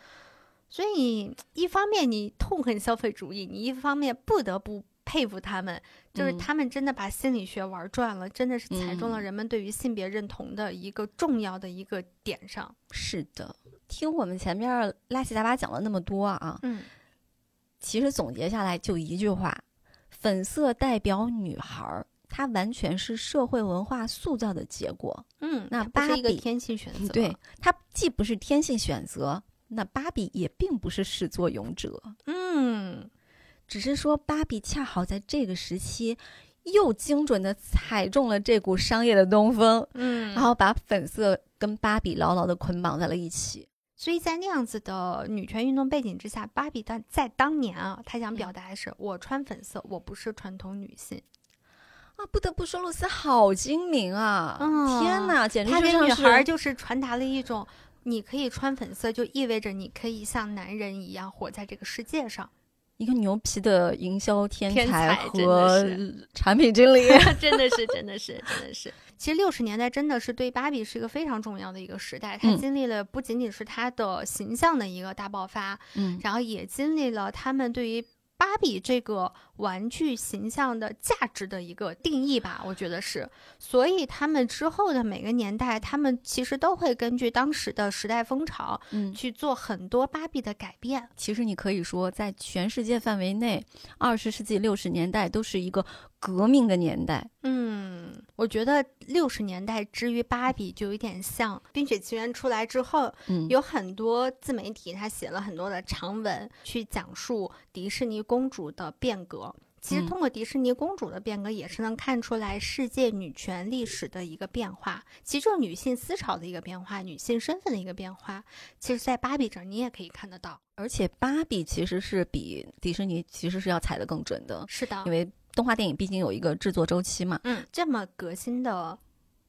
S1: 所以，一方面你痛恨消费主义，你一方面不得不佩服他们，就是
S3: 嗯
S1: 他们真的把心理学玩转了，真的是踩中了
S3: 嗯
S1: 人们对于性别认同的一个重要的一个点上。
S3: 是的，听我们前面拉七杂八讲了那么多啊，
S1: 嗯
S3: 其实总结下来就一句话：粉色代表女孩儿，它完全是社会文化塑造的结果。
S1: 嗯，
S3: 那
S1: 它不是一个
S3: 芭比
S1: 天性选择，
S3: [LAUGHS] 对，，它既不是天性选择，那芭比也并不是始作俑者。
S1: 嗯
S3: 只是说芭比恰好在这个时期，又精准的踩中了这股商业的东风，
S1: 嗯，
S3: 然后把粉色跟芭比牢牢的捆绑在了一起。
S1: 所以在那样子的女权运动背景之下，芭比当在当年啊，她想
S3: 嗯
S1: 表达的是，我穿粉色，我不是传统女性，
S3: 啊，不得不说，露丝好精明啊！
S1: 嗯
S3: 天哪，简直
S1: 她
S3: 就
S1: 给
S3: 像
S1: 女
S3: 是
S1: 孩儿就是传达了一种，你可以穿粉色，就意味着你可以像男人一样活在这个世界上。
S3: 一个牛皮的营销天
S1: 天
S3: 才
S1: 才真
S3: 和
S1: 的
S3: 产品经 [LAUGHS] 理。
S1: [LAUGHS] 真的是，真的是，真的是。 [LAUGHS] 其实六十年代真的是对芭比是一个非常重要的一个时代，她
S3: 嗯
S1: 经历了不仅仅是她的形象的一个大爆发，
S3: 嗯，
S1: 然后也经历了他们对于芭比这个玩具形象的价值的一个定义吧，我觉得是。所以他们之后的每个年代，他们其实都会根据当时的时代风潮
S3: 嗯，
S1: 去做很多芭比的改变。
S3: 其实你可以说，在全世界范围内，二十世纪六十年代都是一个革命的年代。
S1: 嗯，我觉得六十年代之于芭比就有点像《冰雪奇缘》出来之后，
S3: 嗯，
S1: 有很多自媒体，他写了很多的长文去讲述迪士尼公主的变革。其实
S3: 嗯
S1: 通过迪士尼公主的变革，也是能看出来世界女权历史的一个变化，其实就是女性思潮的一个变化，女性身份的一个变化。其实，在芭比这儿你也可以看得到。
S3: 而且芭比其实是比迪士尼其实是要踩得更准的，
S1: 是的
S3: 因，为动画电影毕竟有一个制作周期嘛。
S1: 嗯，这么革新的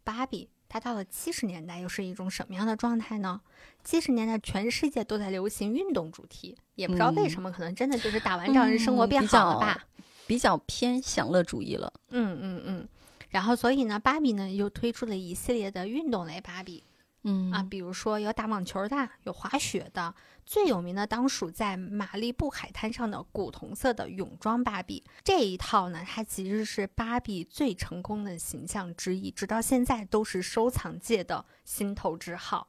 S1: 芭比，它到了七十年代又是一种什么样的状态呢？七十年代全世界都在流行运动主题，也不知道为
S3: 嗯
S1: 什么，可能真的就是打完仗人生活
S3: 嗯
S1: 变
S3: 比
S1: 好了
S3: 较
S1: 吧。
S3: 比较偏享乐主义了。
S1: 嗯嗯嗯，然后所以呢，芭比呢又推出了一系列的运动类芭比，
S3: 嗯
S1: 啊，比如说有打网球的，有滑雪的，最有名的当属在马利布海滩上的古铜色的泳装芭比。这一套呢，它其实是芭比最成功的形象之一，直到现在都是收藏界的心头之 [LAUGHS] 好。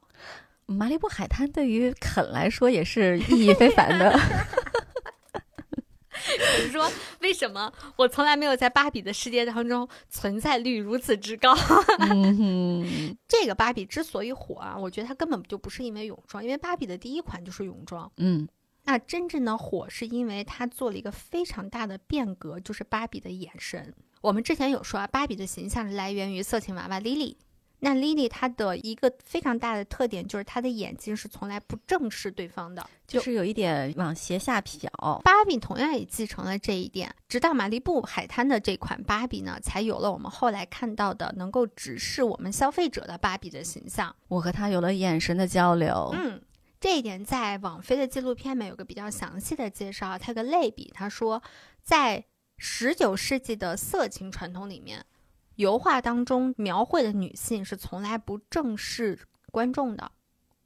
S3: 马里布海滩对于肯来说也是意义非
S1: [LAUGHS]
S3: 凡的。
S1: 你说为什么我从来没有在芭比的世界当中存在率如此之高？ [LAUGHS]
S3: 嗯
S1: 这个芭比之所以火啊，我觉得它根本就不是因为泳装，因为芭比的第一款就是泳装。
S3: 嗯
S1: 那真正的火是因为它做了一个非常大的变革，就是芭比的眼神。我们之前有说啊，芭比的形象是来源于色情娃娃 Lily。那 Lily 她的一个非常大的特点就是她的眼睛是从来不正视对方的，
S3: 就
S1: 就是
S3: 有一点往斜下瞟。
S1: 芭比同样也继承了这一点，直到马利布海滩的这款芭比呢，才有了我们后来看到的能够直视我们消费者的芭比的形象。
S3: 我和他有了眼神的交流。
S1: 嗯，这一点在网飞的纪录片里面有个比较详细的介绍，它有个类比，他说，在十九世纪的色情传统里面，油画当中描绘的女性是从来不正视观众的，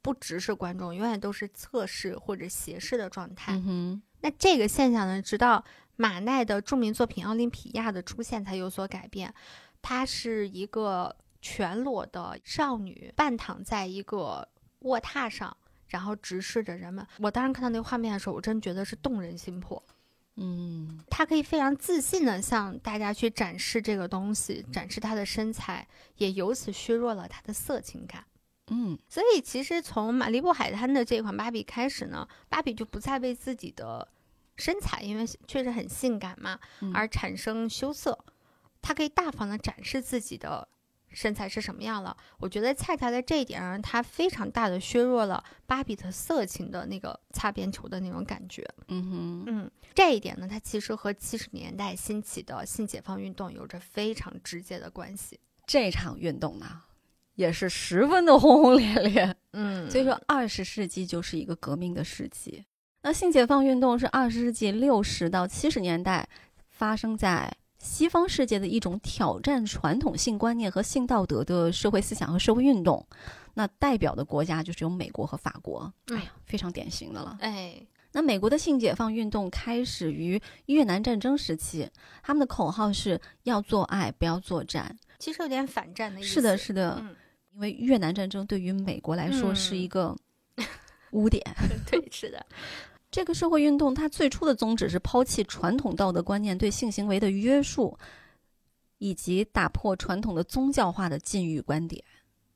S1: 不直视观众，永远都是侧视或者斜视的状态。
S3: 嗯哼，
S1: 那这个现象呢，直到马奈的著名作品《奥林匹亚》的出现才有所改变。她是一个全裸的少女，半躺在一个卧榻上，然后直视着人们。我当时看到那个画面的时候，我真觉得是动人心魄。
S3: 嗯
S1: 她可以非常自信地向大家去展示这个东西，展示她的身材，也由此削弱了她的色情感。
S3: 嗯
S1: 所以，其实从马利布海滩的这款芭比开始呢，芭比就不再为自己的身材，因为确实很性感嘛
S3: 嗯，
S1: 而产生羞涩。她可以大方的展示自己的身材是什么样了。我觉得恰恰在这一点上，它非常大的削弱了芭比的色情的那个擦边球的那种感觉。
S3: 嗯哼，
S1: 嗯，这一点呢，它其实和七十年代兴起的性解放运动有着非常直接的关系。
S3: 这场运动呢，也是十分的轰轰烈烈。
S1: 嗯
S3: 所以说，二十世纪就是一个革命的世纪。那性解放运动是二十世纪六十到七十年代发生在西方世界的一种挑战传统性观念和性道德的社会思想和社会运动。那代表的国家就是有美国和法国，
S1: 嗯
S3: 哎呀，非常典型的了。
S1: 哎，
S3: 那美国的性解放运动开始于越南战争时期，他们的口号是要做爱，不要作战。
S1: 其实有点反战的意思。
S3: 是的，是的，
S1: 嗯
S3: 因为越南战争对于美国来说是一个污点。
S1: [LAUGHS] 对，是的，
S3: 这个社会运动它最初的宗旨是抛弃传统道德观念对性行为的约束，以及打破传统的宗教化的禁欲观点。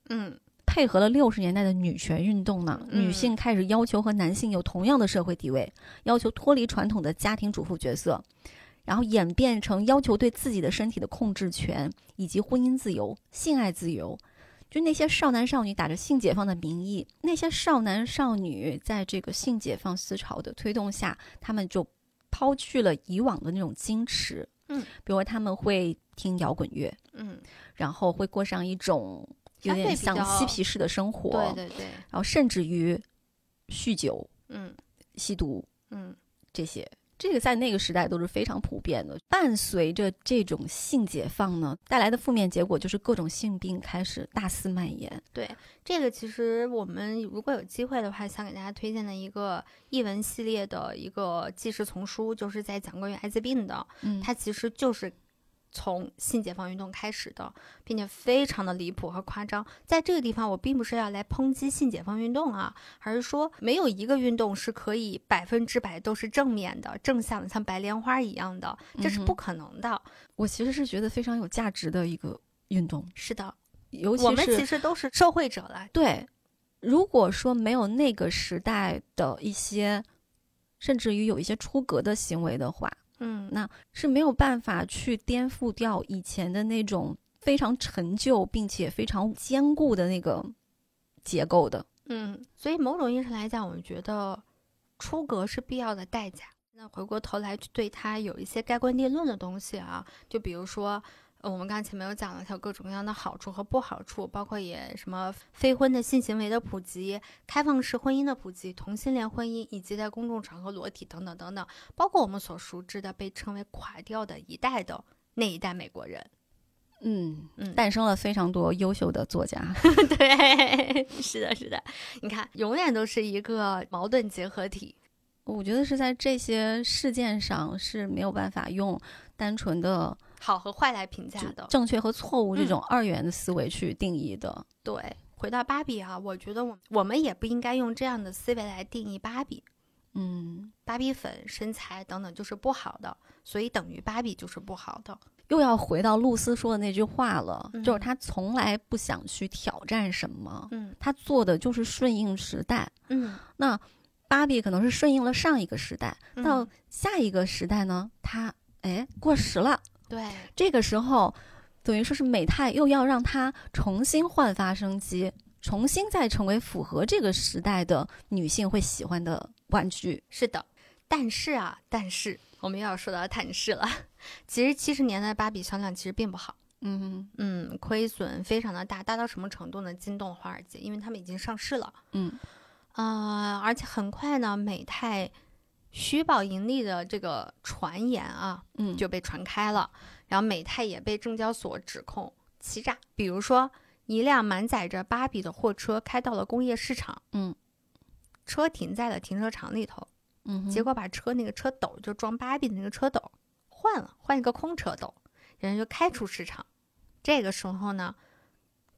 S1: 嗯
S3: 配合了六十年代的女权运动呢，
S1: 嗯
S3: 女性开始要求和男性有同样的社会地位，要求脱离传统的家庭主妇角色，然后演变成要求对自己的身体的控制权，以及婚姻自由、性爱自由。就那些少男少女打着性解放的名义，那些少男少女在这个性解放思潮的推动下，他们就抛去了以往的那种矜持，
S1: 嗯
S3: 比如说他们会听摇滚乐，
S1: 嗯，
S3: 然后会过上一种有
S1: 相对比
S3: 点像
S1: 较
S3: 嬉皮士的生活，
S1: 对对对，
S3: 然后甚至于酗酒、
S1: 嗯
S3: 吸毒
S1: 嗯
S3: 这些，这个在那个时代都是非常普遍的。伴随着这种性解放呢，带来的负面结果就是各种性病开始大肆蔓延。
S1: 对，这个其实我们如果有机会的话，想给大家推荐的一个译文系列的一个纪实丛书，就是在讲关于艾滋病的，
S3: 嗯
S1: 它其实就是。从性解放运动开始的，并且非常的离谱和夸张。在这个地方，我并不是要来抨击性解放运动啊，而是说没有一个运动是可以百分之百都是正面的、正向的，像白莲花一样的，这是
S3: 嗯哼
S1: 不可能的。
S3: 我其实是觉得非常有价值的一个运动，
S1: 是的，
S3: 尤其是
S1: 我们其实都是受惠者了。
S3: 对，如果说没有那个时代的一些，甚至于有一些出格的行为的话，
S1: 嗯
S3: 那是没有办法去颠覆掉以前的那种非常陈旧并且非常坚固的那个结构的。
S1: 嗯，所以某种意义上来讲，我觉得出格是必要的代价。那回过头来去对它有一些盖棺定论的东西啊，就比如说。呃我们刚才前面有讲了，它有各种各样的好处和不好处，包括也什么非婚的性行为的普及、开放式婚姻的普及、同性恋婚姻，以及在公众场合裸体等等等等，包括我们所熟知的被称为“垮掉的一代”的那一代美国人。
S3: 嗯
S1: 嗯
S3: 诞生了非常多优秀的作家。
S1: [LAUGHS] 对，是的，是的，你看，永远都是一个矛盾结合体。
S3: 我觉得是在这些事件上是没有办法用单纯的
S1: 好和坏来评价
S3: 就
S1: 的，嗯
S3: 正确和错误这种二元的思维去定义的。
S1: 对。回到芭比啊，我觉得我我们也不应该用这样的思维来定义芭比，
S3: 嗯，
S1: 芭比粉、身材等等就是不好的，所以等于芭比就是不好的。
S3: 又要回到露丝说的那句话了，
S1: 嗯
S3: 就是他从来不想去挑战什么，
S1: 嗯
S3: 他做的就是顺应时代。
S1: 嗯，
S3: 那芭比可能是顺应了上一个时代，
S1: 嗯
S3: 到下一个时代呢，他哎过时了，
S1: 对，
S3: 这个时候，等于说是美泰又要让它重新焕发生机，重新再成为符合这个时代的女性会喜欢的玩具。
S1: 是的。但是啊，但是我们又要说到但是了， [LAUGHS] 其实七十年代芭比销量其实并不好。
S3: 嗯
S1: 嗯，亏损非常的大，大到什么程度呢？惊动了华尔街，因为他们已经上市了。
S3: 嗯
S1: 呃，而且很快呢，美泰虚报盈利的这个传言啊
S3: 嗯，
S1: 就被传开了，然后美泰也被证交所指控欺诈，比如说一辆满载着芭比的货车开到了工业市场，
S3: 嗯，
S1: 车停在了停车场里头，
S3: 嗯哼，
S1: 结果把车那个车斗就装芭比的那个车斗换了，换一个空车斗，人家就开出市场。这个时候呢，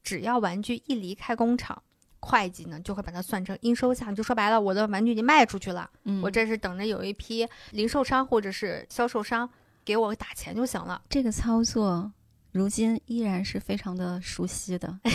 S1: 只要玩具一离开工厂，会计呢就会把它算成应收项，就说白了，我的玩具已经卖出去了，
S3: 嗯
S1: 我这是等着有一批零售商或者是销售商给我打钱就行了。 [LAUGHS]
S3: 这个操作。如今依然是非常的熟悉的，
S1: 哎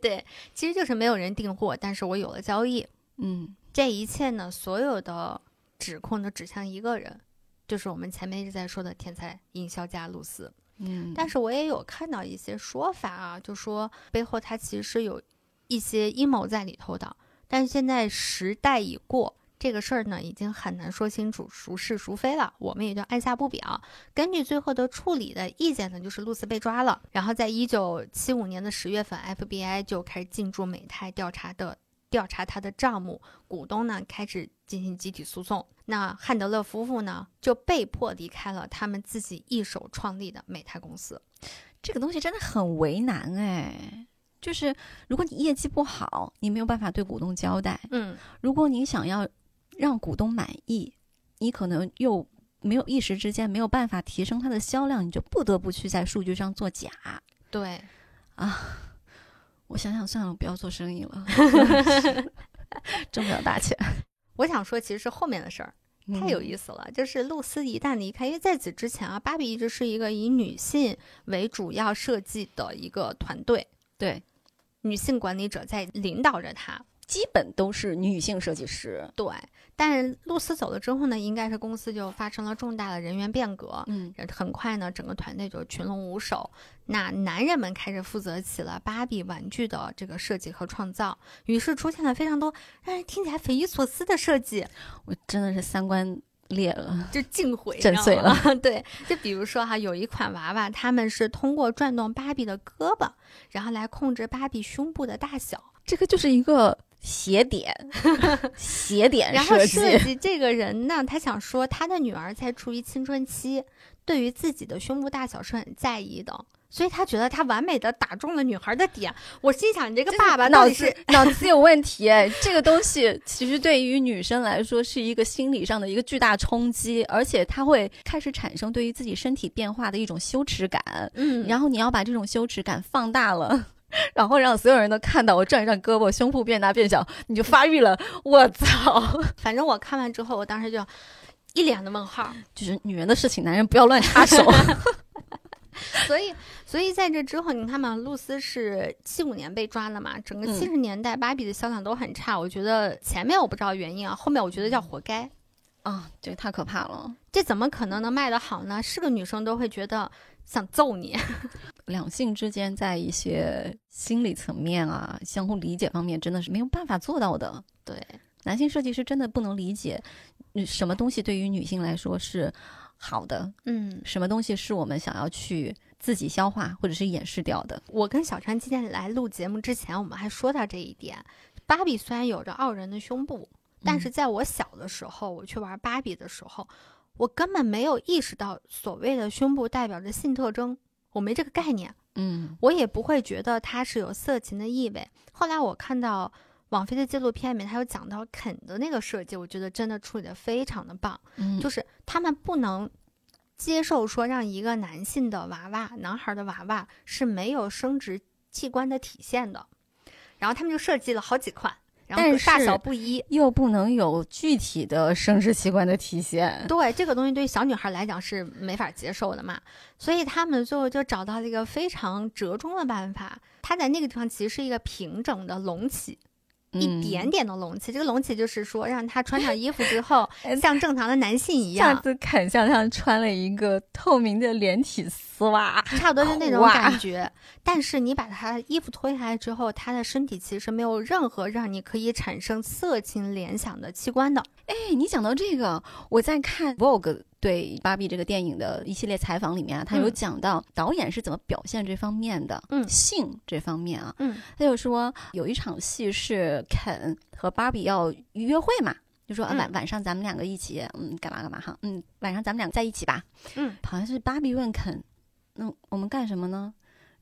S1: 对，其实就是没有人订货，但是我有了交易。
S3: 嗯
S1: 这一切呢，所有的指控都指向一个人，就是我们前面一直在说的天才营销家露丝。
S3: 嗯，
S1: 但是我也有看到一些说法啊，就说背后它其实是有一些阴谋在里头的。但是现在时代已过，这个事儿呢已经很难说清楚孰是孰非了，我们也就按下不表。根据最后的处理的意见呢，就是露丝被抓了，然后在一九七五年的十月份，FBI 就开始进驻美泰调查的调查他的账目，股东呢开始进行集体诉讼。那汉德勒夫妇呢就被迫离开了他们自己一手创立的美泰公司。
S3: 这个东西真的很为难哎，就是如果你业绩不好，你没有办法对股东交代，
S1: 嗯，
S3: 如果你想要让股东满意，你可能又没有一时之间没有办法提升它的销量，你就不得不去在数据上作假。啊
S1: 对，
S3: 我想想算了，我不要做生意 [LAUGHS] 了，挣不了大钱。嗯
S1: 我想说其实是后面的事儿，太有意
S3: 思。
S1: 思了。就是露丝一旦离开，因为在此之前啊，芭比一直是一个以女性为主要设计的一个团队，
S3: 对，
S1: 女性管理者在领导着它。
S3: 基本都是女性设计师。
S1: 对，但是露丝走了之后呢，应该是公司就发生了重大的人员变革，
S3: 嗯
S1: 很快呢，整个团队就群龙无首。那男人们开始负责起了芭比玩具的这个设计和创造，于是出现了非常多让人听起来匪夷所思的设计，
S3: 我真的是三观裂了。
S1: 就尽毁，
S3: 震
S1: 你知道吗。 [LAUGHS] 对，就比如说哈，有一款娃娃，他们是通过转动芭比的胳膊，然后来控制芭比胸部的大小。
S3: 这个就是一个斜点， [LAUGHS] 斜点
S1: 然后
S3: 计。
S1: 设计这个人呢，他想说他的女儿才处于青春期，对于自己的胸部大小是很在意的，所以他觉得他完美的打中了女孩的点。我心想，你这个爸爸到
S3: 脑
S1: 底
S3: 子
S1: 是
S3: 脑子有问题哎，这个东西其实对于女生来说是一个心理上的一个巨大冲击，而且它会开始产生对于自己身体变化的一种羞耻感，
S1: 嗯，
S3: 然后你要把这种羞耻感放大了。然后让所有人都看到我转一转胳膊，胸部变大变小，你就发育了。我操！
S1: 反正我看完之后，我当时就一脸的问号。
S3: [LAUGHS] 就是女人的事情，男人不要乱插手。
S1: 所以，所以在这之后，你看嘛，露丝是七五年被抓的嘛，整个
S3: 嗯
S1: 七十年代芭比的销量都很差。我觉得前面我不知道原因啊，后面我觉得叫活该。
S3: [LAUGHS] 啊，这个太可怕了！
S1: 这怎么可能能卖得好呢？是个女生都会觉得想揍你。 [LAUGHS]
S3: 两性之间在一些心理层面啊，相互理解方面，真的是没有办法做到的。
S1: 对，
S3: 男性设计师真的不能理解，嗯，什么东西对于女性来说是好的，
S1: 嗯，
S3: 什么东西是我们想要去自己消化或者是掩饰掉的。
S1: 我跟小川今天来录节目之前，我们还说到这一点。芭比虽然有着傲人的胸部，但是在我小的时候，我去玩芭比的时候，我根本没有意识到所谓的胸部代表着性特征。我没这个概念，
S3: 嗯
S1: 我也不会觉得它是有色情的意味。后来我看到网飞的纪录片里面，他有讲到肯的那个设计，我觉得真的处理的非常的棒，
S3: 嗯，
S1: 就是他们不能。接受说让一个男性的娃娃、男孩的娃娃是没有生殖器官的体现的，然后他们就设计了好几款，然后
S3: 但
S1: 各大
S3: 是
S1: 小不一。
S3: 又不能有具体的生殖器官的体现。
S1: 对这个东西，对于小女孩来讲是没法接受的嘛，所以他们最后就找到了一个非常折中的办法。它在那个地方其实是一个平整的隆起，
S3: 嗯
S1: 一点点的隆起。这个隆起就是说，让她穿上衣服之后
S3: [LAUGHS] 哎，
S1: 像正常的男性一
S3: 嗯。下
S1: 样，
S3: 次肯像像穿了一个透明的连体丝袜，
S1: 差不多就那种
S3: 哇
S1: 感觉。但是你把她衣服脱下来之后，她的身体其实没有任何让你可以产生色情联想的器官的。
S3: 哎，你讲到这个，我在看 Vogue 对芭比这个电影的一系列采访里面啊，他有
S1: 嗯
S3: 讲到导演是怎么表现这方面的，
S1: 嗯
S3: 性这方面啊，
S1: 嗯
S3: 他就说有一场戏是肯和芭比要约会嘛。就说、啊、晚
S1: 嗯
S3: 晚上咱们两个一起，嗯，干嘛干嘛哈，嗯，晚上咱们俩在一起吧。
S1: 嗯，
S3: 好像是芭比问肯，那我们干什么呢？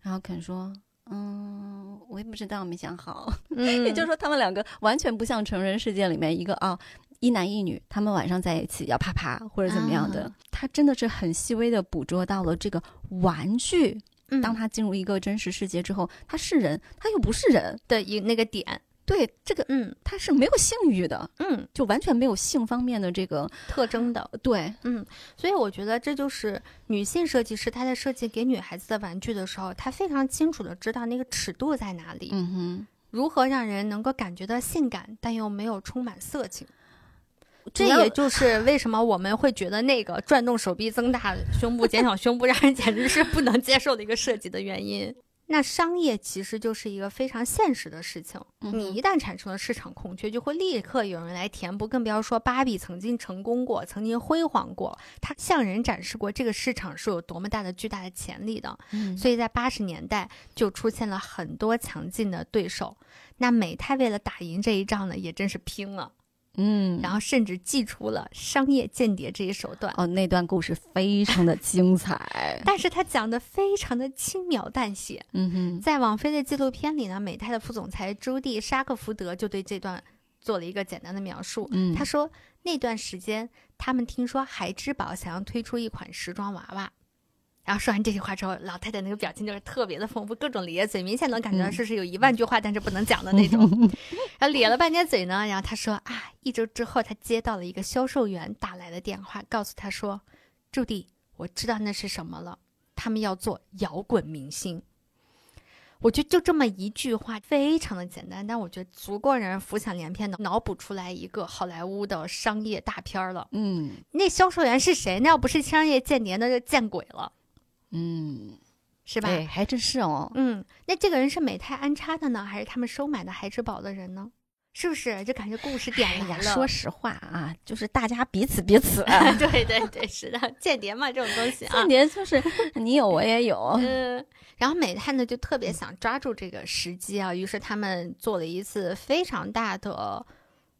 S3: 然后肯说，嗯，我也不知道，没想好。
S1: 嗯，
S3: 也就是说，他们两个完全不像成人世界里面一个啊、一男一女，他们晚上在一起要啪啪或者怎么样的。
S1: 啊
S3: 他真的是很细微的捕捉到了这个玩具，
S1: 嗯
S3: 当他进入一个真实世界之后，他是人，他又不是人。
S1: 的一那个点，
S3: 对这个，
S1: 嗯
S3: 他是没有性欲的，
S1: 嗯，
S3: 就完全没有性方面的这个呃
S1: 特征的。
S3: 对，
S1: 所以我觉得这就是女性设计师她在设计给女孩子的玩具的时候，她非常清楚的知道那个尺度在哪里，
S3: 嗯哼。
S1: 如何让人能够感觉到性感，但又没有充满色情。这
S3: 主要
S1: 也就是为什么我们会觉得那个转动手臂、增大胸部、减小胸部，让人简直是不能接受的一个设计的原因。 [LAUGHS] 那商业其实就是一个非常现实的事情，
S3: 嗯哼
S1: 你一旦产生了市场空缺，就会立刻有人来填补，更不要说芭比曾经成功过，曾经辉煌过，她向人展示过这个市场是有多么大的巨大的潜力的。
S3: 嗯
S1: 所以在八十年代就出现了很多强劲的对手。那美泰为了打赢这一仗呢，也真是拼了，
S3: 嗯，
S1: 然后甚至祭出了商业间谍这一手段。。
S3: 哦，那段故事非常的精彩
S1: [LAUGHS] 但是他讲的非常的轻描淡写，
S3: 嗯哼，
S1: 在网飞的纪录片里呢，美泰的副总裁朱蒂·沙克福德就对这段做了一个简单的描述。
S3: 嗯，
S1: 他说，那段时间他们听说孩之宝想要推出一款时装娃娃，然后说完这句话之后，老太太那个表情就是特别的丰富，各种咧嘴，明显能感觉到
S3: 嗯
S1: 这是有一万句话，但是不能讲的
S3: [LAUGHS]
S1: 那种。然后咧了半天嘴呢，然后他说啊，一周之后他接到了一个销售员打来的电话，告诉他说，朱迪，我知道那是什么了，他们要做摇滚明星。我觉得就这么一句话，非常的简单，但我觉得足够让人浮想联翩的脑补出来一个好莱坞的商业大片儿了。
S3: 嗯
S1: 那销售员是谁？那要不是商业间谍，那就见鬼了，
S3: 嗯，
S1: 是吧？
S3: 对，还真是哦。
S1: 嗯，那这个人是美泰安插的呢，还是他们收买的孩之宝的人呢？是不是？就感觉故事点
S3: 哎
S1: 来
S3: 呀，
S1: 了。 [LAUGHS]
S3: 说实话啊，就是大家彼此彼此， [LAUGHS]
S1: 对对对，是的，间谍嘛，这种东西啊
S3: 间。谍就是你有我也有，
S1: 嗯，然后美泰呢就特别想抓住这个时机啊，于是他们做了一次非常大的，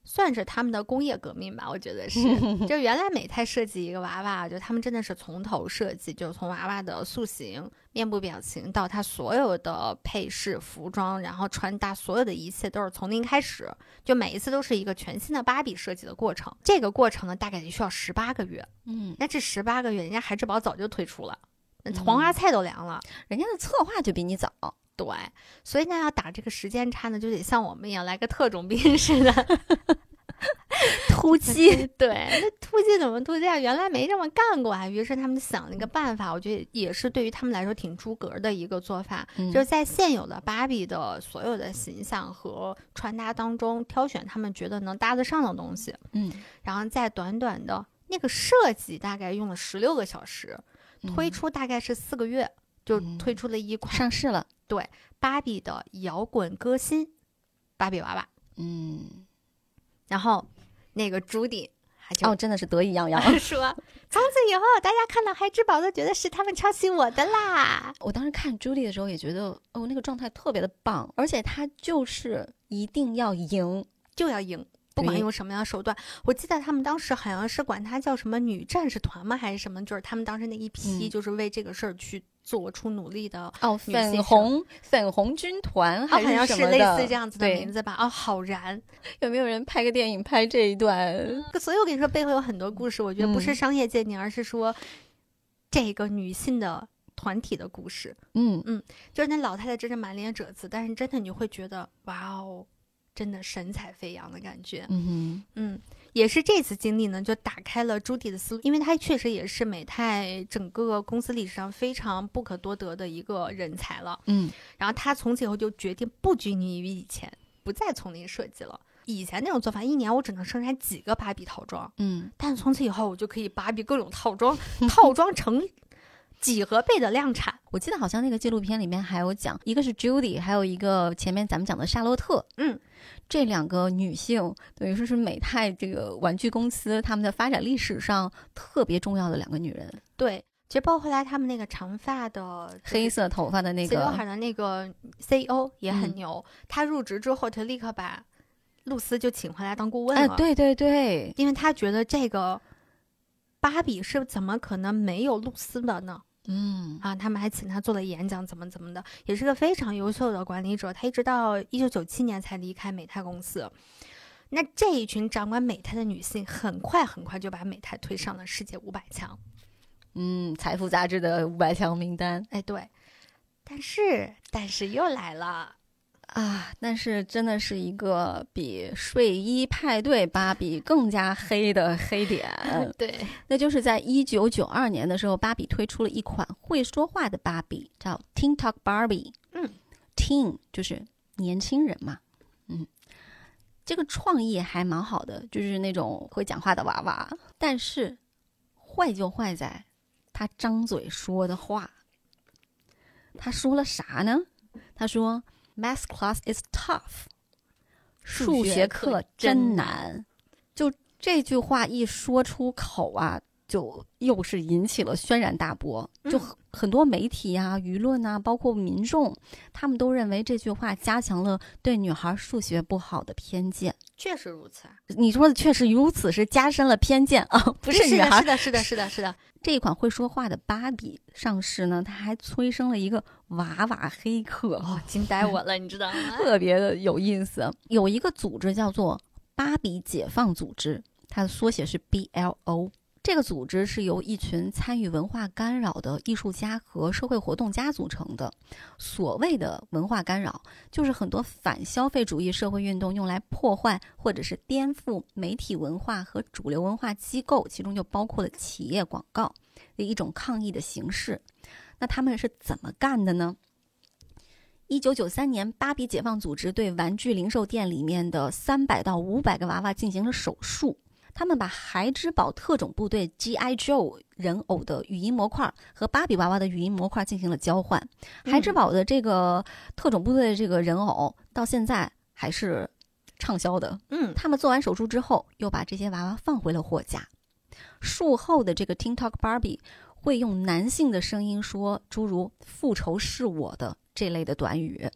S1: 算是他们的工业革命吧，我觉得是。就原来美泰设计一个娃娃，就他们真的是从头设计，就从娃娃的塑形、面部表情到它所有的配饰、服装，然后穿搭，所有的一切都是从零开始，就每一次都是一个全新的芭比设计的过程。这个过程呢，大概得需要十八个月。
S3: 嗯，
S1: 那这十八个月，人家孩之宝早就推出了，那
S3: 嗯
S1: 黄花菜都凉了。
S3: 人家的策划就比你早，
S1: 对，所以呢，要打这个时间差呢，就得像我们一样来个特种兵似的 [LAUGHS]
S3: 突击，
S1: 对，那突击怎么突击啊？原来没这么干过啊。于是他们就想了一个办法，我觉得也是对于他们来说挺出格的一个做法，
S3: 嗯
S1: 就是在现有的芭比的所有的形象和穿搭当中，挑选他们觉得能搭得上的东西，
S3: 嗯，
S1: 然后在短短的那个设计大概用了十六个小时，推
S3: 嗯
S1: 出大概是四个月，就
S3: 嗯
S1: 推出了一款
S3: 上市了，
S1: 芭比的摇滚歌星芭比娃娃。
S3: 嗯，
S1: 然后那个朱迪还就、
S3: 哦，
S1: [LAUGHS]
S3: 真的是得意洋洋。
S1: 说，从此以后大家看到孩之宝都觉得是他们抄袭我的
S3: [LAUGHS]
S1: 啦。
S3: [LAUGHS] 我当时看朱莉的时候也觉得，哦，那个状态特别的棒，而且她就是一定要赢，
S1: 就要赢，不管
S3: 对
S1: 用什么样的手段。我记得他们当时好像是管她叫什么女战士团吗，还是什么？就是他们当时那一批，
S3: 嗯
S1: 就是为这个事儿去做出努力的
S3: 哦，
S1: 女性
S3: 粉红粉红军团
S1: 好
S3: 还
S1: 像
S3: 哦是什
S1: 是
S3: 么
S1: 类
S3: 的，
S1: 似这样子的
S3: 对
S1: 名字吧？哦，好燃！
S3: 有没有人拍个电影拍这一段？
S1: 所以我跟你说，背后有很多故事，我觉得不是
S3: 嗯
S1: 商业界定，而是说这个女性的团体的故事。
S3: 嗯，
S1: 就是那老太太真是满脸褶子，但是真的你会觉得哇哦，真的神采飞扬的感觉。
S3: 嗯
S1: 嗯，也是这次经历呢，就打开了朱迪的思路，因为她确实也是美泰整个公司历史上非常不可多得的一个人才了。
S3: 嗯
S1: 然后她从此以后就决定不拘泥于以前，不再丛林设计了。以前那种做法，一年我只能生产几个芭比套装，
S3: 嗯
S1: 但从此以后我就可以芭比各种套装， [LAUGHS] 套装成几何倍的量产。
S3: 我记得好像那个纪录片里面还有讲，一个是 Judy，还有一个前面咱们讲的夏洛特。
S1: 嗯，
S3: 这两个女性等于说是美泰这个玩具公司他们的发展历史上特别重要的两个女人，
S1: 对，其实包括后来他们那个长发的
S3: 黑色头发的那
S1: c e
S3: 个哎
S1: 海的那个 CEO 也很
S3: 嗯
S1: 牛，他入职之后，他立刻把露丝就请回来当顾问
S3: 哎
S1: 了，，
S3: 对对对，
S1: 因为他觉得这个芭比是怎么可能没有露丝的呢？
S3: 嗯
S1: 啊，他们还请他做了演讲，怎么怎么的，也是个非常优秀的管理者。他一直到一九九七年才离开美泰公司。那这一群掌管美泰的女性，很快很快就把美泰推上了世界五百强。
S3: 嗯，财富杂志的五百强名单。
S1: 哎，对，但是但是又来了。，
S3: 啊，但是真的是一个比睡衣派对芭比更加黑的黑点
S1: 对，
S3: 那就是在一九九二年的时候，芭比推出了一款会说话的芭比，叫 Teen Talk Barbie。
S1: 嗯
S3: ，Teen 就是年轻人嘛，嗯，这个创意还蛮好的，就是那种会讲话的娃娃。但是坏就坏在他张嘴说的话，他说了啥呢？他说 Math class is tough，数
S1: 数学
S3: 学
S1: 课
S3: 课
S1: 真
S3: 真难。就这句话一说出口啊，就又是引起了轩然大波，就
S1: 嗯
S3: 很很多媒体啊、舆论啊，包括民众，他们都认为这句话加强了对女孩数学不好的偏见。
S1: 确实如此啊。
S3: 你说的确实如此，是加深了偏见啊，不是女
S1: 的，[LAUGHS]
S3: 孩
S1: 是的，是的，是的， [LAUGHS] 是的，
S3: 这一款会说话的芭比上市呢，它还催生了一个娃娃黑客，
S1: 哦，惊呆我了，你知道吗？
S3: 特别的有意思。有一个组织叫做芭比解放组织，它的缩写是 BLO。这个组织是由一群参与文化干扰的艺术家和社会活动家组成的。所谓的文化干扰，就是很多反消费主义社会运动用来破坏或者是颠覆媒体文化和主流文化机构，其中就包括了企业广告的一种抗议的形式。那他们是怎么干的呢？一九九三年，芭比解放组织对玩具零售店里面的三百到五百个娃娃进行了手术。他们把孩之宝特种部队 G.I. Joe 人偶的语音模块和芭比娃娃的语音模块进行了交换。
S1: 嗯
S3: 孩之宝的这个特种部队的这个人偶到现在还是畅销的。
S1: [LAUGHS] 嗯，
S3: 他们做完手术之后，又把这些娃娃放回了货架。术后的这个 TikTok Barbie 会用男性的声音说诸如“复仇是我的”这类的短语，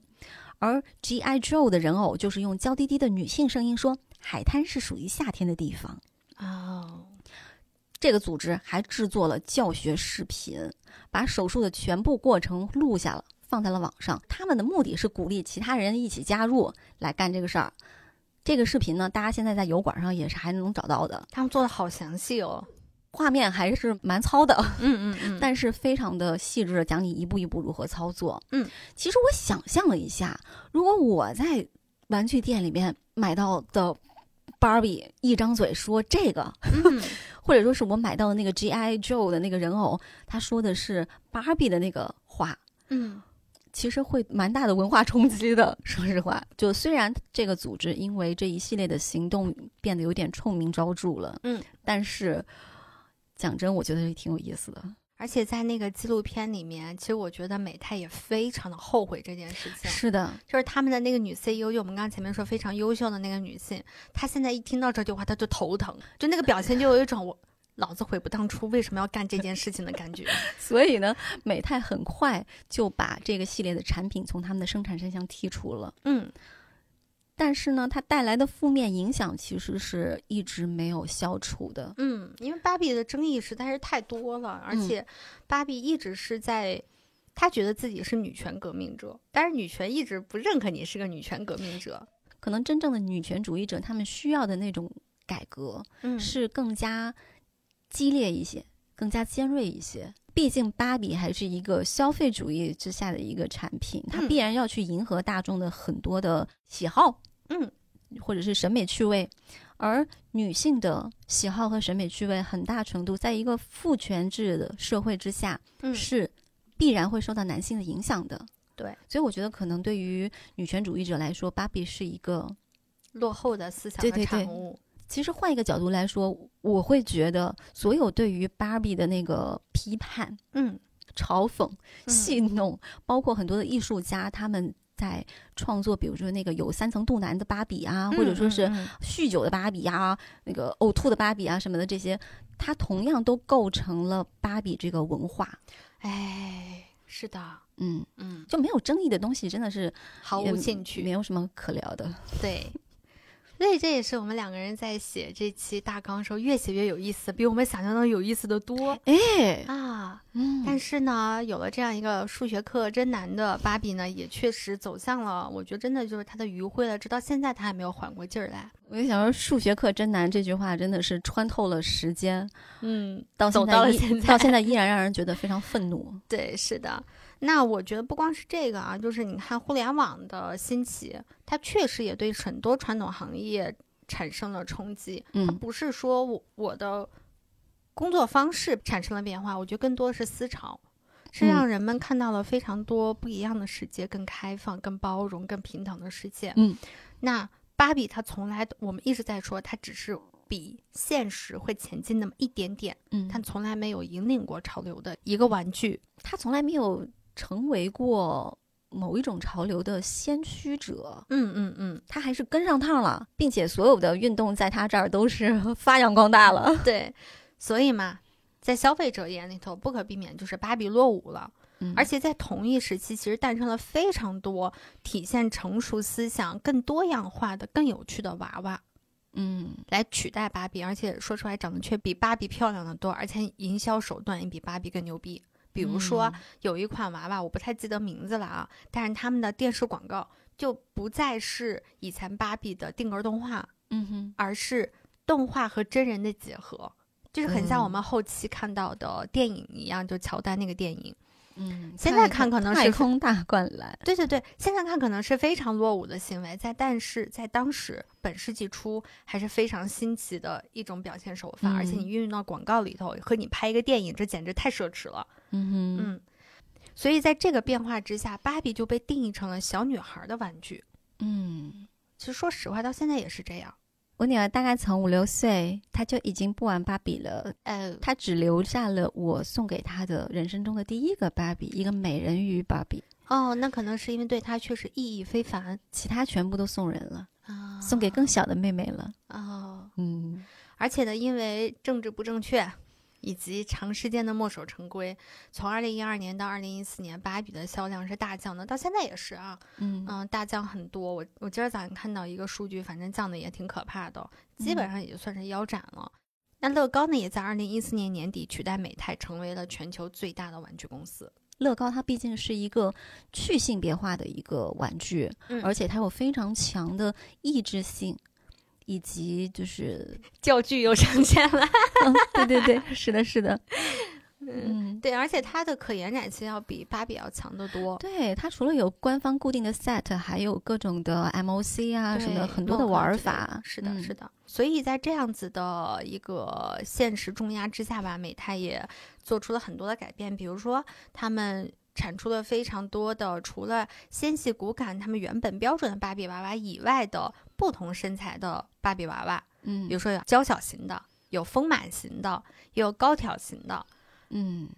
S3: 而 G.I. Joe 的人偶就是用娇滴滴的女性声音说“海滩是属于夏天的地方”。
S1: 哦，
S3: 这个组织还制作了教学视频，把手术的全部过程录下了，放在了网上。他们的目的是鼓励其他人一起加入来干这个事儿。这个视频呢，大家现在在油管上也是还能找到的，
S1: 他们做的好详细哦。
S3: 画面还是蛮糙的，
S1: 嗯嗯嗯，
S3: 但是非常的细致的讲你一步一步如何操作。
S1: 嗯，
S3: 其实我想象了一下，如果我在玩具店里面买到的芭比一张嘴说这个，
S1: 嗯
S3: [LAUGHS] 或者说是我买到的那个 G.I. Joe 的那个人偶，他说的是芭比的那个话，
S1: 嗯，
S3: 其实会蛮大的文化冲击的。说实话，就虽然这个组织因为这一系列的行动变得有点臭名昭著了，
S1: 嗯，
S3: 但是讲真，我觉得也挺有意思的。
S1: 而且在那个纪录片里面，其实我觉得美泰也非常的后悔这件事情，
S3: 是的，
S1: 就是他们的那个女 E CEO，就我们刚才前面说非常优秀的那个女性，她现在一听到这句话，她就头疼，就那个表情就有一种我。老子悔不当初，为什么要干这件事情的感觉？
S3: 所以呢，美泰很快就把这个系列的产品从他们的生产线上剔除了。
S1: [LAUGHS] 嗯，
S3: 但是呢，它带来的负面影响其实是一直没有消除的。
S1: 嗯，因为芭比的争议实在是太多了，而
S3: 嗯
S1: 且芭比一直是在她觉得自己是女权革命者，但是女权一直不认可你是个女权革命者。
S3: 可能真正的女权主义者，他们需要的那种改革
S1: 嗯
S3: 是更加激烈一些，更加尖锐一些。毕竟芭比还是一个消费主义之下的一个产品，它
S1: 嗯
S3: 必然要去迎合大众的很多的喜好，
S1: 嗯，
S3: 或者是审美趣味。而女性的喜好和审美趣味，很大程度在一个父权制的社会之下，
S1: 嗯
S3: 是必然会受到男性的影响的。
S1: 对，
S3: 所以我觉得可能对于女权主义者来说，芭比是一个。
S1: 落后的思想
S3: 对
S1: 的
S3: 对对
S1: 产物。
S3: 其实换一个角度来说，我会觉得所有对于芭比的那个批判、
S1: 嗯，
S3: 嘲讽、
S1: 嗯
S3: 戏弄，包括很多的艺术家他们在创作，比如说那个有三层肚腩的芭比啊，或者说是
S1: 嗯
S3: 酗酒的芭比啊，那个呕吐的芭比啊什么的，这些，它同样都构成了芭比这个文化。
S1: 哎，是的，
S3: 嗯，
S1: 嗯，
S3: 就没有争议的东西，真的是
S1: 毫
S3: 也
S1: 无兴趣。
S3: 没有什么可聊的。
S1: 对，所以这也是我们两个人在写这期大纲的时候越写越有意思，比我们想象中有意思的多
S3: 哎，
S1: 啊！
S3: 嗯，
S1: 但是呢，有了这样一个数学课真难的芭比呢，也确实走向了，我觉得真的就是她的余晖了，直到现在她还没有缓过劲儿来。
S3: 我就想说，数学课真难这句话真的是穿透了时间，
S1: 嗯，
S3: 到
S1: 走
S3: 现在
S1: 到了
S3: 依
S1: 现在
S3: 到现在依然让人觉得非常愤怒。
S1: 对，是的。那我觉得不光是这个啊，就是你看互联网的兴起，它确实也对很多传统行业产生了冲击。它
S3: [LAUGHS] 嗯
S1: 不是说我我的工作方式产生了变化，我觉得更多是思潮，是让
S3: 嗯
S1: 人们看到了非常多不一样的世界，更开放、更包容、更平等的世界。
S3: 嗯，
S1: 那芭比它从来我们一直在说，它只是比现实会前进那么一点点，
S3: 嗯，
S1: 它
S3: 他
S1: 从来没有引领过潮流的一个玩具。
S3: 他从来没有成为过某一种潮流的先驱者，
S1: 嗯嗯嗯，
S3: 他还是跟上趟了，并且所有的运动在他这儿都是 [LAUGHS] 发扬光大了。
S1: 对，所以嘛。在消费者眼里头，不可避免就是芭比落伍了。
S3: [LAUGHS] 嗯
S1: 而且在同一时期，其实诞生了非常多体现成熟思想、更多样化的、更有趣的娃娃
S3: 嗯，
S1: 来取代芭比，而且说出来长得却比芭比漂亮的多，而且营销手段也比芭比更牛逼。比
S3: 嗯
S1: 如说、有一款娃娃，我不太记得名字了啊，但是他们的电视广告就不再是以前芭比的定格动画，
S3: 嗯，嗯哼，
S1: 而是动画和真人的结合。就是很像
S3: 嗯
S1: 我们后期看到的电影一样，就乔丹那个电影，
S3: 嗯，
S1: 现在
S3: 太
S1: 看
S3: 空
S1: 可能
S3: 太
S1: 是
S3: 空 [LAUGHS] 大灌篮，
S1: 对对对，现在看可能是非常落伍的行为，在但是在当时本世纪初还是非常新奇的一种表现手法，而且
S3: 嗯
S1: 你运用到广告里头和你拍一个电影，这简直太奢侈了。
S3: 嗯哼，
S1: 嗯，所以在这个变化之下，芭比就被定义成了小女孩的玩具。
S3: 嗯。
S1: 其实说实话，到现在也是这样。
S3: 我女儿大概从五六岁，她就已经不玩芭比了，
S1: 呃，
S3: 她只留下了我送给她的人生中的第一个芭比，一个美人鱼芭比，
S1: 哦，那可能是因为对她确实意义非凡
S3: 其他全部都送人了，
S1: 啊，
S3: 送给更小的妹妹了。
S1: 哦，
S3: 嗯，
S1: 而且呢，因为政治不正确以及长时间的墨守成规，从二零一二年到二零一四年，芭比的销量是大降的，到现在也是啊，
S3: 嗯
S1: 嗯，大降很多。我我今儿早上看到一个数据，反正降的也挺可怕的，基本
S3: 嗯
S1: 上也就算是腰斩了。那乐高呢，也在二零一四年年底取代美泰，成为了全球最大的玩具公司。
S3: 乐高它毕竟是一个去性别化的一个玩具，
S1: 嗯
S3: 而且它有非常强的抑制性，以及就是，
S1: [LAUGHS] 教具又上线了。
S3: 嗯、对对对，是的，是的，嗯。
S1: [LAUGHS] 对，而且它的可延展性要比芭比要强得多。
S3: 对它除了有官方固定的 set，还有各种的 MOC 啊什么的，
S1: 对
S3: 很多
S1: 洛
S3: 的
S1: 克
S3: 玩
S1: 之
S3: 儿
S1: 类的
S3: 法。
S1: 是的，
S3: 嗯
S1: 是的。所以在这样子的一个现实重压之下吧，美泰也做出了很多的改变，比如说他们。产出了非常多的，除了纤细骨感，他们原本标准的芭比娃娃以外的不同身材的芭比娃娃，
S3: 嗯，
S1: 比如说有娇小型的，有丰满型的，也有高挑型的。
S3: 嗯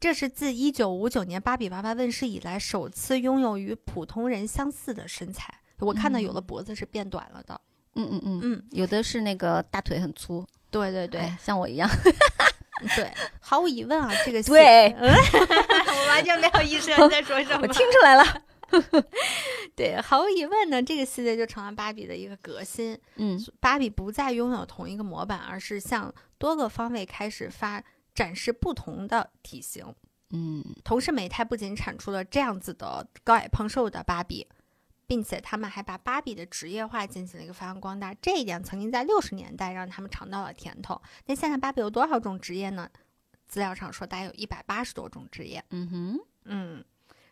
S1: 这是自一九五九年芭比娃娃问世以来，首次拥有与普通人相似的身材。我看到有的
S3: 嗯
S1: 脖子是变短了的，
S3: 嗯嗯嗯，
S1: 嗯，
S3: 有的是那个大腿很粗，
S1: 对对对、
S3: 哎像我一样。 [LAUGHS]
S1: 对，毫无疑问啊，这个戏
S3: 对
S1: [LAUGHS] 我完全没有意识到你在说什
S3: 我听出来了。
S1: 对，毫无疑问呢，这个系列就成了芭比的一个革新。
S3: 嗯
S1: 芭比不再拥有同一个模板，而是向多个方位开始发展示不同的体型。
S3: 嗯，
S1: 同是美泰不仅产出了这样子的高矮胖瘦的芭比，并且他们还把芭比的职业化进行了一个发扬光大。这一点曾经在六十年代让他们尝到了甜头。那现在芭比有多少种职业呢？资料上说大概有一百八十多种职业。
S3: 嗯哼，
S1: 嗯，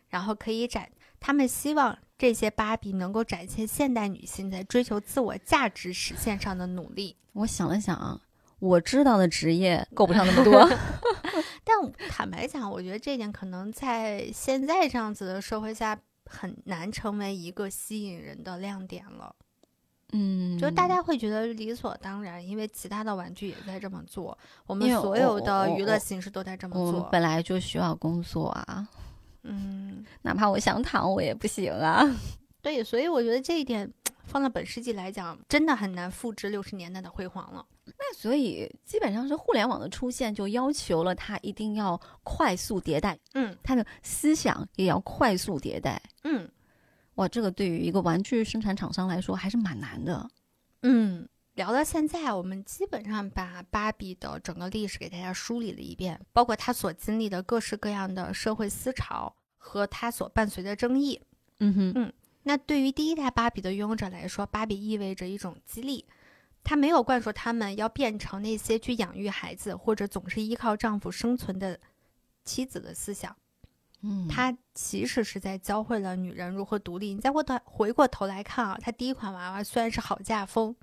S1: 然后可以展，他们希望这些芭比能够展现现代女性在追求自我价值实现上的努力。
S3: 我想了想啊，我知道的职业够不上那么多。 [LAUGHS]
S1: 但坦白讲，我觉得这一点可能在现在这样子的社会下，很难成为一个吸引人的亮点了。
S3: 嗯，
S1: 就大家会觉得理所当然，因为其他的玩具也在这么做，我们
S3: 因为
S1: 所
S3: 我
S1: 有
S3: 我
S1: 的
S3: 我
S1: 娱乐形式都在这么
S3: 我们
S1: 做。
S3: 本来就需要工作啊，
S1: 嗯，
S3: 哪怕我想躺我也不行啊。
S1: 对，所以我觉得这一点放到本世纪来讲，真的很难复制六十年代的辉煌了。
S3: [LAUGHS] 那所以基本上是互联网的出现，就要求了它一定要快速迭代，
S1: 嗯
S3: 它的思想也要快速迭代。
S1: 嗯
S3: 哇，这个对于一个玩具生产厂商来说还是蛮难的。
S1: 嗯，聊到现在，我们基本上把芭比的整个历史给大家梳理了一遍，包括她所经历的各式各样的社会思潮和她所伴随的争议。
S3: 嗯哼，
S1: 那对于第一代芭比的拥有者来说，芭比意味着一种激励。她没有灌输他们要变成那些去养育孩子或者总是依靠丈夫生存的妻子的思想，
S3: 嗯，
S1: 它其实是在教会了女人如何独立。你再回头回过头来看啊，它第一款娃娃虽然是好嫁风，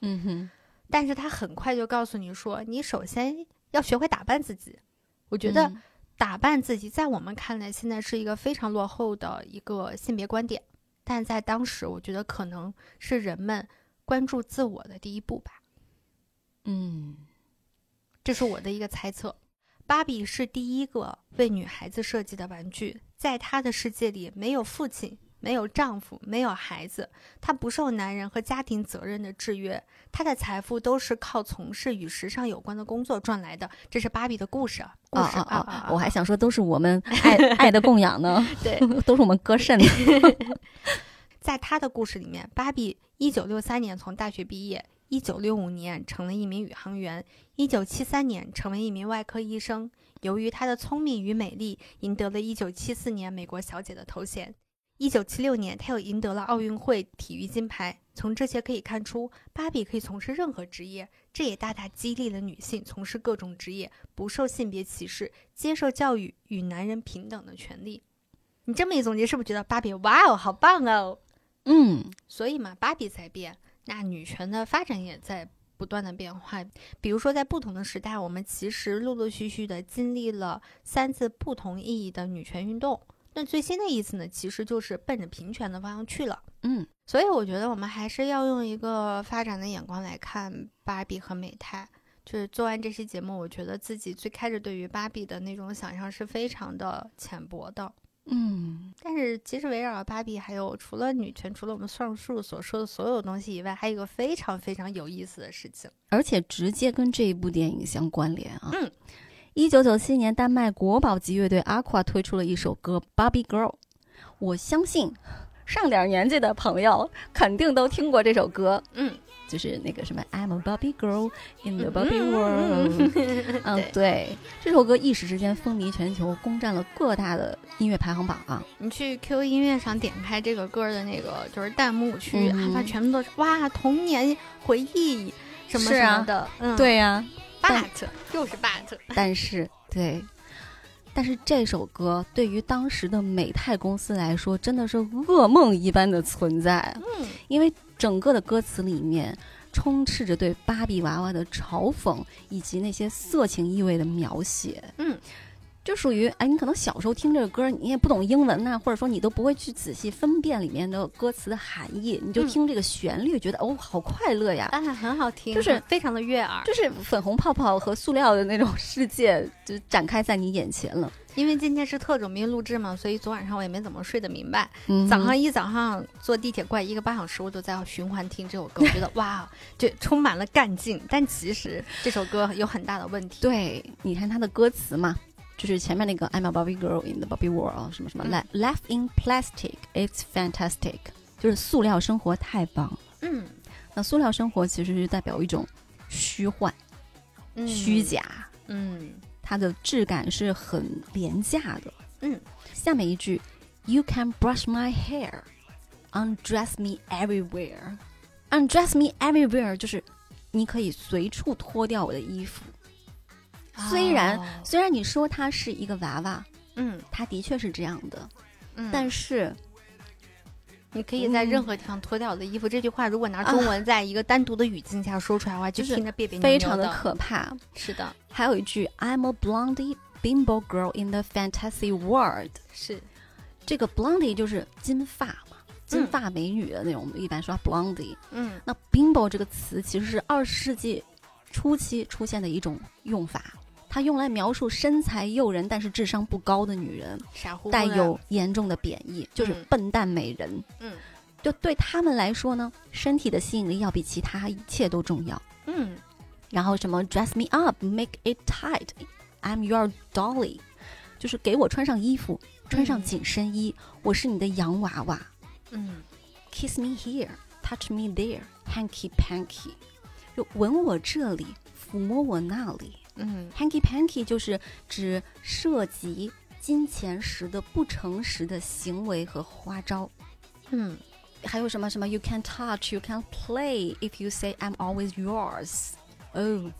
S3: 嗯哼，
S1: 但是它很快就告诉你说，你首先要学会打扮自己。我觉得
S3: 嗯
S1: 打扮自己在我们看来现在是一个非常落后的一个性别观点，但在当时，我觉得可能是人们关注自我的第一步吧。
S3: 嗯
S1: 这是我的一个猜测。芭比是第一个为女孩子设计的玩具，在她的世界里，没有父亲，没有丈夫，没有孩子，她不受男人和家庭责任的制约，她的财富都是靠从事与时尚有关的工作赚来的。这是芭比的故事，故
S3: 啊
S1: 事
S3: 啊
S1: 啊
S3: 啊！我还想说，都是我们爱 [LAUGHS] 爱的供养呢，
S1: 对，
S3: [LAUGHS] 都是我们割肾的。
S1: 在她的故事里面，芭比一九六三年从大学毕业，一九六五年成了一名宇航员，一九七三年成为一名外科医生。由于她的聪明与美丽，赢得了一九七四年美国小姐的头衔。一九七六年，她又赢得了奥运会体育金牌。从这些可以看出，芭比可以从事任何职业，这也大大激励了女性从事各种职业，不受性别歧视，接受教育与男人平等的权利。你这么一总结，是不是觉得芭比哇哦，好棒哦？
S3: 嗯，
S1: 所以嘛，芭比在变，那女权的发展也在不断的变化。比如说，在不同的时代，我们其实陆陆续续的经历了三次不同意义的女权运动。那最新的一次呢，其实就是奔着平权的方向去了。
S3: 嗯，
S1: 所以我觉得我们还是要用一个发展的眼光来看芭比和美泰。就是做完这期节目，我觉得自己最开始对于芭比的那种想象是非常的浅薄的。
S3: 嗯，
S1: 但是其实围绕芭比，还有除了女权，除了我们上述所说的所有东西以外，还有一个非常非常有意思的事情。
S3: 而且直接跟这一部电影相关联啊。
S1: 嗯，
S3: 一九九七年，丹麦国宝级乐队 Aqua 推出了一首歌《Barbie Girl》，我相信上点年纪的朋友肯定都听过这首歌，
S1: 嗯，
S3: 就是那个什么 “I'm a Barbie Girl in the
S1: 嗯
S3: Barbie
S1: 嗯
S3: World”。嗯，对，这首歌一时之间风靡全球，攻占了各大的音乐排行榜啊。
S1: 你去 Q 音乐上点开这个歌的那个就是弹幕区，
S3: 嗯
S1: 啊，它全部都是哇童年回忆什么
S3: 是啊
S1: 什么的。嗯，
S3: 呀、但
S1: ，but 又是 but， [LAUGHS]
S3: 但是对，但是这首歌对于当时的美泰公司来说，真的是噩梦一般的存在，
S1: 嗯
S3: 因为整个的歌词里面充斥着对芭比娃娃的嘲讽以及那些色情意味的描写。
S1: 嗯。
S3: 就属于哎，你可能小时候听这个歌，你也不懂英文呐、或者说你都不会去仔细分辨里面的歌词的含义，你就
S1: 嗯
S3: 听这个旋律，觉得哦，好快乐呀！
S1: 啊，很好听，
S3: 就是
S1: 非常的悦耳。
S3: 就是粉红泡泡和塑料的那种世界就展开在你眼前了。
S1: 因为今天是特种兵录制嘛，所以昨晚上我也没怎么睡得明白。
S3: 嗯
S1: 早上一早上坐地铁过来一个半小时，我都在循环听这首歌，我觉得 [LAUGHS] 哇，哦就充满了干劲。但其实这首歌有很大的问题。
S3: 对，你看它的歌词嘛，就是前面那个 I'm a Barbie girl in the Barbie world 啊，什么什么、
S1: 嗯
S3: life life in plastic, it's fantastic，就是塑料生活太棒了。
S1: 嗯
S3: 那塑料生活其实是代表一种虚幻、
S1: 嗯
S3: 虚假，
S1: 嗯
S3: 它的质感是很廉价的。
S1: 嗯，
S3: 下面一句，You can brush my hair, undress me everywhere, undress me everywhere 就是你可以随处脱掉我的衣服。虽然
S1: 哦
S3: 虽然你说它是一个娃娃，
S1: 嗯
S3: 它的确是这样的，
S1: 嗯，
S3: 但是
S1: 你可以在任何地方脱掉我的衣服。这句话如果拿中文在一个单独的语境下说出来的话，就
S3: 就是
S1: 听着别别扭扭
S3: 非常的可怕。
S1: 是的，
S3: 还有一句，I'm a blondie bimbo girl in the fantasy world。
S1: 是
S3: 这个 blondie 就是金发嘛，金
S1: 嗯
S3: 发美女的那种，我们一般说 blondie。
S1: 嗯
S3: 那 bimbo 这个词其实是二十世纪初期出现的一种用法，它用来描述身材诱人但是智商不高的女人，
S1: 傻乎乎
S3: 带
S1: 的
S3: 有严重的贬义，就是
S1: 嗯
S3: 笨蛋美人。
S1: 嗯
S3: 就对他们来说呢，身体的吸引力要比其他一切都重要。
S1: 嗯
S3: 然后什么 dress me up, make it tight, I'm your dolly，就是给我穿上衣服，穿上
S1: 嗯
S3: 紧身衣，我是你的洋娃娃。
S1: 嗯
S3: Kiss me here, touch me there, hanky panky，就吻我这里，抚摸我那里。
S1: 嗯
S3: Hanky panky 就是指涉及金钱时的不诚实的行为和花招。
S1: 嗯，
S3: 还有什么什么 you can touch, you can play if you say I'm always yours。哦，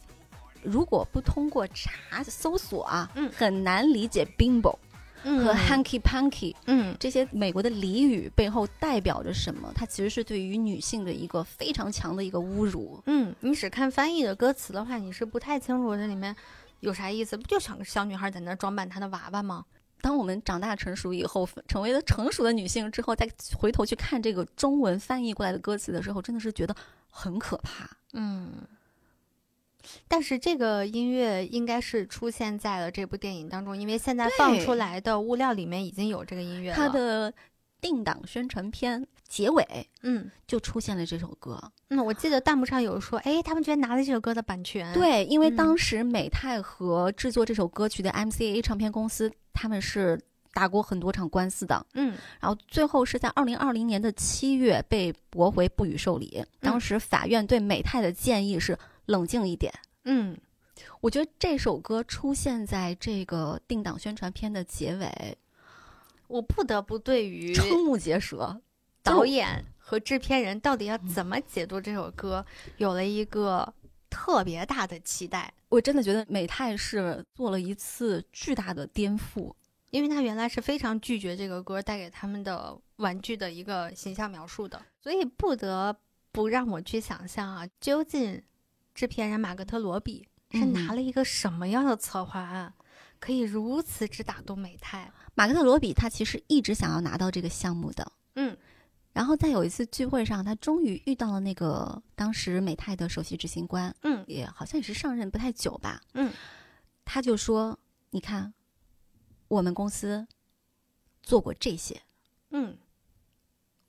S3: 如果不通过查搜索啊，
S1: 嗯
S3: 很难理解 bimbo
S1: 嗯
S3: 和 hanky panky
S1: 嗯
S3: 这些美国的俚语背后代表着什么？它其实是对于女性的一个非常强的一个侮辱。
S1: 嗯，你只看翻译的歌词的话，你是不太清楚这里面有啥意思，不就想个小女孩在那装扮她的娃娃吗？
S3: 当我们长大成熟以后，成为了成熟的女性之后，再回头去看这个中文翻译过来的歌词的时候，真的是觉得很可怕。
S1: 嗯，但是这个音乐应该是出现在了这部电影当中，因为现在放
S3: 对
S1: 出来的物料里面已经有这个音乐了。
S3: 它的定档宣传片结尾
S1: 嗯。
S3: 就出现了这首歌。
S1: 嗯，我记得弹幕上有说，哎，他们居然拿了这首歌的版权。，
S3: 对，因为
S1: 嗯
S3: 当时美泰和制作这首歌曲的 MCA 唱片公司，他们是打过很多场官司的。
S1: 嗯
S3: 然后最后是在二零二零年的七月被驳回不予受理。当时法院对美泰的建议是冷静一点。
S1: 嗯
S3: 我觉得这首歌出现在这个定档宣传片的结尾，
S1: 我不得不对于
S3: 瞠目结舌。
S1: 导演和制片人到底要怎么解读这首歌，有了一个特别大的期待，
S3: 我真的觉得美泰是做了一次巨大的颠覆。
S1: 因为他原来是非常拒绝这个歌带给他们的玩具的一个形象描述的，所以不得不让我去想象啊，究竟制片人马格特罗比是
S3: 嗯
S1: 拿了一个什么样的策划案，可以如此之打动美泰？啊
S3: 马克特罗比他其实一直想要拿到这个项目的，
S1: 嗯。
S3: 然后在有一次聚会上，他终于遇到了那个当时美泰的首席执行官，
S1: 嗯
S3: 也好像也是上任不太久吧，
S1: 嗯，
S3: 他就说：“你看，我们公司做过这些，
S1: 嗯，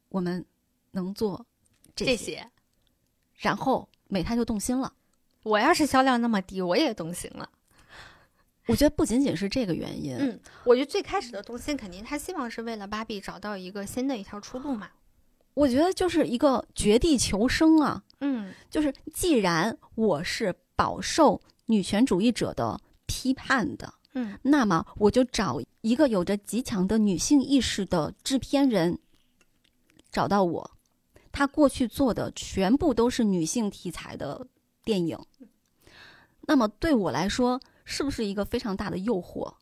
S3: 我们能做这
S1: 这些。
S3: 然后美泰就动心了。
S1: 我要是销量那么低，我也动心了。
S3: 我觉得不仅仅是这个原因，
S1: 嗯，我觉得最开始的动心，肯定他希望是为了芭比找到一个新的一条出路嘛。
S3: 我觉得就是一个绝地求生啊，
S1: 嗯
S3: 就是既然我是饱受女权主义者的批判的，
S1: 嗯
S3: 那么我就找一个有着极强的女性意识的制片人，找到我。他过去做的全部都是女性题材的电影，那么对我来说，是不是一个非常大的诱惑？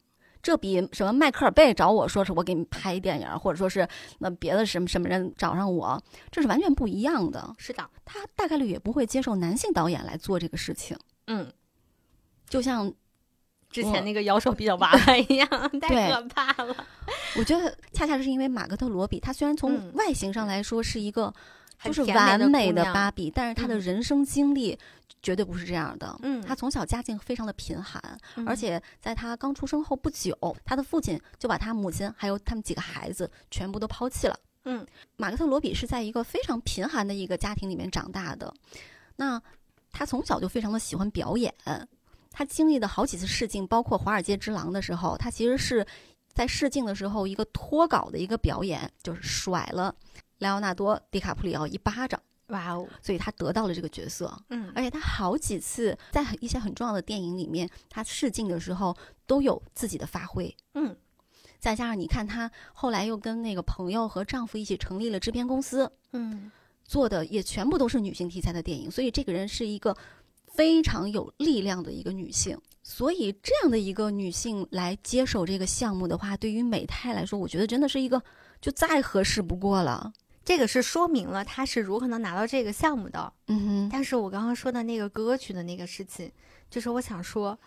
S3: 这比什么迈克尔贝找我说是我给你拍电影，或者说是那别的什么什么人找上我，这是完全不一样的。
S1: 是的，
S3: 他大概率也不会接受男性导演来做这个事情，
S1: 嗯，
S3: 就像
S1: 之前
S3: 嗯
S1: 那个摇手比较娃娃一样， [LAUGHS] 太可怕了，
S3: 我觉得恰恰是因为马格特罗比，她虽然从
S1: 嗯
S3: 外形上来说是一个
S1: 很
S3: 就是
S1: 甜
S3: 完美
S1: 姑
S3: 的
S1: 娘
S3: 芭比，但是她的
S1: 嗯
S3: 人生经历绝对不是这样的。
S1: 嗯
S3: 她从小家境非常的贫寒，
S1: 嗯
S3: 而且在她刚出生后不久，她的父亲就把她母亲还有他们几个孩子全部都抛弃了。
S1: 嗯，
S3: 马格特罗比是在一个非常贫寒的一个家庭里面长大的，那她从小就非常的喜欢表演。她经历的好几次试镜，包括《华尔街之狼》的时候，她其实是在试镜的时候一个脱稿的一个表演，就是甩了莱昂纳多·迪卡普里奥一巴掌。
S1: 哇哦，
S3: 所以她得到了这个角色。
S1: 嗯
S3: 而且她好几次在很一些很重要的电影里面，她试镜的时候都有自己的发挥。
S1: 嗯，
S3: 再加上你看，她后来又跟那个朋友和丈夫一起成立了制片公司，
S1: 嗯
S3: 做的也全部都是女性题材的电影，所以这个人是一个非常有力量的一个女性。所以这样的一个女性来接手这个项目的话，对于美泰来说，我觉得真的是一个就再合适不过了。
S1: 这个是说明了他是如何能拿到这个项目的。
S3: 嗯哼，
S1: 但是我刚刚说的那个歌曲的那个事情，就是我想说，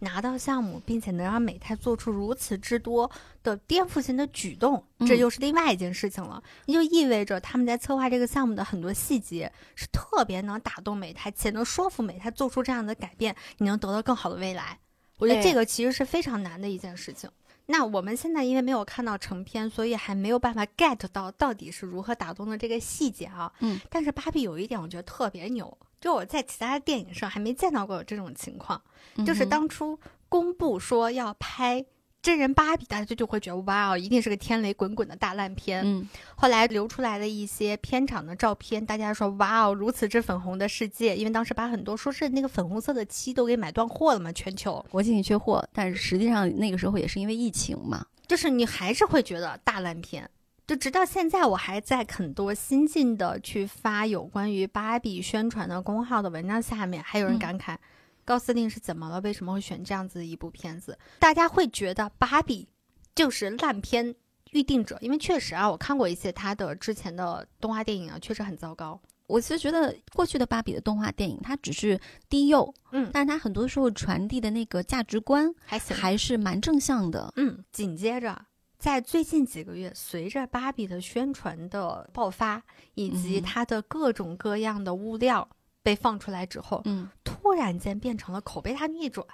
S1: 拿到项目，并且能让美泰做出如此之多的颠覆性的举动，
S3: 嗯
S1: 这又是另外一件事情了。也就意味着他们在策划这个项目的很多细节是特别能打动美泰，且能说服美泰做出这样的改变，你能得到更好的未来。我觉得
S3: 对
S1: 这个其实是非常难的一件事情。那我们现在因为没有看到成片，所以还没有办法 get 到到底是如何打动的这个细节啊。
S3: 嗯，
S1: 但是芭比有一点我觉得特别牛，就我在其他的电影上还没见到过有这种情况，就是
S3: 嗯哼
S1: 当初公布说要拍。真人芭比，大家就就会觉得哇哦，一定是个天雷滚滚的大烂片。
S3: 嗯
S1: 后来流出来的一些片场的照片，大家说哇哦，如此之粉红的世界，因为当时把很多说是那个粉红色的漆都给买断货了嘛，全球
S3: 国际性缺货，但是实际上那个时候也是因为疫情嘛。
S1: 就是你还是会觉得大烂片。就直到现在，我还在很多新进的去发有关于芭比宣传的公号的文章下面，还有人
S3: 嗯
S1: 感慨、高司令是怎么了？为什么会选这样子的一部片子？大家会觉得芭比就是烂片预定者，因为确实啊，我看过一些他的之前的动画电影啊，确实很糟糕。
S3: 我其实觉得过去的芭比的动画电影，它只是低幼，
S1: 嗯
S3: 但是它很多时候传递的那个价值观
S1: 还行，
S3: 还是蛮正向的。
S1: 嗯，紧接着，在最近几个月，随着芭比的宣传的爆发，以及
S3: 嗯
S1: 它的各种各样的物料被放出来之后，
S3: 嗯
S1: 突然间变成了口碑大逆转。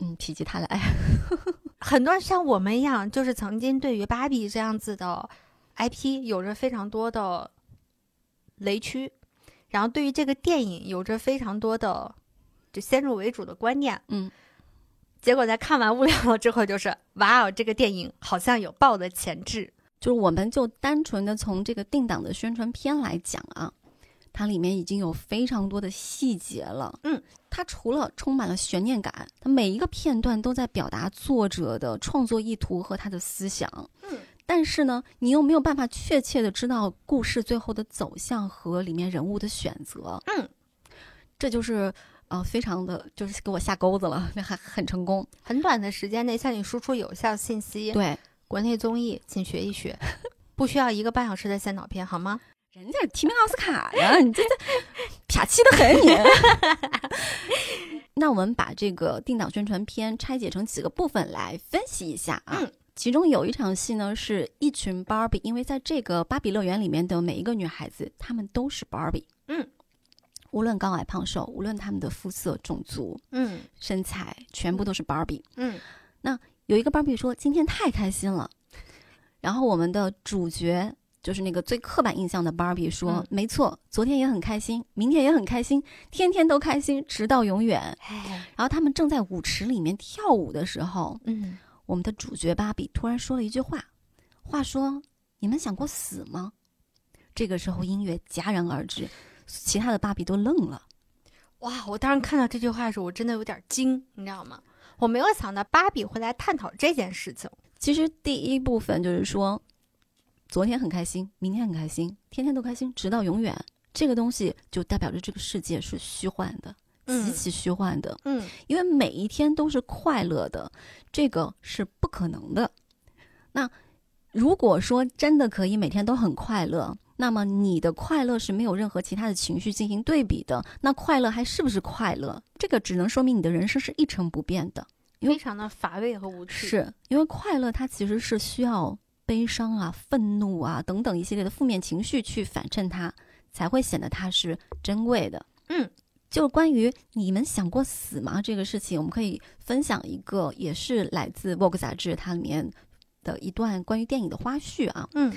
S3: 嗯，否极泰来。
S1: 很多人像我们一样，就是曾经对于芭比这样子的 IP 有着非常多的雷区，然后对于这个电影有着非常多的就先入为主的观念，
S3: 嗯，
S1: 结果在看完物料了之后，就是哇哦，这个电影好像有爆的潜质。
S3: 就是我们就单纯的从这个定档的宣传片来讲啊，它里面已经有非常多的细节了。
S1: 嗯，
S3: 它除了充满了悬念感，它每一个片段都在表达作者的创作意图和他的思想。
S1: 嗯，
S3: 但是呢，你又没有办法确切的知道故事最后的走向和里面人物的选择。
S1: 嗯，
S3: 这就是。呃，非常的就是给我下钩子了， [LAUGHS] 那还很成功。
S1: 很短的时间内向你输出有效信息。
S3: 对，
S1: 国内综艺，请学一学，不需要一个半小时的先导片，好吗？
S3: 人家提名奥斯卡呀，你这这啪气的很
S1: [LAUGHS]
S3: 你。那我们把这个定档宣传片拆解成几个部分来分析一下啊。
S1: 嗯
S3: 其中有一场戏呢，是一群芭比，因为在这个芭比乐园里面的每一个女孩子，她们都是芭比。
S1: 嗯，
S3: 无论高矮胖瘦，无论她们的肤色、种族、
S1: 嗯
S3: 身材，全部都是芭比。
S1: 嗯
S3: 有一个芭比说：“今天太开心了。”然后我们的主角就是那个最刻板印象的芭比说：“
S1: 嗯
S3: 没错，昨天也很开心，明天也很开心，天天都开心，直到永远。”
S1: 哎，
S3: 然后他们正在舞池里面跳舞的时候，
S1: 嗯，
S3: 我们的主角芭比突然说了一句话：“话说，你们想过死吗？”这个时候音乐戛然而止，其他的芭比都愣了。
S1: 哇！我当时看到这句话的时候，我真的有点惊，你知道吗？我没有想到芭比会来探讨这件事情。
S3: 其实第一部分就是说，昨天很开心，明天很开心，天天都开心，直到永远。这个东西就代表着这个世界是虚幻的，
S1: 嗯
S3: 极其虚幻的，
S1: 嗯
S3: 因为每一天都是快乐的，这个是不可能的。那如果说真的可以每天都很快乐，那么你的快乐是没有任何其他的情绪进行对比的，那快乐还是不是快乐？这个只能说明你的人生是一成不变的。因为
S1: 非常的乏味和无趣。，
S3: 是因为快乐它其实是需要悲伤啊、愤怒啊等等一系列的负面情绪去反衬它，才会显得它是珍贵的。
S1: 嗯，
S3: 就是关于你们想过死吗这个事情，我们可以分享一个，也是来自《Vogue》杂志它里面的一段关于电影的花絮啊。
S1: 嗯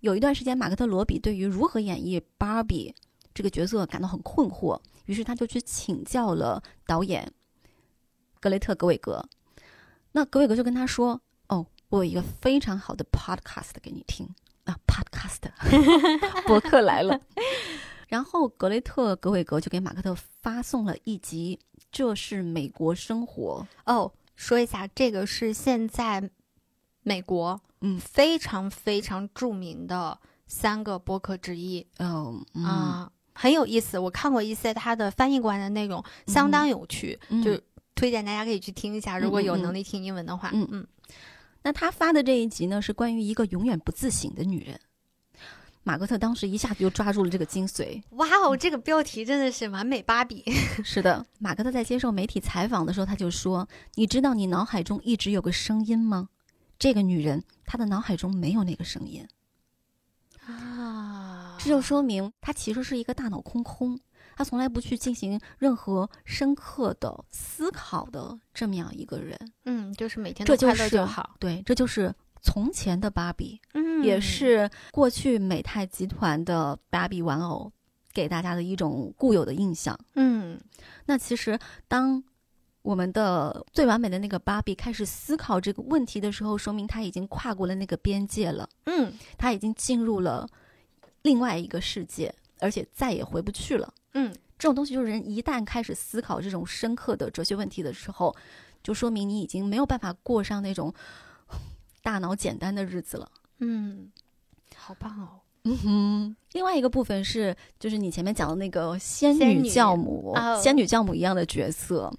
S3: 有一段时间，马克特罗比对于如何演绎芭比这个角色感到很困惑，于是他就去请教了导演格雷特·格韦格。那格韦格就跟他说：“哦，我有一个非常好 [LAUGHS] 的 podcast 给你听啊，podcast 博客来了。” [LAUGHS] 然后格雷特·格韦格就给马克特发送了一集《这是美国生活》。
S1: 哦，说一下，这个是现在美国
S3: 嗯
S1: 非常非常著名的三个播客之一
S3: 嗯嗯
S1: 啊、很有意思。我看过一些他的翻译过来的内容，相当有趣，
S3: 嗯
S1: 就推荐大家可以去听一下，如果有能力听英文的话。
S3: 嗯
S1: 嗯
S3: 那他发的这一集呢，是关于一个永远不自省的女人。马格特当时一下子就抓住了这个精髓。
S1: 哇哦，这个标题真的是完美芭
S3: [LAUGHS]
S1: 比。
S3: 是的，马格特在接受媒体采访的时候，他就说：“你知道你脑海中一直有个声音吗？这个女人，她的脑海中没有那个声音，
S1: 啊，
S3: 这就说明她其实是一个大脑空空，她从来不去进行任何深刻的思考的这么样一个人。
S1: 嗯，就是每天
S3: 这
S1: 都
S3: 就
S1: 快
S3: 是
S1: 乐就好，
S3: 对，这就是从前的芭比。”
S1: 嗯
S3: 也是过去美泰集团的芭比玩偶给大家的一种固有的印象。
S1: 嗯
S3: 那其实，当我们的最完美的那个芭比开始思考这个问题的时候，说明他已经跨过了那个边界了，
S1: 嗯
S3: 他已经进入了另外一个世界，而且再也回不去了。
S1: 嗯，
S3: 这种东西就是人一旦开始思考这种深刻的哲学问题的时候，就说明你已经没有办法过上那种 [SIGHS] 大脑简单的日子了。
S1: 嗯，好棒哦！
S3: 嗯哼，另外一个部分是，就是你前面讲的那个仙
S1: 仙
S3: 女
S1: 女
S3: 教母，仙
S1: 哦
S3: 女教母一样的角色，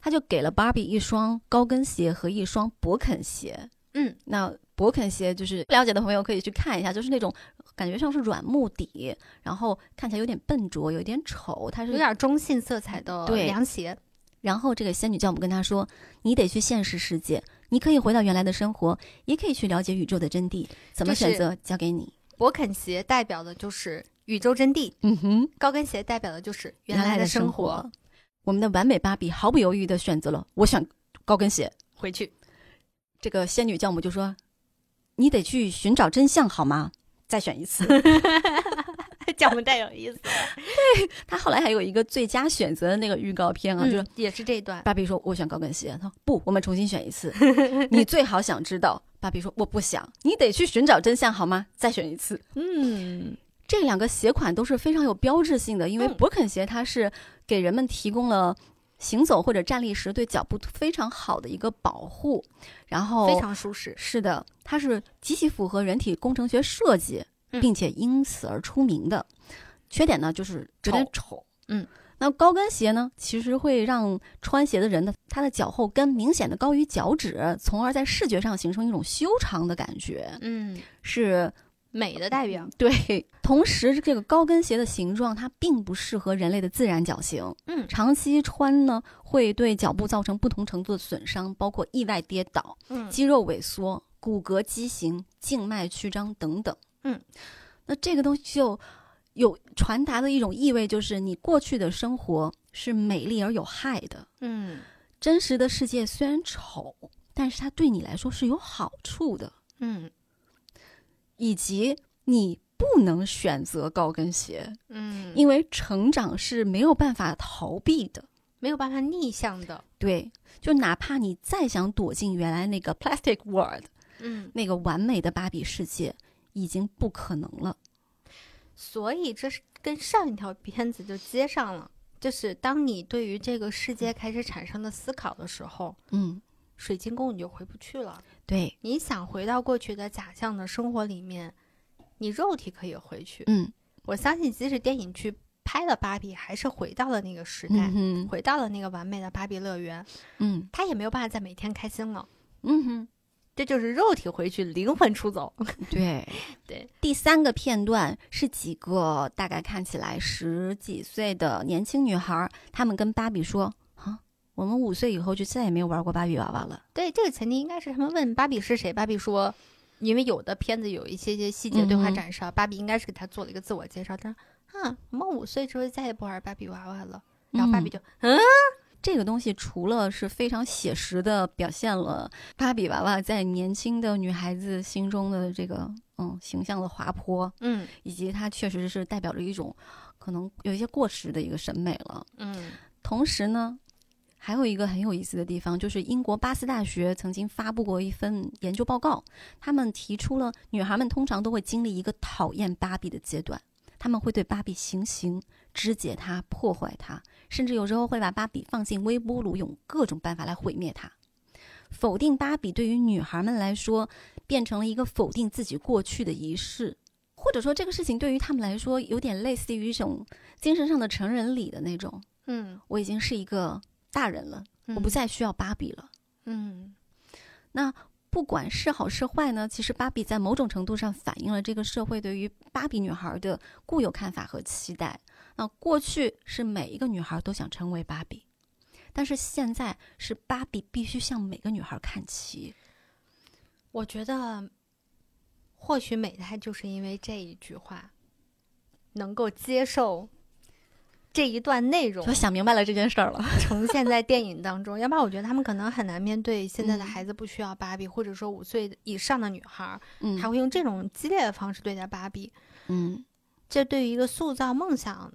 S3: 她就给了芭比一双高跟鞋和一双勃肯鞋。
S1: 嗯，
S3: 那勃肯鞋就是不了解的朋友可以去看一下，就是那种感觉上是软木底，然后看起来有点笨拙，有点丑，它是
S1: 有点中性色彩的
S3: 嗯对
S1: 凉鞋，
S3: 然后这个仙女教母跟他说：“你得去现实世界，你可以回到原来的生活，也可以去了解宇宙的真谛。怎么
S1: 就是
S3: 选择交给你。
S1: 勃肯鞋代表的就是宇宙真谛，
S3: 嗯哼，
S1: 高跟鞋代表的就是
S3: 原来
S1: 的
S3: 的
S1: 生
S3: 生活。我们的完美芭比毫不犹豫的选择了我选高跟鞋。
S1: 回去，
S3: 这个仙女教母就说：“你得去寻找真相，好吗？再选一次。
S1: [LAUGHS] 讲的太有意思。”
S3: 她后来还有一个最佳选择的那个预告片啊，就是
S1: 嗯，也是这一段。
S3: 芭比说：“我选高跟鞋。”她说：“不，我们重新选
S1: [LAUGHS]
S3: 一次。你最好想知道。”芭比说：“我不想，你得去寻找真相，好吗？再选一次。”
S1: 嗯
S3: 这两个鞋款都是非常有标志性的，因为
S1: 嗯
S3: 勃肯鞋它是给人们提供了行走或者站立时对脚部非常好的一个保护，然后
S1: 非常舒适。
S3: 是的，它是极其符合人体工程学设计，
S1: 嗯
S3: 并且因此而出名的。缺点呢就是有点丑，
S1: 嗯。
S3: 那高跟鞋呢，其实会让穿鞋的人的他的脚后跟明显的高于脚趾，从而在视觉上形成一种修长的感觉，
S1: 嗯，
S3: 是
S1: 美的代表。
S3: 对，同时这个高跟鞋的形状它并不适合人类的自然脚型，
S1: 嗯
S3: 长期穿呢会对脚部造成不同程度的损伤，包括意外跌倒、
S1: 嗯
S3: 肌肉萎缩、骨骼畸形、静脉曲张等等。
S1: 嗯，
S3: 那这个东西就有传达的一种意味，就是你过去的生活是美丽而有害的，
S1: 嗯
S3: 真实的世界虽然丑，但是它对你来说是有好处的。
S1: 嗯
S3: 以及你不能选择高跟鞋，
S1: 嗯，
S3: 因为成长是没有办法逃避的。
S1: 没有办法逆向的。
S3: 对，就哪怕你再想躲进原来那个 plastic world
S1: 嗯，
S3: 那个完美的芭比世界，已经不可能了。
S1: 所以这是跟上一条片子就接上了。就是当你对于这个世界开始产生的思考的时候，
S3: 嗯，
S1: 水晶宫你就回不去了。
S3: 对，
S1: 你想回到过去的假象的生活里面，你肉体可以回去。
S3: 嗯
S1: 我相信，即使电影去拍了芭比，还是回到了那个时代，
S3: 嗯哼，
S1: 回到了那个完美的芭比乐园，
S3: 嗯
S1: 他也没有办法再每天开心了。
S3: 嗯哼，
S1: 这就是肉体回去，灵魂出走。
S3: 对
S1: 对。
S3: 第三个片段是几个大概看起来十几岁的年轻女孩，她们跟芭比说：“啊，我们五岁以后就再也没有玩过芭比娃娃了。”
S1: [LAUGHS] 对，这个前提应该是他们问芭比是谁，芭比说，因为有的片子有一些些细节对话
S3: 嗯哼
S1: 展示啊，芭比应该是给他做了一个自我介绍，他说啊，我们五岁之后再也不玩芭比娃娃了。然后芭比就
S3: 这个东西除了是非常写实的表现了芭比娃娃在年轻的女孩子心中的这个嗯形象的滑坡，
S1: 嗯
S3: 以及它确实是代表着一种可能有一些过时的一个审美了。
S1: 嗯
S3: 同时呢，还有一个很有意思的地方，就是英国巴斯大学曾经发布过一份研究报告，他们提出了女孩们通常都会经历一个讨厌芭比的阶段，他们会对芭比行刑、肢解她、破坏她，甚至有时候会把芭比放进微波炉，用各种办法来毁灭她。否定芭比对于女孩们来说，变成了一个否定自己过去的仪式，或者说这个事情对于他们来说，有点类似于一种精神上的成人礼的那种。
S1: 嗯，
S3: 我已经是一个大人了，我不再需要芭比了。
S1: 嗯，
S3: 不管是好是坏呢，其实芭比在某种程度上反映了这个社会对于芭比女孩的固有看法和期待。那过去是每一个女孩都想成为芭比，但是现在是芭比必须向每个女孩看齐。
S1: 我觉得或许美泰就是因为这一句话，能够接受这一段内容
S3: 我想明白了这件事儿
S1: [LAUGHS]
S3: 了。 [LAUGHS]
S1: 呈现在电影当中，要不然我觉得他们可能很难面对现在的
S3: 嗯
S1: 孩子不需要芭比，或者说五岁以上的女孩儿，
S3: 嗯
S1: 还会用这种激烈的方式对待芭比。
S3: 嗯
S1: 这对于一个塑造梦想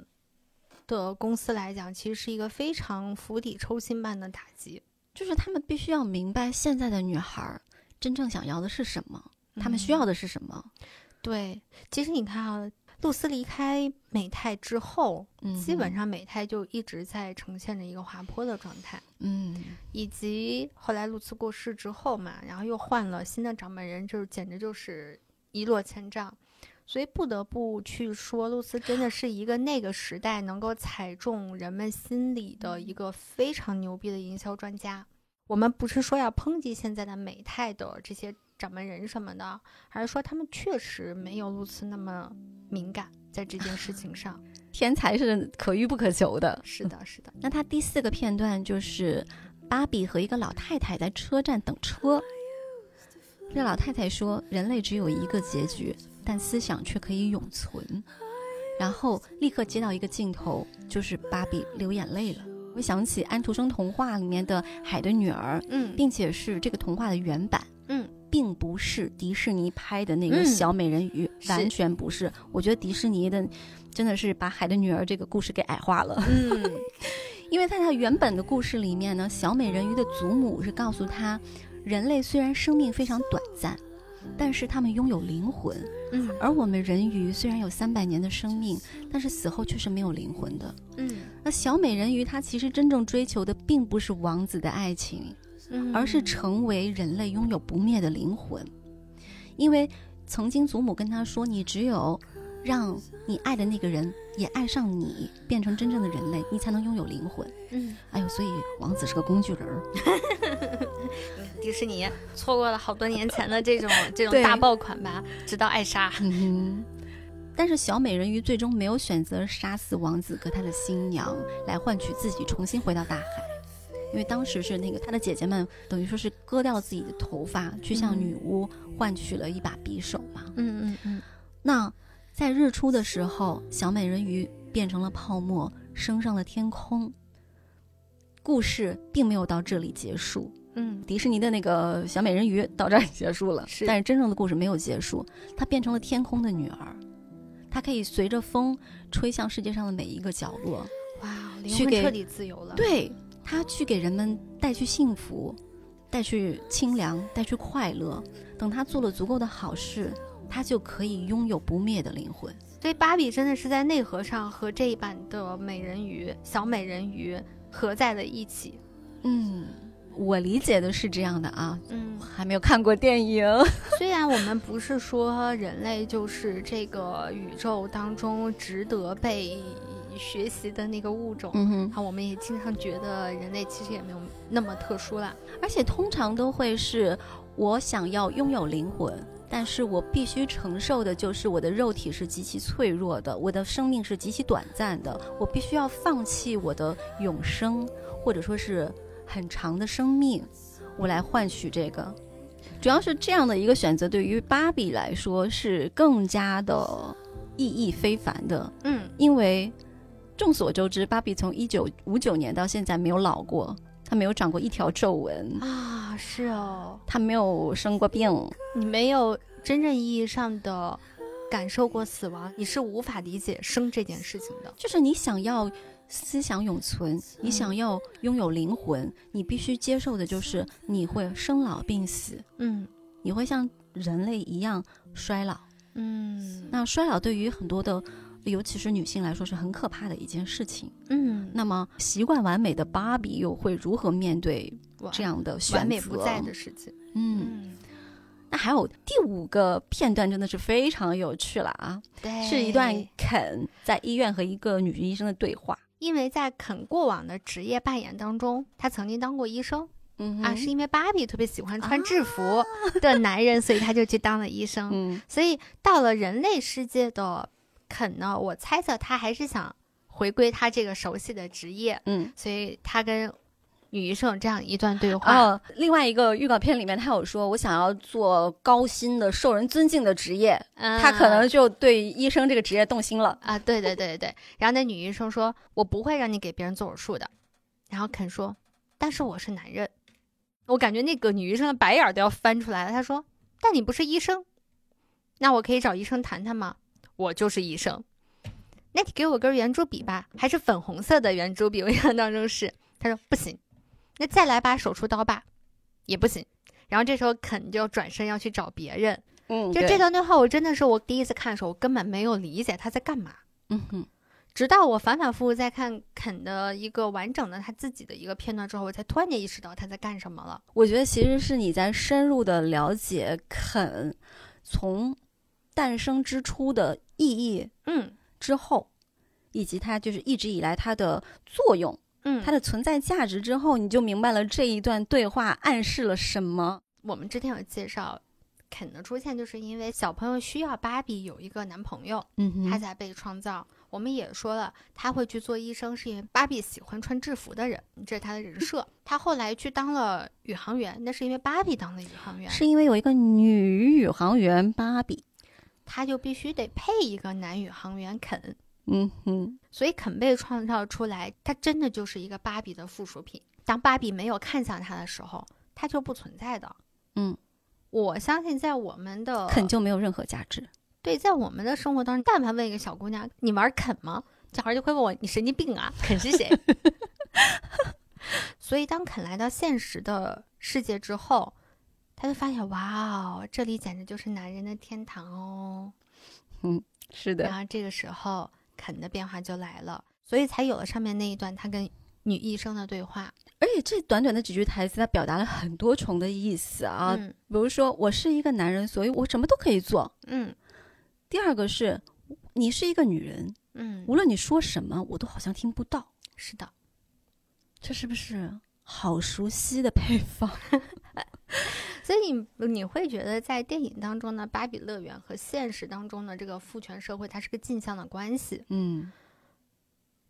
S1: 的公司来讲，其实是一个非常釜底抽薪般的打击。
S3: 就是他们必须要明白现在的女孩儿真正想要的是什么，她们需要
S1: 的、
S3: 的是什么。
S1: 嗯对，其实你看啊，露丝离开美泰之后，
S3: 嗯，
S1: 基本上美泰就一直在呈现着一个滑坡的状态，
S3: 嗯
S1: 以及后来露丝过世之后嘛，然后又换了新的掌门人，就是简直就是一落千丈。所以不得不去说，露丝真的是一个那个时代能够踩中人们心里的一个非常牛逼的营销专家。我们不是说要抨击现在的美泰的这些掌门人什么的，而是说他们确实没有露丝那么敏感在这件事情
S3: [LAUGHS]
S1: 上。
S3: 天才是可遇不可求的。
S1: 是的，是的，
S3: 那它第四个片段就是芭比和一个老太太在车站等车。这老太太说：“人类只有一个结局，但思想却可以永存。”然后立刻接到一个镜头，就是芭比流眼泪了。我想起安徒生童话里面的《海的女儿》，
S1: 嗯
S3: 并且是这个童话的原版，
S1: 嗯，
S3: 并不是迪士尼拍的那个
S1: 嗯
S3: 小美人鱼，
S1: 是
S3: 完全不是。我觉得迪士尼的真的是把《海的女儿》这个故事给矮化了。
S1: 嗯，
S3: [LAUGHS] 因为在他原本的故事里面呢，小美人鱼的祖母是告诉他，人类虽然生命非常短暂，但是他们拥有灵魂，
S1: 嗯
S3: 而我们人鱼虽然有三百年的生命，但是死后却是没有灵魂的。
S1: 嗯，
S3: 那小美人鱼她其实真正追求的并不是王子的爱情，
S1: 嗯
S3: 而是成为人类拥有不灭的灵魂，因为曾经祖母跟她说，你只有让你爱的那个人也爱上你，变成真正的人类，你才能拥有灵魂。
S1: 嗯，
S3: 哎呦，所以王子是个工具人儿。
S1: 迪士尼错过了好多年前的这
S3: [LAUGHS]
S1: 种这种
S3: 对
S1: 大爆款吧，直到艾莎。
S3: 嗯哼。但是小美人鱼最终没有选择杀死王子和他的新娘，来换取自己重新回到大海，因为当时是那个她的姐姐们等于说是割掉自己的头发，去向女巫换取了一把匕首嘛。
S1: 嗯嗯嗯
S3: 那在日出的时候，小美人鱼变成了泡沫，升上了天空。故事并没有到这里结束，
S1: 嗯
S3: 迪士尼的那个小美人鱼到这儿结束了，
S1: 是
S3: 但是真正的故事没有结束，她变成了天空的女儿，她可以随着风吹向世界上的每一个角落，
S1: 哇，灵
S3: 去
S1: 魂
S3: 给
S1: 彻底自由了。，
S3: 对她去给人们带去幸福，带去清凉，带去快乐。等她做了足够的好事，她就可以拥有不灭的灵魂。
S1: 所以芭比真的是在内核上和这一版的美人鱼、小美人鱼合在了一起。
S3: 嗯，我理解的是这样的啊，
S1: 嗯，
S3: 还没有看过电影。
S1: 虽然我们不是说人类就是这个宇宙当中值得被学习的那个物种，
S3: 嗯哼
S1: 然。后我们也经常觉得人类其实也没有那么特殊啦。
S3: 而且通常都会是我想要拥有灵魂，但是我必须承受的就是我的肉体是极其脆弱的，我的生命是极其短暂的，我必须要放弃我的永生，或者说是很长的生命，我来换取这个。主要是这样的一个选择，对于芭比来说是更加的意义非凡的，
S1: 嗯，
S3: 因为众所周知，芭比从一九五九年到现在没有老过，她没有长过一条皱纹，
S1: 啊，是哦，
S3: 她没有生过病，
S1: 你没有真正意义上的感受过死亡，你是无法理解生这件事情的。
S3: 就是你想要思想永存，你想要拥有灵魂，你必须接受的就是你会生老病死，
S1: 嗯
S3: 你会像人类一样衰老。
S1: 嗯
S3: 那衰老对于很多的尤其是女性来说是很可怕的一件事情。
S1: 嗯，
S3: 那么习惯完美的芭比又会如何面对
S1: 完
S3: 这样的选择？
S1: 完美不在的事情。
S3: 嗯，
S1: 嗯，
S3: 那还有第五个片段真的是非常有趣了啊，
S1: 对，
S3: 是一段肯在医院和一个女医生的对话。
S1: 因为在肯过往的职业扮演当中，他曾经当过医生、
S3: 嗯哼
S1: 啊，是因为芭比特别喜欢穿制服的男人，所以他就去当了医生。
S3: 嗯
S1: 所以到了人类世界的肯呢，我猜测他还是想回归他这个熟悉的职业，
S3: 嗯。
S1: 所以他跟女医生有这样一段对话。
S3: 哦，另外一个预告片里面，他有说我想要做高薪的、受人尊敬的职业，
S1: 嗯
S3: 他可能就对医生这个职业动心了。
S1: 啊，对对对对对。然后那女医生说：“我不会让你给别人做手术的。”然后肯说：“但是我是男人。”我感觉那个女医生的白眼儿都要翻出来了。她说：“但你不是医生，那我可以找医生谈谈吗？我就是医生。那你给我根圆珠笔吧，还是粉红色的圆珠笔？我印象当中是。”她说：“不行，那再来把手术刀吧，也不行。”然后这时候肯就转身要去找别人。
S3: 嗯，
S1: 就
S3: 对
S1: 这，段对话，我真的是我第一次看的时候，我根本没有理解他在干嘛。
S3: 嗯哼，
S1: 直到我反反复复在看肯的一个完整的他自己的一个片段之后，我才突然间意识到他在干什么了。
S3: 我觉得其实是你在深入的了解肯从诞生之初的意义
S1: 嗯
S3: 之后，以及它就是一直以来它的作用、
S1: 嗯，
S3: 它的存在价值之后，你就明白了这一段对话暗示了什么。
S1: 我们之前有介绍，肯的出现就是因为小朋友需要芭比有一个男朋友，
S3: 嗯哼
S1: 他才被创造。我们也说了，他会去做医生，是因为芭比喜欢穿制服的人，这是他的人设。他后来去当了宇航员，那是因为芭比当了宇航员，
S3: 是因为有一个女宇航员芭比。
S1: 他就必须得配一个男宇航员肯。
S3: 嗯哼，
S1: 所以肯被创造出来，它真的就是一个芭比的附属品。当芭比没有看向它的时候，它就不存在的。
S3: 嗯，
S1: 我相信在我们的
S3: 肯就没有任何价值。
S1: 对，在我们的生活当中，但凡问一个小姑娘你玩肯吗，小孩就会问我你神经病啊，肯是谁？ [LAUGHS] 所以当肯来到现实的世界之后，他就发现哇哦，这里简直就是男人的天堂哦。
S3: 是
S1: 然，后这个时候肯的变化就来了，所以才有了上面那一段他跟女医生的对话
S3: 而且这短短的几句台词，它表达了很多重的意思啊。
S1: 嗯
S3: 比如说，我是一个男人，所以我什么都可以做。
S1: 嗯
S3: 第二个是，你是一个女人，
S1: 嗯，
S3: 无论你说什么，我都好像听不到。
S1: 是的，
S3: 这是不是好熟悉的配方？
S1: 所以你你会觉得在电影当中呢，芭比乐园和现实当中的这个父权社会，它是个镜像的关系。
S3: 嗯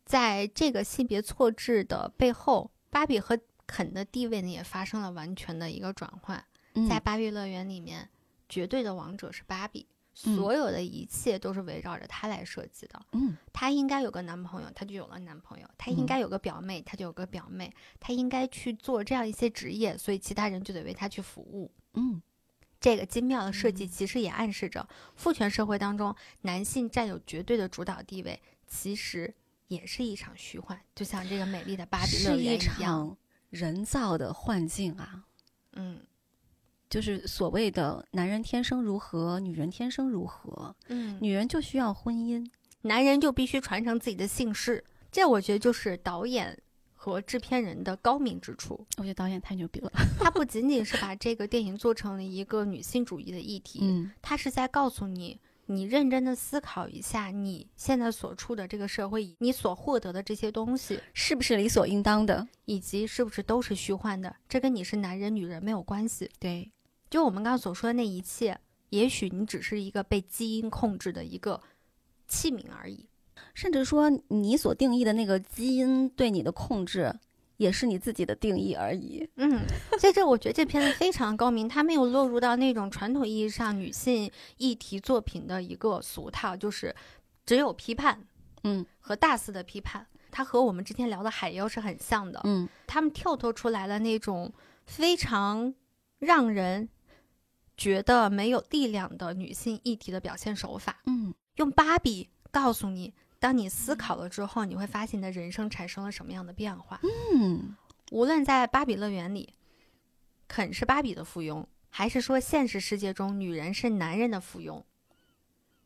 S1: 在这个性别错置的背后，芭比和肯的地位呢也发生了完全的一个转换。
S3: 嗯
S1: 在芭比乐园里面，绝对的王者是芭比，
S3: 嗯
S1: 所有的一切都是围绕着她来设计的。
S3: 嗯
S1: 她应该有个男朋友，她就有了男朋友；她应该有个表妹，她就有个表妹；她应该去做这样一些职业，所以其他人就得为她去服务。
S3: 嗯
S1: 这个精妙的设计其实也暗示着，父权社会当中男性占有绝对的主导地位，其实也是一场虚幻，就像这个美丽的芭比乐
S3: 是
S1: 园
S3: 一
S1: 样。
S3: 场人造的幻境啊，
S1: 嗯
S3: 就是所谓的男人天生如何，女人天生如何，
S1: 嗯，
S3: 女人就需要婚姻。
S1: 男人就必须传承自己的姓氏，这我觉得就是导演和制片人的高明之处。
S3: 我觉得导演太牛逼了。
S1: 他不仅仅是把这个电影做成了一个女性主义的议题，
S3: 嗯
S1: 他是在告诉你，你认真的思考一下你现在所处的这个社会，你所获得的这些东西，
S3: 是不是理所应当的？
S1: 以及是不是都是虚幻的，这跟你是男人女人没有关系。
S3: [LAUGHS] 对，
S1: 就我们刚刚所说的那一切，也许你只是一个被基因控制的一个器皿而已。
S3: 甚至说你所定义的那个基因对你的控制，也是你自己的定义而已。
S1: 嗯，所以这我觉得这片子非常高明，它没有落入到那种传统意义上女性议题作品的一个俗套，就是只有批判
S3: 嗯
S1: 和大肆的批判。它和我们之前聊的海妖是很像的，
S3: 嗯，
S1: 他们跳脱出来了那种非常让人觉得没有力量的女性议题的表现手法，
S3: 嗯，
S1: 用芭比告诉你，当你思考了之后，你会发现你的人生产生了什么样的变化。
S3: 嗯，
S1: 无论在芭比乐园里，肯是芭比的附庸，还是说现实世界中女人是男人的附庸，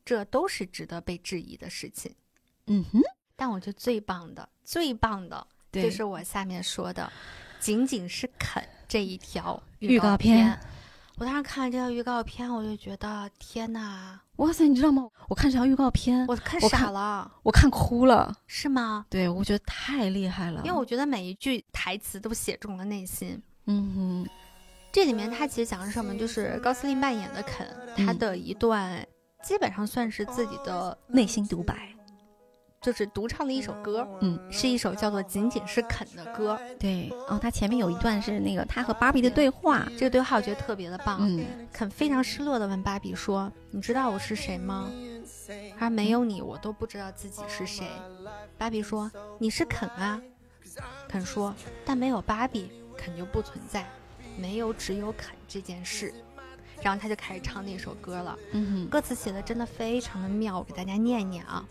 S1: 这都是值得被质疑的事情。
S3: 嗯哼，
S1: 但我觉得最棒的、最棒的，
S3: 对，
S1: 就是我下面说的，仅仅是啃这一条
S3: 预
S1: 告
S3: 告片
S1: 我当时看了这条预告片，我就觉得天呐，
S3: 哇塞，你知道吗？我看这条预告片，我
S1: 我看
S3: 嗯我
S1: 傻
S3: 看
S1: 了，
S3: 看哭了。
S1: 是吗？
S3: 对，我觉得太厉害了。
S1: 因为我觉得每一句台词都写中了内心。
S3: 嗯
S1: 这里面他其实讲的是什么？就是高司令扮演的肯，他
S3: 嗯
S1: 的一段基本上算是自己的，
S3: 哼，内心独白。
S1: 就是独唱的一首歌，
S3: 嗯，
S1: 是一首叫做《仅仅是肯》的歌。
S3: 对。哦，他前面有一段是那个他和芭比的对话。
S1: 这个对话我觉得特别的棒。
S3: 嗯，
S1: 肯非常失落的问芭比说：“你知道我是谁吗？”他说：“没有你，我都不知道自己是谁。”芭比说：“你是肯啊。”肯说：“但没有芭比，肯就不存在，没有只有肯这件事。”然后他就开始唱那首歌了。
S3: 嗯哼，
S1: 歌词写的真的非常的妙，我给大家念一念啊。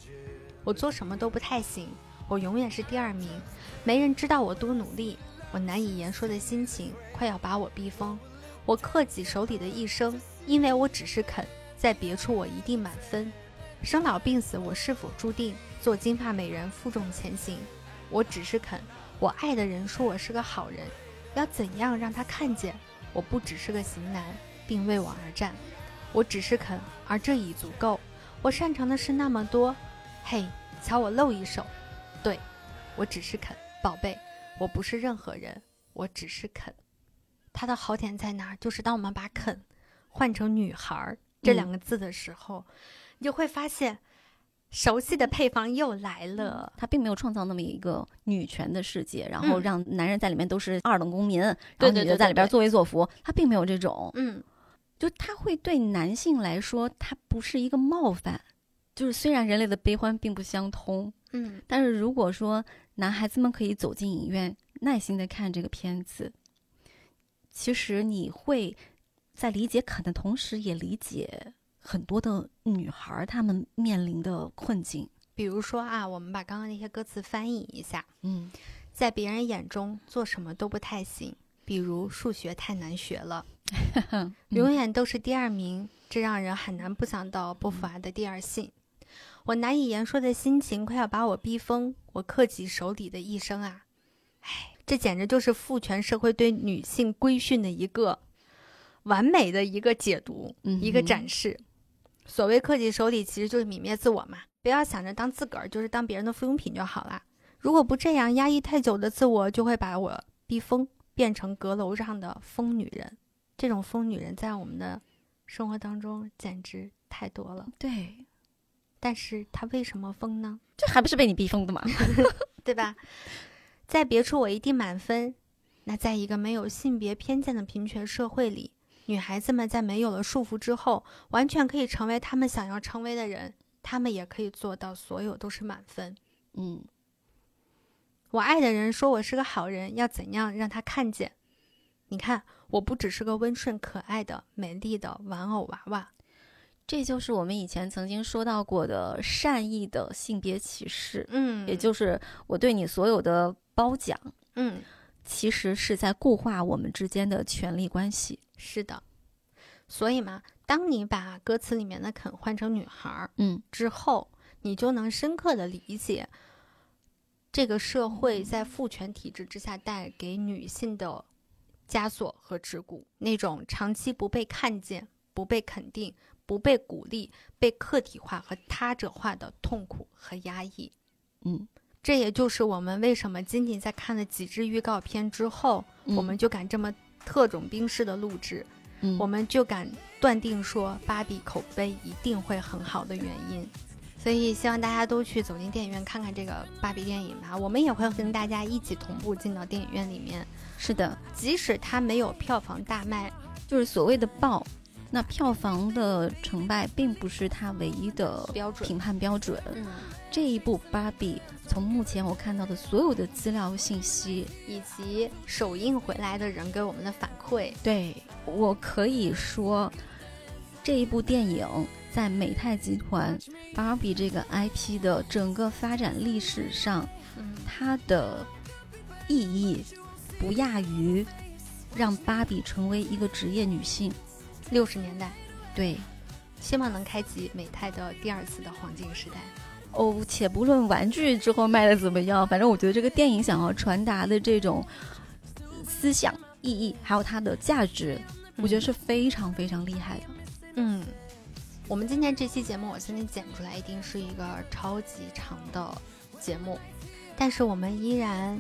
S1: 我做什么都不太行，我永远是第二名，没人知道我多努力，我难以言说的心情快要把我逼疯。我克己手里的一生，因为我只是肯，在别处我一定满分。生老病死，我是否注定做金发美人负重前行？我只是肯，我爱的人说我是个好人，要怎样让他看见我不只是个型男，并为我而战？我只是肯，而这已足够。我擅长的事那么多，嘿，瞧我露一手。对，我只是肯，宝贝，我不是任何人，我只是肯。它的好点在哪儿？就是当我们把“肯”换成“女孩儿”这
S3: 嗯
S1: 两个字的时候，你就会发现，熟悉的配方又来了。
S3: 他并没有创造那么一个女权的世界，然后
S1: 嗯
S3: 让男人在里面都是二等公民，
S1: 对
S3: 然
S1: 对
S3: 后女
S1: 对
S3: 的在
S1: 对
S3: 里边
S1: 对
S3: 作威作福，他并没有这种。
S1: 嗯，
S3: 就它会对男性来说，它不是一个冒犯。就是虽然人类的悲欢并不相通，
S1: 嗯，
S3: 但是如果说男孩子们可以走进影院，耐心的看这个片子，其实你会在理解肯的同时，也理解很多的女孩儿她们面临的困境。
S1: 比如说啊，我们把刚刚那些歌词翻译一下，
S3: 嗯
S1: 在别人眼中做什么都不太行，比如数学太难学了，永远都是第二名，这让人很难不想到波伏娃的第二性。我难以言说的心情快要把我逼疯，我克己手里的一生啊，哎，这简直就是父权社会对女性规训的一个完美的一个解读，
S3: 嗯
S1: 一个
S3: 哼
S1: 展示。所谓克己手里，其实就是泯灭自我嘛，不要想着当自个儿就是当别人的附庸品就好啦。如果不这样，压抑太久的自我就会把我逼疯，变成阁楼上的疯女人。这种疯女人在我们的生活当中简直太多了。
S3: 对，
S1: 但是她为什么疯呢？
S3: 这还不是被你逼疯的 [LAUGHS] 嘛？
S1: 对吧？在别处我一定满分。那在一个没有性别偏见的平权社会里，女孩子们在没有了束缚之后，完全可以成为她们想要成为的人，她们也可以做到所有都是满分。
S3: 嗯，
S1: 我爱的人说我是个好人，要怎样让他看见？你看，我不只是个温顺可爱的、美丽的玩偶娃娃。
S3: 这就是我们以前曾经说到过的善意的性别歧视。
S1: 嗯
S3: 也就是我对你所有的褒奖，
S1: 嗯，
S3: 其实是在固化我们之间的权力关系。
S1: 是的。所以嘛，当你把歌词里面的肯换成女孩儿，
S3: 嗯
S1: 之后，你就能深刻的理解这个社会在父权体制之下带给女性的枷锁和桎梏，那种长期不被看见、不被肯定、不被鼓励、被客体化和他者化的痛苦和压抑。
S3: 嗯，
S1: 这也就是我们为什么仅仅在看了几支预告片之后，我们就敢这么特种兵式的录制，
S3: 嗯
S1: 我们就敢断定说芭比口碑一定会很好的原因。所以希望大家都去走进电影院看看这个芭比电影吧，我们也会跟大家一起同步进到电影院里面，
S3: 是的，
S1: 即使它没有票房大卖，
S3: 就是所谓的爆，那票房的成败并不是它唯一的
S1: 呃标准
S3: 评判标准。
S1: 嗯，
S3: 这一部《芭比》，从目前我看到的所有的资料信息，
S1: 以及首映回来的人给我们的反馈，
S3: 对我可以说，这一部电影在美泰集团
S1: 嗯
S3: 芭比这个 IP 的整个发展历史上，
S1: 嗯
S3: 它的意义不亚于让芭比成为一个职业女性。
S1: 六十年代
S3: 对，
S1: 希望能开启美泰的第二次的黄金时代。
S2: 哦，且不论玩具之后卖的怎么样，反正我觉得这个电影想要传达的这种思想意义，还有它的价值，
S3: 嗯
S2: 我觉得是非常非常厉害的。
S1: 嗯，我们今天这期节目，我相信剪出来一定是一个超级长的节目，但是我们依然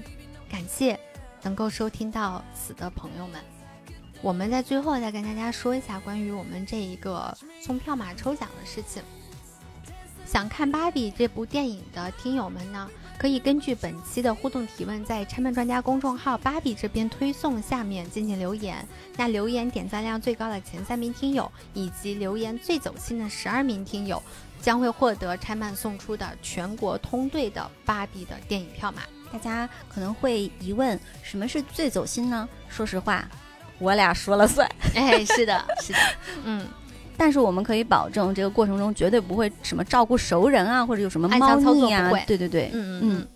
S1: 感谢能够收听到此的朋友们。我们在最后再跟大家说一下关于我们这一个送票码抽奖的事情。想看《芭比》这部电影的听友们呢，可以根据本期的互动提问，在拆漫专家公众号“芭比”这边推送下面进行留言。那留言点赞量最高的前三名听友，以及留言最走心的十二名听友，将会获得拆漫送出的全国通兑的《芭比》的电影票码。
S3: 大家可能会疑问，什么是最走心呢？说实话，我俩说了算。
S1: 哎，是的，是的，嗯，
S3: 但是我们可以保证，这个过程中绝对不会什么照顾熟人啊，或者有什么
S1: 暗箱
S3: 猫
S1: 操作
S3: 腻啊
S1: 不会。
S3: 对对对，
S1: 嗯
S3: 嗯
S1: 嗯。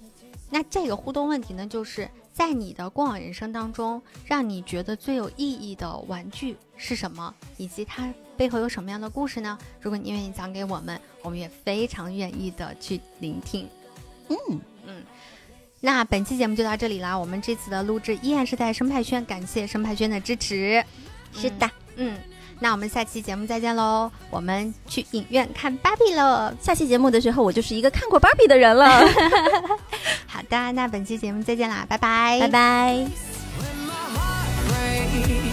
S1: 那这个互动问题呢，就是在你的过往人生当中，让你觉得最有意义的玩具是什么，以及它背后有什么样的故事呢？如果你愿意讲给我们，我们也非常愿意的去聆听。
S3: 嗯
S1: 嗯。那本期节目就到这里啦，我们这次的录制依然是在生派轩，感谢生派轩的支持。
S3: 是的，
S1: 嗯，那我们下期节目再见喽，我们去影院看芭比喽。
S3: 下期节目的时候，我就是一个看过芭比的
S1: [LAUGHS]
S3: 人了。
S1: 好的，那本期节目再见啦，拜
S3: 拜拜。
S1: [LAUGHS]
S3: [LAUGHS]
S5: When my heart breaks